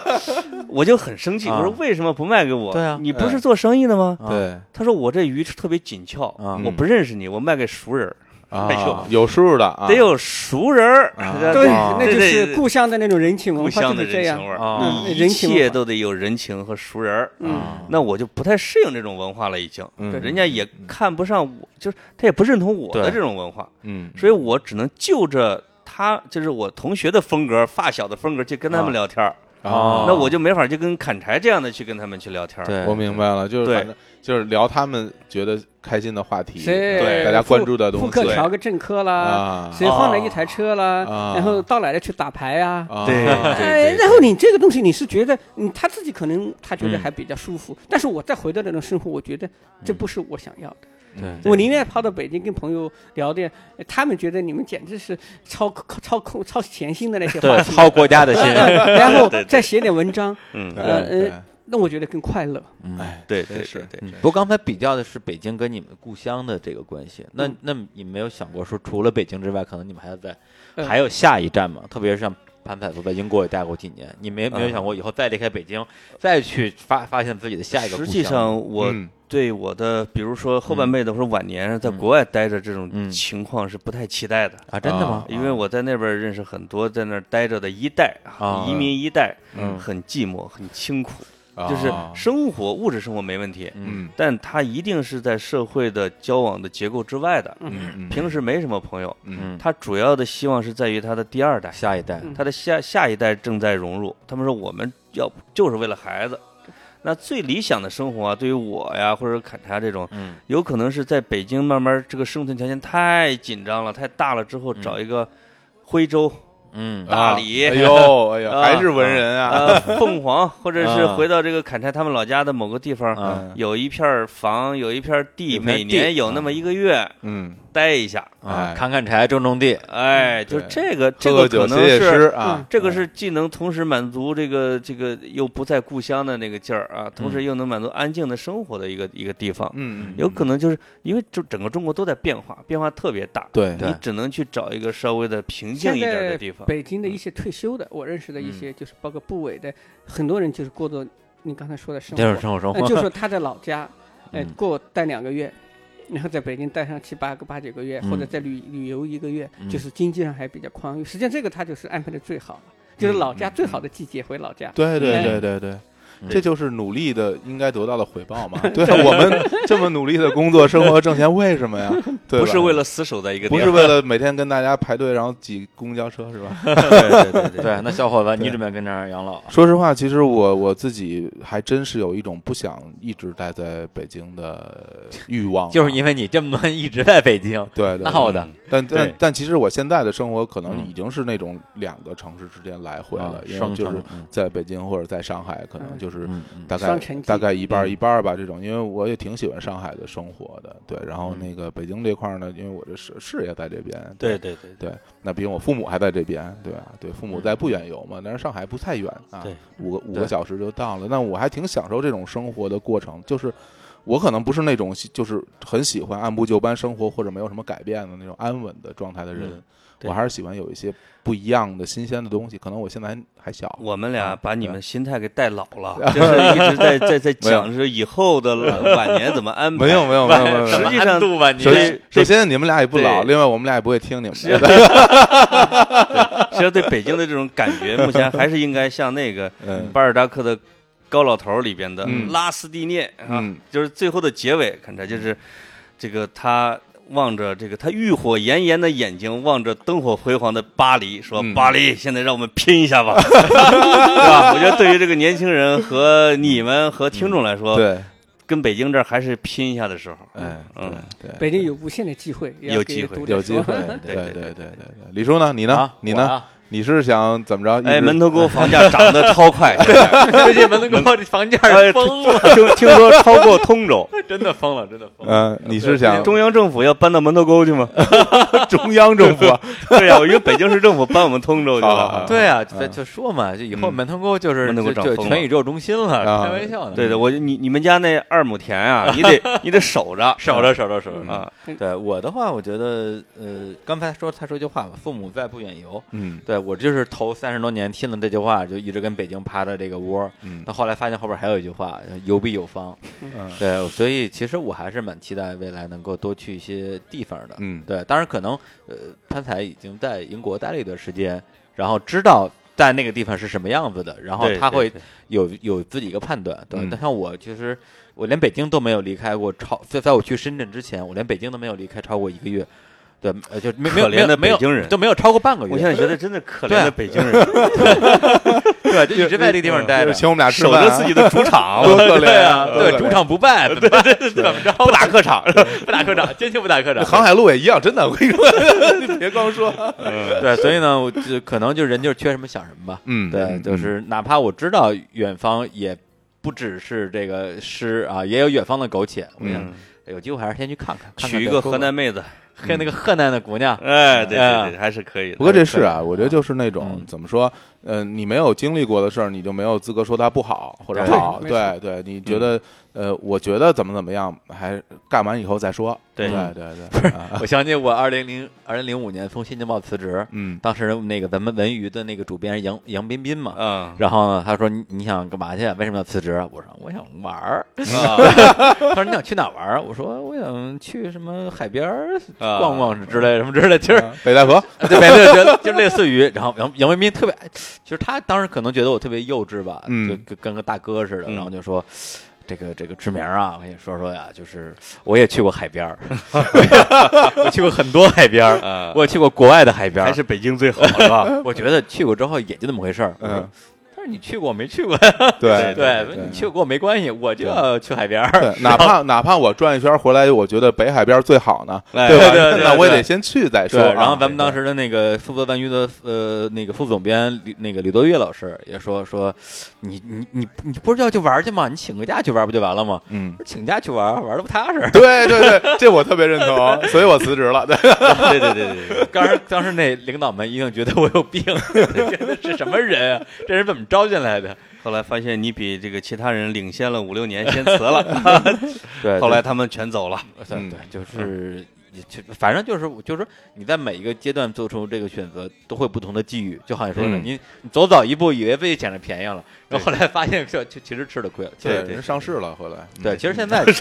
Speaker 4: 我就很生气，
Speaker 1: 啊
Speaker 4: 我说为什么不卖给我？
Speaker 1: 对啊
Speaker 4: 你不是做生意的吗？
Speaker 1: 啊，
Speaker 2: 对
Speaker 4: 他说我这鱼特别紧俏，
Speaker 1: 啊
Speaker 4: 我不认识你，我卖给熟人儿，哎
Speaker 2: 啊
Speaker 4: 呦，
Speaker 2: 有数的啊，
Speaker 4: 得有熟人儿
Speaker 2: 啊，
Speaker 4: 这
Speaker 3: 对，
Speaker 1: 哦
Speaker 3: 那就
Speaker 4: 这
Speaker 3: 是故乡的那种人情
Speaker 4: 故
Speaker 3: 文化
Speaker 4: 乡
Speaker 3: 嗯就
Speaker 4: 的
Speaker 3: 是这
Speaker 4: 人
Speaker 3: 样
Speaker 4: 情味。儿，
Speaker 1: 啊
Speaker 4: 你
Speaker 3: 嗯
Speaker 4: 一
Speaker 3: 人情
Speaker 4: 切
Speaker 3: 味
Speaker 4: 都得有人情和熟人儿。
Speaker 3: 嗯，
Speaker 1: 啊
Speaker 4: 那我就不太适应这种文化了，已经，
Speaker 2: 嗯
Speaker 3: 对
Speaker 4: 人家也看不上我，就是他也不认同我的
Speaker 1: 对
Speaker 4: 这种文化，
Speaker 2: 嗯，
Speaker 4: 所以我只能就着他，就是我同学的风格、发小的风格去跟他
Speaker 1: 啊哦
Speaker 4: 们聊天儿。
Speaker 2: 啊，
Speaker 4: 那我就没法就跟砍柴这样的去跟他们去聊天儿。
Speaker 1: 对，
Speaker 2: 我明白了，就是
Speaker 4: 对
Speaker 2: 反正就是聊他们觉得开心的话题，
Speaker 3: 谁
Speaker 4: 对
Speaker 2: 大家
Speaker 3: 复
Speaker 2: 关注的
Speaker 3: 复
Speaker 2: 东
Speaker 3: 刻
Speaker 2: 西
Speaker 3: 调个正科啦，
Speaker 2: 啊
Speaker 3: 谁换了一台车啦
Speaker 2: 啊，
Speaker 3: 然后到哪了去打牌啊。
Speaker 2: 啊，
Speaker 4: 对
Speaker 3: 哎，然后你这个东西，你是觉得，嗯，他自己可能他觉
Speaker 2: 嗯
Speaker 3: 得还比较舒服，但是我再回到那种生活，我觉得这不是我想要的。
Speaker 1: 对
Speaker 3: 我宁愿跑到北京跟朋友聊的，呃他们觉得你们简直是超超超超闲心的那些话
Speaker 1: 对
Speaker 3: 题，
Speaker 1: 超国家的 心，
Speaker 3: 然后再写点文章，
Speaker 4: 嗯，
Speaker 2: 对
Speaker 3: 呃
Speaker 2: 对
Speaker 3: 呃那我觉得更快乐。
Speaker 1: 嗯。
Speaker 2: 哎，
Speaker 4: 对
Speaker 2: 真
Speaker 4: 对
Speaker 2: 是
Speaker 4: 对对。
Speaker 1: 嗯，不过刚才比较的是北京跟你们故乡的这个关系，那
Speaker 3: 嗯
Speaker 1: 那你没有想过说，除了北京之外，可能你们还要在
Speaker 3: 嗯
Speaker 1: 还有下一站吗？特别是像潘彩夫在英国也待过几年，你没没有
Speaker 2: 嗯
Speaker 1: 想过以后再离开北京，再去发发现自己的下一个故
Speaker 4: 实
Speaker 1: 乡？
Speaker 4: 际上，我
Speaker 2: 嗯
Speaker 4: 对我的，比如说后半辈子或者晚年在
Speaker 1: 嗯
Speaker 4: 国外待着这
Speaker 1: 嗯
Speaker 4: 种情况是不太期待的，
Speaker 1: 啊，真的吗
Speaker 2: 啊？
Speaker 4: 因为我在那边认识很多在那儿待着的一代
Speaker 1: 啊
Speaker 4: 移民一代，
Speaker 2: 嗯
Speaker 4: 很寂寞，很清苦，
Speaker 2: 啊
Speaker 4: 嗯就是生活物质生活没问题，
Speaker 2: 嗯
Speaker 4: 但他一定是在社会的交往的结构之外的，
Speaker 2: 嗯嗯
Speaker 4: 平时没什么朋友。
Speaker 2: 嗯
Speaker 1: 嗯，
Speaker 4: 他主要的希望是在于他的第二代，
Speaker 1: 下一代，
Speaker 3: 嗯
Speaker 4: 他的下下一代正在融入。他们说我们要就是为了孩子。那最理想的生活啊，对于我呀或者砍柴这种，
Speaker 1: 嗯
Speaker 4: 有可能是在北京慢慢这个生存条件太紧张了，太大了之后
Speaker 1: 嗯
Speaker 4: 找一个徽州、
Speaker 1: 嗯
Speaker 4: 大理
Speaker 2: 啊哎呦哎呦，
Speaker 4: 啊
Speaker 2: 还是文人啊，
Speaker 4: 呃凤凰，或者是
Speaker 1: 啊
Speaker 4: 回到这个砍柴他们老家的某个地方，
Speaker 1: 啊
Speaker 2: 嗯
Speaker 4: 有一片儿房，有一片儿地，
Speaker 1: 有片儿
Speaker 4: 每年
Speaker 1: 地
Speaker 4: 有那么一个月，
Speaker 2: 嗯
Speaker 4: 待一下，
Speaker 1: 啊
Speaker 2: 哎，
Speaker 1: 砍砍柴，种种地，
Speaker 4: 哎，就
Speaker 2: 对
Speaker 4: 这个这
Speaker 2: 喝个
Speaker 4: 个
Speaker 2: 酒
Speaker 4: 可能
Speaker 2: 写写
Speaker 4: 是嗯
Speaker 2: 诗啊，
Speaker 4: 这个是既能同时满足这个这个又不在故乡的那个劲儿啊，同时又能满足安静的生活的一个一个地方。
Speaker 2: 嗯嗯，嗯，
Speaker 4: 有可能就是因为就整个中国都在变化，变化特别大，
Speaker 2: 对
Speaker 1: 对
Speaker 4: 你只能去找一个稍微的平静
Speaker 3: 现
Speaker 4: 一点的
Speaker 3: 在
Speaker 4: 地方。
Speaker 3: 北京的一些退休的，我认识的一些就是包括部委的，很多人就是过着你刚才说的生
Speaker 1: 这种
Speaker 3: 活，
Speaker 1: 生活生
Speaker 3: 呃
Speaker 1: 活，
Speaker 3: 就是他在老家，呃
Speaker 1: 嗯，
Speaker 3: 过待两个月。然后在北京待上七八个八九个月，
Speaker 1: 嗯
Speaker 3: 或者在旅旅游一个月，
Speaker 1: 嗯
Speaker 3: 就是经济上还比较宽裕。实际上这个他就是安排的最好了，就是老家最好的季节回老家。
Speaker 2: 对对
Speaker 3: 哎
Speaker 2: 对对对。
Speaker 1: 嗯
Speaker 2: 这就是努力的应该得到的回 报嘛？对啊，我们这么努力的工作、生活、挣钱，为什 么呀？对吧，
Speaker 4: 不是为了死守在一个地
Speaker 2: 不
Speaker 4: 方，
Speaker 2: 是 为了每天跟大家排队，然后挤公交车是 吧？
Speaker 4: 对对对
Speaker 1: 对，那小伙子，
Speaker 2: 对
Speaker 1: 你准备跟这儿养老？
Speaker 2: 说实话，其实我我自己还真是有一种不想一直待在北京的欲望 啊，
Speaker 1: 就是因为你这么多一直在北京，
Speaker 2: 对对
Speaker 1: 那
Speaker 2: 对
Speaker 1: 好的，
Speaker 2: 但但
Speaker 1: 对
Speaker 2: 但其实我现在的生活可能
Speaker 1: 嗯
Speaker 2: 已经是那种两个城市之间来回了
Speaker 1: 啊，
Speaker 2: 因
Speaker 1: 双
Speaker 2: 为就是
Speaker 1: 城嗯
Speaker 2: 在北京或者在上海，可能就是
Speaker 1: 嗯嗯
Speaker 2: 大概
Speaker 3: 双城记
Speaker 2: 大概一半儿
Speaker 1: 嗯
Speaker 2: 一半儿吧，这种，因为我也挺喜欢上海的生活的，对。然后
Speaker 1: 嗯
Speaker 2: 那个北京这块儿呢，因为我这事事业在这边，
Speaker 4: 对对对
Speaker 2: 对，那毕竟我父母还在这边，对吧？对，父母在不远游嘛，但是上海不太远啊
Speaker 4: 对，
Speaker 2: 五个五
Speaker 1: 对
Speaker 2: 个小时就到了。那我还挺享受这种生活的过程，就是我可能不是那种喜就是很喜欢按部就班生活或者没有什么改变的那种安稳的状态的人
Speaker 4: 嗯，对
Speaker 2: 我还是喜欢有一些不一样的新鲜的东西。可能我现在还还小，
Speaker 4: 我们俩把你们
Speaker 2: 啊对
Speaker 4: 心态给带老 了，就是一直在在在
Speaker 2: 没有
Speaker 4: 讲是以后的晚年怎么安排。
Speaker 2: 没有没有没有没有，没有
Speaker 4: 实际上
Speaker 1: 度吧，你
Speaker 2: 首
Speaker 4: 对
Speaker 2: 先，首
Speaker 4: 对
Speaker 2: 先你们俩也不老，
Speaker 4: 对
Speaker 2: 另外我们俩也不会听你们
Speaker 4: 实际上
Speaker 2: 的。
Speaker 4: 对，实际上对北京的这种感觉，目前还是应该像那个
Speaker 2: 嗯
Speaker 4: 巴尔扎克的《高老头》里边的
Speaker 2: 嗯
Speaker 4: 拉斯蒂涅啊
Speaker 2: 嗯，
Speaker 4: 就是最后的结尾，看着就是这个他望着这个他浴火炎炎的眼睛望着灯火辉煌的巴黎，说：“
Speaker 2: 嗯
Speaker 4: 巴黎，现在让我们拼一下 吧，对吧？”我觉得对于这个年轻人和你们和听众来
Speaker 2: 嗯
Speaker 4: 说，
Speaker 2: 对，
Speaker 4: 跟北京这儿还是拼一下的时候。
Speaker 2: 哎，
Speaker 4: 嗯
Speaker 2: 对，对
Speaker 3: 北京有无限的机会，也
Speaker 4: 有
Speaker 3: 要给
Speaker 4: 机会
Speaker 3: 读者
Speaker 2: 有机
Speaker 3: 说
Speaker 2: 会，
Speaker 4: 对
Speaker 2: 对对
Speaker 4: 对对
Speaker 2: 对对对。李叔呢？你呢
Speaker 1: 啊？
Speaker 2: 你
Speaker 1: 我
Speaker 2: 呢？
Speaker 1: 啊？
Speaker 2: 你是想怎么着？一
Speaker 4: 哎，
Speaker 2: 直
Speaker 4: 门头沟 房价涨得超快，
Speaker 1: 最近门头啊 沟这房价
Speaker 4: 哎
Speaker 1: 疯了，
Speaker 4: 听听说超过通州。
Speaker 1: 真的疯了，真的疯了。
Speaker 2: 嗯，你是想
Speaker 4: 中央政府要搬到门头沟去吗？
Speaker 2: 中央政府？
Speaker 4: 对呀、我因为北京市政府搬我们通州去
Speaker 2: 好好
Speaker 4: 了
Speaker 2: 好。
Speaker 1: 对啊，
Speaker 2: 嗯
Speaker 1: 就就说嘛，就以后
Speaker 2: 嗯
Speaker 1: 门头沟就是
Speaker 4: 门头沟
Speaker 1: 就
Speaker 4: 长
Speaker 1: 就
Speaker 4: 疯了
Speaker 1: 全宇宙中心了，
Speaker 2: 啊
Speaker 1: 开玩笑呢。
Speaker 4: 对的，我你你们家那二亩田啊，你得你得守着
Speaker 1: 守着守着嗯守着。
Speaker 4: 啊。
Speaker 1: 对我的话，我觉得呃，刚才说他说一句话嘛，父母在不远游。
Speaker 2: 嗯
Speaker 1: 对我就是头三十多年听了这句话，就一直跟北京趴着这个窝儿。
Speaker 2: 嗯
Speaker 1: 但后来发现后边还有一句话，有必有方。
Speaker 2: 嗯
Speaker 1: 对，所以其实我还是蛮期待未来能够多去一些地方的。
Speaker 2: 嗯
Speaker 1: 对，当然可能呃，潘才已经在英国待了一段时间，然后知道在那个地方是什么样子的，然后
Speaker 4: 对
Speaker 1: 他会
Speaker 4: 对对
Speaker 1: 有有自己一个判断。对，
Speaker 2: 嗯
Speaker 1: 但像我其实我连北京都没有离开过超，在在我去深圳之前，我连北京都没有离开超过一个月。对，呃，就没没有
Speaker 4: 可怜的
Speaker 1: 没有
Speaker 4: 北京人
Speaker 1: 都没有超过半个
Speaker 4: 我现
Speaker 1: 月，
Speaker 4: 在觉得真的可怜
Speaker 1: 对啊
Speaker 4: 的 北京人，
Speaker 1: 对，就一直在这个地方待着
Speaker 2: 就是，请我们俩吃
Speaker 4: 守
Speaker 2: 饭啊
Speaker 4: 着自己的主场，
Speaker 2: 多可
Speaker 1: 对
Speaker 2: 怜
Speaker 1: 啊，
Speaker 2: 多可
Speaker 1: 对，
Speaker 2: 怜
Speaker 1: 主场不败，怎么办怎么着？不打客场，不打客场，坚决不打客 场。
Speaker 2: 航海路也一样，真的，我跟你说，你别光说。
Speaker 4: 嗯
Speaker 1: 对，所以呢，我就可能就人就是缺什么想什么吧。
Speaker 2: 嗯，
Speaker 1: 对，
Speaker 2: 嗯
Speaker 1: 就是哪怕我知道远方也不只是这个诗啊，也有远方的苟且。我想
Speaker 4: 嗯
Speaker 1: 有机会还是先去看看，看看
Speaker 4: 娶一
Speaker 1: 再
Speaker 4: 个
Speaker 1: 说
Speaker 4: 河
Speaker 1: 吧
Speaker 4: 南妹子，
Speaker 1: 跟那个河南的姑娘，
Speaker 4: 哎，对
Speaker 1: 哎
Speaker 4: 对对，还是可以的。
Speaker 2: 不过这是啊，我觉得就是那种
Speaker 1: 嗯
Speaker 2: 怎么说，呃，你没有经历过的事儿，你就没有资格说它不好或者
Speaker 1: 对嗯
Speaker 2: 好。
Speaker 3: 没
Speaker 2: 对对，你觉得呃，我觉得怎么怎么样，还干完以后再说。
Speaker 4: 对
Speaker 2: 对
Speaker 1: 嗯
Speaker 2: 对对， 啊
Speaker 1: 我想起我二零零二零零五年从新京报辞职，
Speaker 2: 嗯
Speaker 1: 当时那个咱们文娱的那个主编杨杨彬彬嘛。
Speaker 4: 嗯，
Speaker 1: 然后呢，他说你你想干嘛去？为什么要辞职？我说我想玩儿。
Speaker 4: 啊
Speaker 1: 他说你想去哪儿玩儿？我说我想去什么海边儿
Speaker 4: 啊
Speaker 1: 逛逛之类什么之类的。其实
Speaker 2: 啊北戴河，
Speaker 1: 对，没对对，就类似于，然后杨杨文斌特别，其实他当时可能觉得我特别幼稚吧，
Speaker 2: 嗯
Speaker 1: 就跟跟个大哥似的，
Speaker 4: 嗯
Speaker 1: 然后就说。这个这个志明啊，我跟你说说呀，就是我也去过海边 儿，我去过很多海边儿，
Speaker 2: 嗯
Speaker 4: 啊，
Speaker 1: 我也去过国外的海边
Speaker 4: 还
Speaker 1: 儿，
Speaker 4: 是北京最好，是吧？
Speaker 1: 我觉得去过之后也就那么回事儿。
Speaker 2: 啊嗯，
Speaker 1: 但是你去过我没去过，
Speaker 2: 对
Speaker 1: 对，你去过没关系，我就要去海边儿。
Speaker 2: 对，哪怕哪怕我转一圈回来，我觉得北海边最好呢，
Speaker 1: 哎
Speaker 2: 吧？
Speaker 1: 对对对
Speaker 2: 那我也
Speaker 1: 对
Speaker 2: 得先去再说
Speaker 1: 对，
Speaker 2: 啊。
Speaker 1: 然后咱们当时的那个负责万娱的呃那个副总编李那个李多月老师也说说，你你你你不是要去玩去吗？你请个假去玩不就完了吗？
Speaker 2: 嗯，
Speaker 1: 请假去玩玩的不踏实。
Speaker 2: 对对对，这我特别认同，所以我辞职了。 对，
Speaker 4: 对对对对对，
Speaker 1: 当时当时那领导们一定觉得我有病， 觉得是什么人啊？这人怎么招进来的？
Speaker 4: 后来发现你比这个其他人领先了五六年，先辞了，
Speaker 1: 对
Speaker 4: 后来他们全走了。
Speaker 1: 对
Speaker 2: 嗯
Speaker 1: 对，就是也就反正就是我就是说你在每一个阶段做出这个选择，都会有不同的际遇。就好像说的，
Speaker 2: 嗯
Speaker 1: 你你走早一步，以为自己捡着便宜了，然后后来发现这这其实吃了亏了。其实
Speaker 4: 对
Speaker 2: 人上市了，回来。
Speaker 1: 对，
Speaker 2: 嗯，
Speaker 1: 其实现在
Speaker 4: 上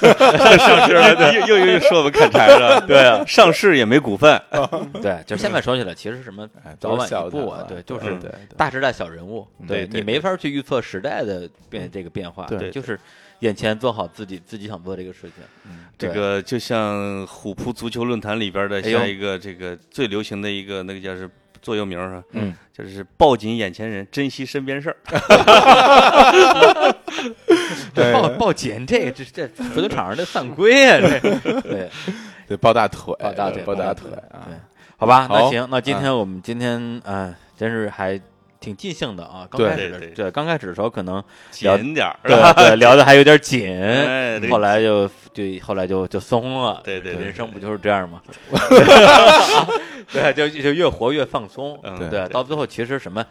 Speaker 4: 市了，对， 又又又说我们砍柴了，对啊，上市也没股份，
Speaker 1: 对，就是现在说起来，其实什么
Speaker 2: 哎
Speaker 1: 早
Speaker 2: 都是
Speaker 1: 晚
Speaker 2: 笑嗯
Speaker 1: 一步
Speaker 2: 谈
Speaker 1: 啊
Speaker 2: 话
Speaker 1: 对就是
Speaker 2: 对对
Speaker 1: 大时代小人物，
Speaker 2: 嗯
Speaker 1: 对
Speaker 4: 对对
Speaker 1: 你没法去预测时代的变这个变化，
Speaker 2: 对
Speaker 4: 对
Speaker 1: 就是眼前做好自己自己想做这个事情。
Speaker 2: 嗯
Speaker 4: 这个就像虎扑足球论坛里边的
Speaker 1: 哎呦
Speaker 4: 像一个这个最流行的一个那个叫是座右铭儿啊，
Speaker 1: 嗯，
Speaker 4: 就是抱紧眼前人，珍惜身边事儿。
Speaker 1: 对，
Speaker 2: 对
Speaker 1: 报报警这个这这足球场上的犯规啊，这对
Speaker 2: 得抱大腿，
Speaker 1: 抱大腿
Speaker 2: 抱
Speaker 1: 抱大
Speaker 2: 大
Speaker 1: 腿
Speaker 2: 腿啊
Speaker 1: 对！，好吧，那
Speaker 2: 好
Speaker 1: 行，那今天我们今天啊，真是还挺尽兴的啊，刚
Speaker 2: 对
Speaker 1: 开始的
Speaker 4: 对对
Speaker 1: 对刚开始的时候可能聊
Speaker 4: 紧点儿，
Speaker 1: 对对聊的还有点紧，
Speaker 4: 哎，对
Speaker 1: 后来就就后来就就松了，
Speaker 4: 对对对
Speaker 1: 人生不就是这样吗？对，就就越活越放松，
Speaker 4: 嗯
Speaker 2: 对
Speaker 1: 对，到最后其实什么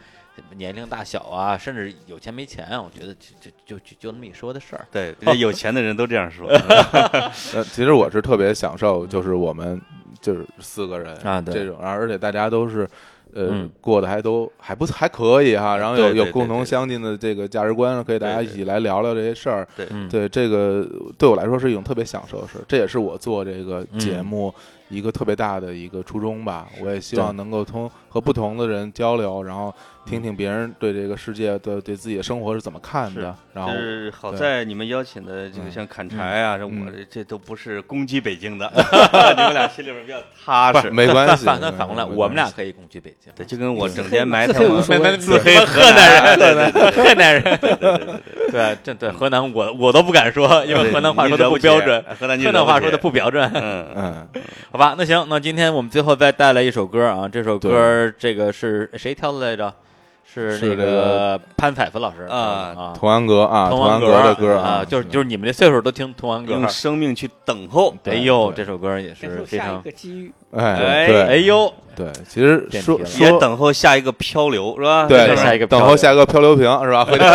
Speaker 1: 年龄大小啊，甚至有钱没钱啊，我觉得就就就就就那么一说的事儿，
Speaker 4: 对，人家有钱的人都这样说，
Speaker 1: 嗯
Speaker 2: 呃，其实我是特别享受，就是我们就是四个人
Speaker 1: 啊对
Speaker 2: 这种，然后而且大家都是。呃
Speaker 1: 嗯，
Speaker 2: 过得还都还不还可以哈，然后
Speaker 4: 对
Speaker 2: 有
Speaker 4: 对
Speaker 2: 有
Speaker 4: 对
Speaker 2: 共
Speaker 4: 对
Speaker 2: 同
Speaker 4: 对
Speaker 2: 相近的这个价值观，可以大家
Speaker 4: 对
Speaker 2: 一
Speaker 4: 对
Speaker 2: 起来聊聊这些事儿。
Speaker 1: 嗯，
Speaker 2: 对这个对我来说是一种特别享受的事，这也是我做这个
Speaker 1: 嗯
Speaker 2: 节目一个特别大的一个初衷吧。我也希望能够通和不同的人交流，然后
Speaker 1: 嗯
Speaker 2: 听听别人对这个世界的对自己的生活是怎么看的。然后
Speaker 4: 就是好
Speaker 2: 对
Speaker 4: 在你们邀请的
Speaker 1: 嗯
Speaker 4: 这个像砍柴啊，这我这这都不是攻击北京的，你们俩心里边比较踏
Speaker 2: 不
Speaker 4: 实。
Speaker 2: 没关 系，
Speaker 1: 反过来反过来，
Speaker 2: 没关系
Speaker 1: 我们俩可以共去北京。
Speaker 4: 对，就跟我
Speaker 3: 自
Speaker 4: 整
Speaker 3: 黑
Speaker 4: 天埋啊
Speaker 3: 自
Speaker 4: 汰
Speaker 3: 黑
Speaker 4: 我
Speaker 3: 无所谓
Speaker 4: 没没
Speaker 1: 自黑河南人，对对对，河南人，对对对对，这对河南我我都不敢说，因为河南话说的不标准，，
Speaker 4: 对你惹起河南你
Speaker 1: 河
Speaker 4: 惹
Speaker 1: 南话
Speaker 4: 起
Speaker 1: 说的不标准。
Speaker 4: 嗯，
Speaker 2: 嗯，
Speaker 1: 好吧，那行，那今天我们最后再带来一首歌啊，这首歌这个是谁挑的来着？是
Speaker 2: 是
Speaker 1: 那
Speaker 2: 这个
Speaker 1: 个潘采芙老师
Speaker 4: 啊
Speaker 1: 啊，
Speaker 2: 童安格啊，童
Speaker 1: 安
Speaker 2: 安格的歌
Speaker 1: 歌啊，就是就是你们这岁数都听童安格
Speaker 4: 用。生命去等候。
Speaker 1: 哎
Speaker 2: 对
Speaker 1: 呦，
Speaker 2: 对
Speaker 1: 这首歌也
Speaker 3: 感
Speaker 1: 是
Speaker 3: 受
Speaker 1: 非
Speaker 3: 下一
Speaker 1: 常
Speaker 3: 个机遇。
Speaker 2: 哎
Speaker 4: 哎
Speaker 1: 哎
Speaker 2: 对
Speaker 1: 呦，
Speaker 2: 对，其实
Speaker 1: 点
Speaker 2: 说
Speaker 1: 题了
Speaker 4: 也
Speaker 2: 说。
Speaker 4: 等候下一个漂流是吧？
Speaker 2: 对，
Speaker 1: 等候下一个漂
Speaker 2: 等
Speaker 1: 流
Speaker 2: 候下一个漂流瓶是吧？ 回家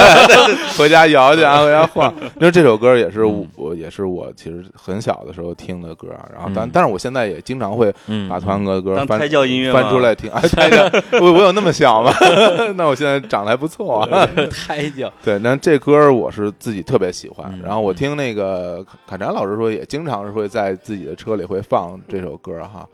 Speaker 2: 回家摇去啊，回家晃。因为这首歌也是
Speaker 1: 嗯
Speaker 2: 我我也是我其实很小的时候听的歌，啊然后但
Speaker 1: 嗯
Speaker 2: 但是我现在也经常会
Speaker 1: 嗯，
Speaker 2: 把团哥的歌
Speaker 4: 当
Speaker 2: 翻
Speaker 4: 胎教音乐
Speaker 2: 翻
Speaker 4: 吗
Speaker 2: 出来听。哎，胎 教，我我有那么小吗？ 那我现在长得还不错啊。
Speaker 1: 胎教，
Speaker 2: 对，那这歌我是自己特别喜欢，
Speaker 1: 嗯
Speaker 2: 然后我听那个侃侃老师说，也经常是会在自己的车里会放这首歌哈。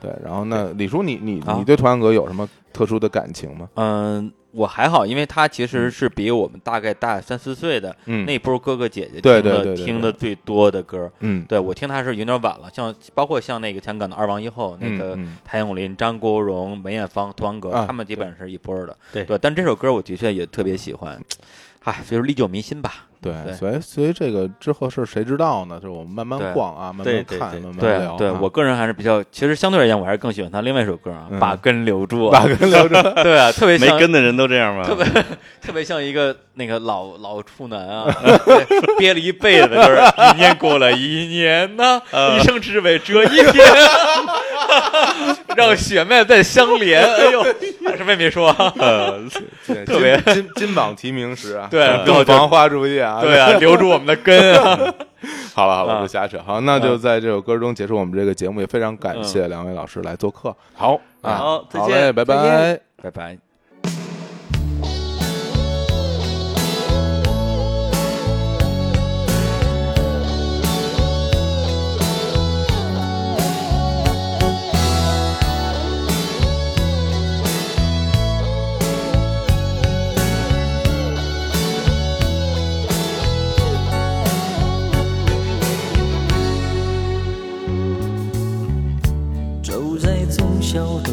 Speaker 2: 对，然后那李叔你，你你
Speaker 1: 啊
Speaker 2: 对团哥有什么特殊的感情吗？
Speaker 1: 嗯，我还好，因为他其实是比我们大概大三四岁的，
Speaker 2: 嗯，
Speaker 1: 那波哥哥姐姐
Speaker 2: 对
Speaker 1: 听的
Speaker 2: 对对对对
Speaker 1: 听的最多的歌儿，
Speaker 2: 嗯，
Speaker 1: 对我听他是有点晚了，像包括像那个香港的二王一后，那个
Speaker 2: 嗯
Speaker 1: 谭咏麟、张国荣、梅艳芳、屠安格，
Speaker 2: 啊
Speaker 1: 他们基本上是一波儿的，
Speaker 4: 对
Speaker 1: 对。但这首歌我的确也特别喜欢，唉，就是历久弥新吧，对
Speaker 2: 对，所以所以这个之后是谁知道呢？就是我们慢慢逛啊，慢
Speaker 4: 对
Speaker 2: 慢
Speaker 4: 对
Speaker 2: 看，
Speaker 4: 对
Speaker 2: 慢慢
Speaker 1: 对
Speaker 2: 聊啊。
Speaker 1: 对，我个人还是比较，其实相对而言，我还是更喜欢他另外一首歌啊，
Speaker 2: 嗯
Speaker 1: 把根留住》
Speaker 2: 把
Speaker 1: 啊，
Speaker 2: 跟聊着，
Speaker 1: 对啊，特别
Speaker 4: 没
Speaker 1: 像
Speaker 4: 跟的人都这样吗？
Speaker 1: 特别特别像一个那个老老处男啊， 对憋了一辈子， 就是一年过了一年呢，
Speaker 4: 呃
Speaker 1: 一生只为这一天，让呃血脉再相连。哎呦，什么也没说，啊特
Speaker 2: 特
Speaker 1: 别
Speaker 2: 金金榜题名时啊，
Speaker 1: 对然后
Speaker 2: 洞
Speaker 1: 就
Speaker 2: 房花烛夜啊，
Speaker 1: 对啊，留住我们的根啊。
Speaker 2: 好了好
Speaker 1: 啊嗯
Speaker 2: 了，不瞎扯。好，那就在这首歌中结束我们这个节目，也非常感谢两位老师来做客。好啊，
Speaker 4: 好再见
Speaker 2: 好嘞，拜
Speaker 3: 再见
Speaker 1: 拜
Speaker 2: 拜。
Speaker 1: 拜。
Speaker 5: 走在总小的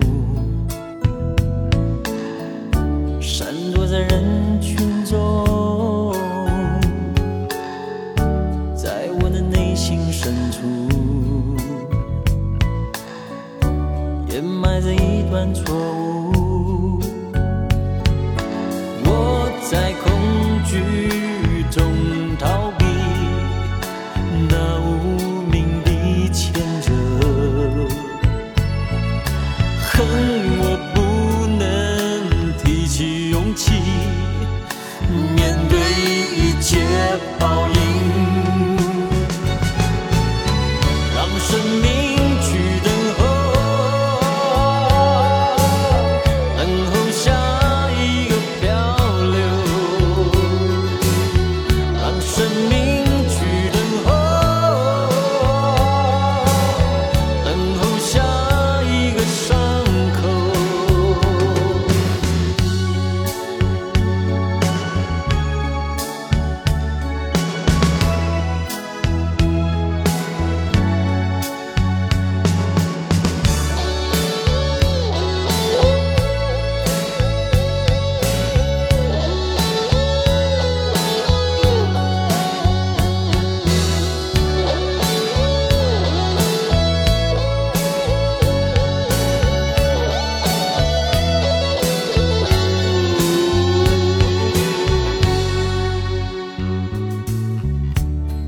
Speaker 5: 路，错误。我在恐惧中逃避那无名的牵扯，恨我不能提起勇气面对一切报应。让生命去等候，等候下一个漂流。让生命去等候，等候下一个伤口。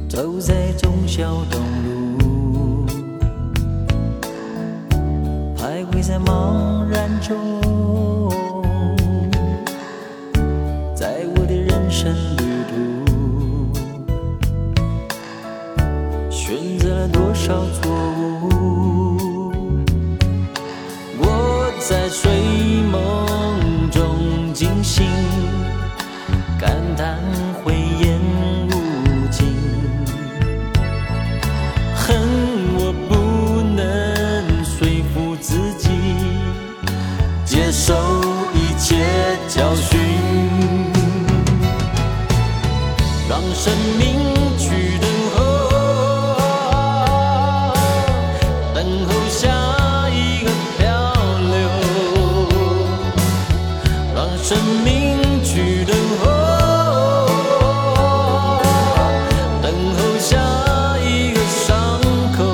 Speaker 5: 走在忠孝东路，徘徊在茫然中，在我的人生旅途，选择了多少错误？我在睡梦中惊醒。感叹慧眼无尽，恨我不能说服自己接受一切教训，让生命去等候，等候下一个漂流。让生命去等候，等候下一个伤口。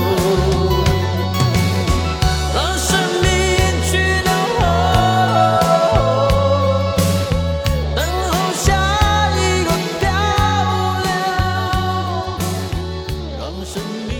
Speaker 5: 让生命去等候，等候下一个漂流。让生命。